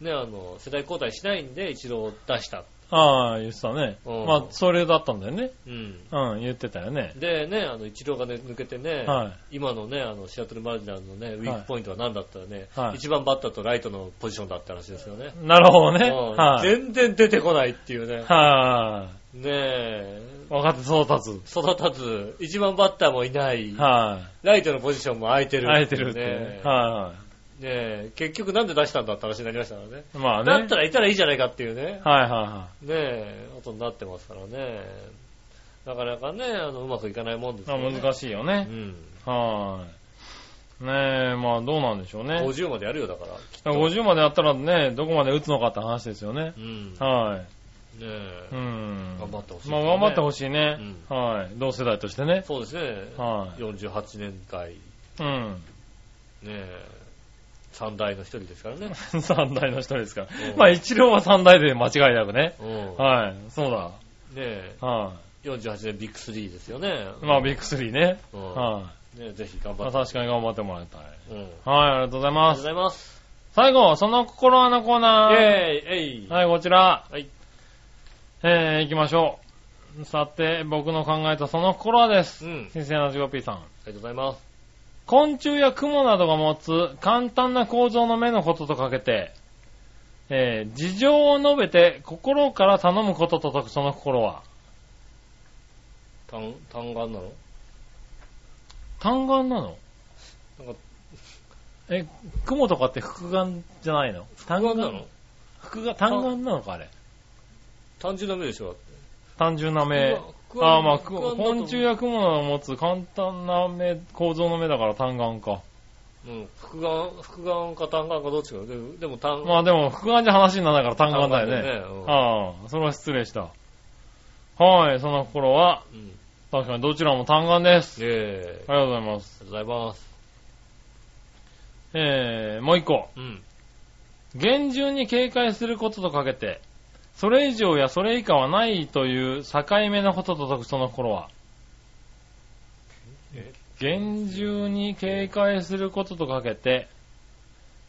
D: ね、あの、世代交代しないんで、一郎を出した。
B: ああ、言ってたね。
D: うん
B: まあ、それだったんだよね。
D: うん。
B: うん、言ってたよね。
D: でね、あの、一郎がね、抜けてね、
B: は
D: 今のね、あの、シアトルマリナーズのね、ウィークポイントは何だったらね、
B: はい
D: 一番バッターとライトのポジションだった話ですよね。
B: い。なるほどね。
D: うん
B: はい。
D: 全然出てこないっていうね。
B: は
D: ねえ、
B: い。若手育たず。
D: 育たず、一番バッターもいない、
B: は
D: ライトのポジションも空いて
B: い。
D: る
B: 会えてるって
D: ね
B: ね。は
D: ねえ、結局なんで出したんだって話になりましたからね。
B: い。まあね。
D: だったらいたらいいじゃないかっていうね、
B: はいは
D: ねえ、ことになってますからね。なかなかね、あの、うまくいかないもんです
B: いはい。
D: よ、
B: ま
D: ね。
B: あ難しいよ
D: う
B: ね。
D: ん。
B: はい。ねえ、まあどうなんでしょうね。
D: 50までやるよ、だから。きっと
B: 50までやったらね、どこまで打つのかって話ですよね。
D: うん。
B: は
D: ねえ
B: うん。
D: 頑張ってほしい、
B: まあ、頑張ってほしいね。
D: う
B: はい。同世代としてね。
D: そうですね。
B: はい
D: 48年会、ね
B: うん。
D: え、三大の一人ですからね。
B: 三代の一人ですから
D: う。ん
B: まあ、一郎は三代で間違いなくね。
D: うん
B: はい。そうだ。
D: ねえ、
B: は
D: 48年ビッグ3ですよね。
B: い。まあ、ビッグスリーね。
D: うん
B: は
D: ねえぜひ頑
B: い。ま
D: 張
B: あ、
D: って。
B: 確かに頑張ってもらいたい。
D: う
B: は
D: ん。あり
B: い、ありがとうござい
D: がと
B: ま
D: うご
B: す。
D: ざいます。
B: 最後、その心はのコー
D: イェー
B: ナー。
D: イ、えい。
B: はい、こちら。
D: はい。
B: えー、行きましょう。さて、僕の考えたその心はで
D: う
B: す。
D: ん。あり
B: 新鮮な 15P さん。
D: がとうございます。
B: 昆虫や雲などが持つ簡単な構造の目のこととかけて、えー、事情を述べて心から頼むことと解くその心は。
D: 単、単眼なの
B: 単眼なの
D: なんか、
B: え、雲とかって複眼じゃないの
D: 単
B: 単
D: 眼なの
B: 複眼、単眼なのかあれ。
D: 単純な目でしょ
B: 単純な目。
D: 複眼
B: ああ、まあ、
D: 複眼だと
B: く昆虫や雲の持つ簡単な目、構造の目だから単眼か。
D: うん。複眼、複眼か単眼かどっちか。でもでも単、
B: まあでも、複眼じゃ話にならないから単眼だよね。
D: 単眼だよね
B: ああ、それは失礼した。はい、その心は、
D: うん。うん。
B: 確かにどちらも単眼です。
D: イェーイ。
B: ありがとうございます。
D: ありがとうございます。
B: えー、もう一個。
D: うん。
B: 厳重に警戒することとかけて、それ以上やそれ以下はないという境目のことと解くその心は
D: え。
B: 厳重に警戒することとかけて、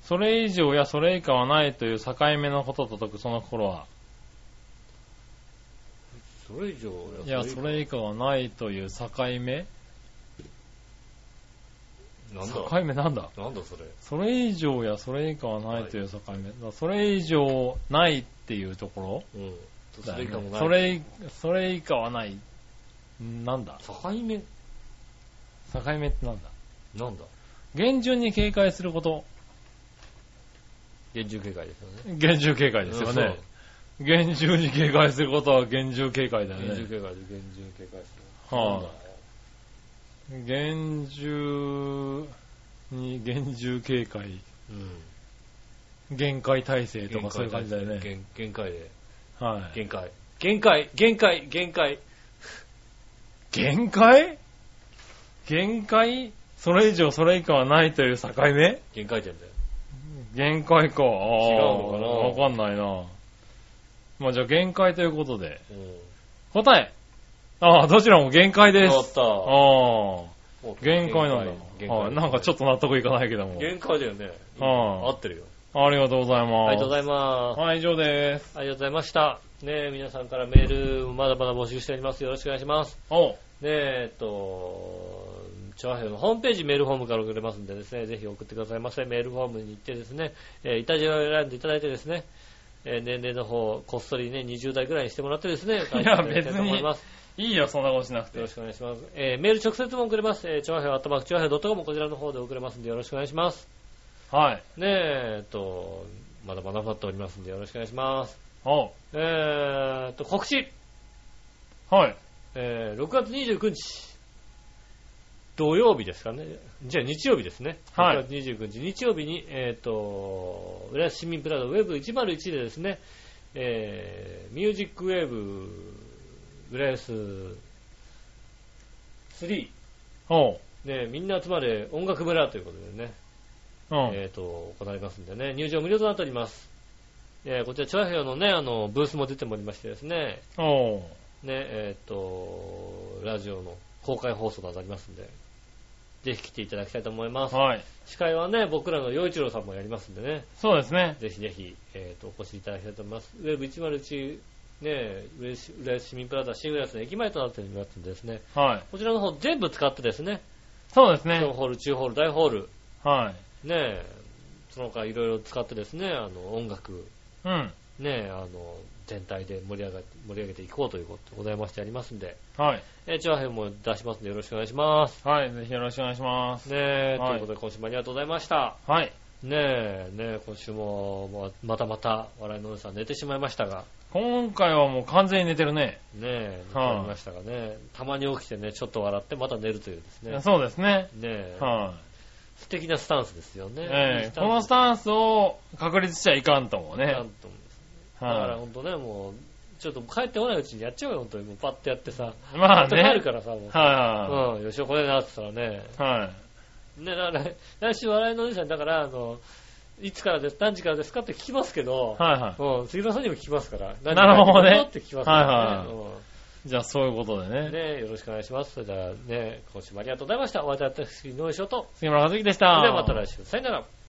B: それ以上やそれ以下はないという境目のことと解くその心は。
D: それ以上
B: いや、それ以下はないという境目
D: なん
B: 境
D: だ
B: 目なんだ
D: なんだそれ。
B: それ以上やそれ以下はないという境目。だからそれ以上ないっていうところ
D: うん。そ
B: だ
D: れ以下
B: よ
D: も
B: ね
D: ない。
B: それ以、それ以下はない。んなんだ
D: 境目
B: 境目ってなんだ
D: なんだ
B: 厳重に警戒すること。
D: 厳重警戒ですよね。
B: 厳重警戒ですよね。厳重に警戒することは厳重警戒だ
D: そう。
B: よ
D: 厳
B: ね。
D: 重警戒で厳重警戒ですね。
B: はあ
D: なんだ
B: 厳重に厳重警戒、
D: うん。
B: 厳戒態勢とかそういう感じだよね。
D: 限限界で。
B: はい。
D: 限界。限界限界限界
B: 限界限界それ以上それ以下はないという境目
D: 限界点だよ。
B: 限界か。違う
D: 違うのかな
B: わかんないな。まあじゃあ限界ということで。
D: うん。
B: 答えああ、どちらも限界で
D: 変わ
B: す。
D: った。
B: ああ。
D: もう
B: 限界なんだ。
D: 限
B: はい、なんかちょっと
D: と。
B: 納得いかないけども。
D: 限界だよね。
B: うん
D: 合ってるよ。
B: ありがとうございます。
D: ありがとうご
B: い
D: ざいます。
B: はい、以上です。
D: ありがとうございました。ねえ、皆さんからメール、まだまだ募集しております。よろしくお願いします。
B: おう
D: ねえ、えっと、チョアヘヨのホームページメールフォームから送れますんでですね、ぜひ送ってくださいませ。メールフォームに行ってですね、えー、イタジラを選んでいただいてですね、えー年齢の方、こっそりね、20代ぐらいにしてもらってですね、書いていただきたいと思います。
B: いいよ、そんなことしなく
D: よ
B: て
D: ろ。しくお願いします。えーメール直接も送れます。えー、チョアヘヨアットマーク、チョアヘヨ .com こちらの方で送れますんでよろしくお願いします。
B: はい。
D: ねえ、えっと、まだまだ待っておりますんでよろしくお願いします。
B: おう
D: えーっと、告知
B: はい。
D: えー6月29日、土曜日ですかね。じゃあ日曜日ですね。
B: はい
D: 6月29日、日曜日に、えっ、と、浦安市民プラザウェブ101でですね、えーミュージックウェーブ、浦安3、
B: おう
D: ね、みんな集まれ音楽村ということでね、
B: うん。
D: えっ、と、行いますんでね、入場無料となっております。えーこちら、チョアヘヨのね、あの、ブースも出ておりましてですね、
B: おう
D: ね、えっ、と、ラジオの公開放送となりますんで、ぜひ来ていただきたいと思います。
B: はい。
D: 司会はね、僕らの洋一郎さんもやりますんでね、
B: そうですね。
D: ぜひぜひ、えっ、と、お越しいただきたいと思います。ウェブ101、ね、浦安浦安市民プラザ新浦安の駅前となっておりますんでですね、
B: はい。
D: こちらの方全部使ってですね、
B: そうです
D: 小
B: ね。
D: ホール、中ホール、大ホール、
B: はい。
D: ね、その他いろいろ使ってですね、あの、音楽、
B: うん。
D: ね、あの、全体で盛り上が盛り上げていこうということでございましてやりますんで、
B: はい。
D: えー、チャーヘンも出しますんでよろしくお願いします。
B: はい。ぜひよろしくお願いします。
D: ねえ、
B: はい
D: ということで今週もありがとうございました。
B: はい。
D: ねえ、ねえ、今週も、ままたまた、笑いのおじさん寝てしまいましたが、
B: 今回はもう完全に寝てるね。
D: ねえ、寝て
B: はい
D: おりましたがね、たまに起きてね、ちょっと笑ってまた寝るというですね、ね
B: そうですね。
D: え、
B: はい。
D: 素敵なスタンスですよね。
B: え
D: いい
B: えこのス
D: ン
B: タンスを確立しちゃいかんとも
D: ス
B: ね
D: だ。と思うんですだから
B: は
D: 本当ね、もう、ちょっと帰ってこないうちにやっちゃうよ、本当に。もうパッてやってさ。
B: まあ
D: パッ
B: ね。
D: と帰
B: は
D: る
B: い
D: からさ、も
B: は
D: う。うん、よしおこれなって言ったらね。
B: いはい。はい。
D: ね、だから来週笑いのおじさん、だから、あの、いつからです、何時からですかって聞きますけど、
B: はいは
D: うん、杉田さんにも聞きますから。
B: なるほどね
D: 何時からですかって聞きますからね。
B: は
D: うん
B: い。じゃあそういうことでね。
D: ね、よろしくお願いします。それではね、今週もありがとうございました。お会いいたい私、井上翔と。
B: 杉村和樹でし
D: そ
B: た。
D: れではまた来週。さよなら。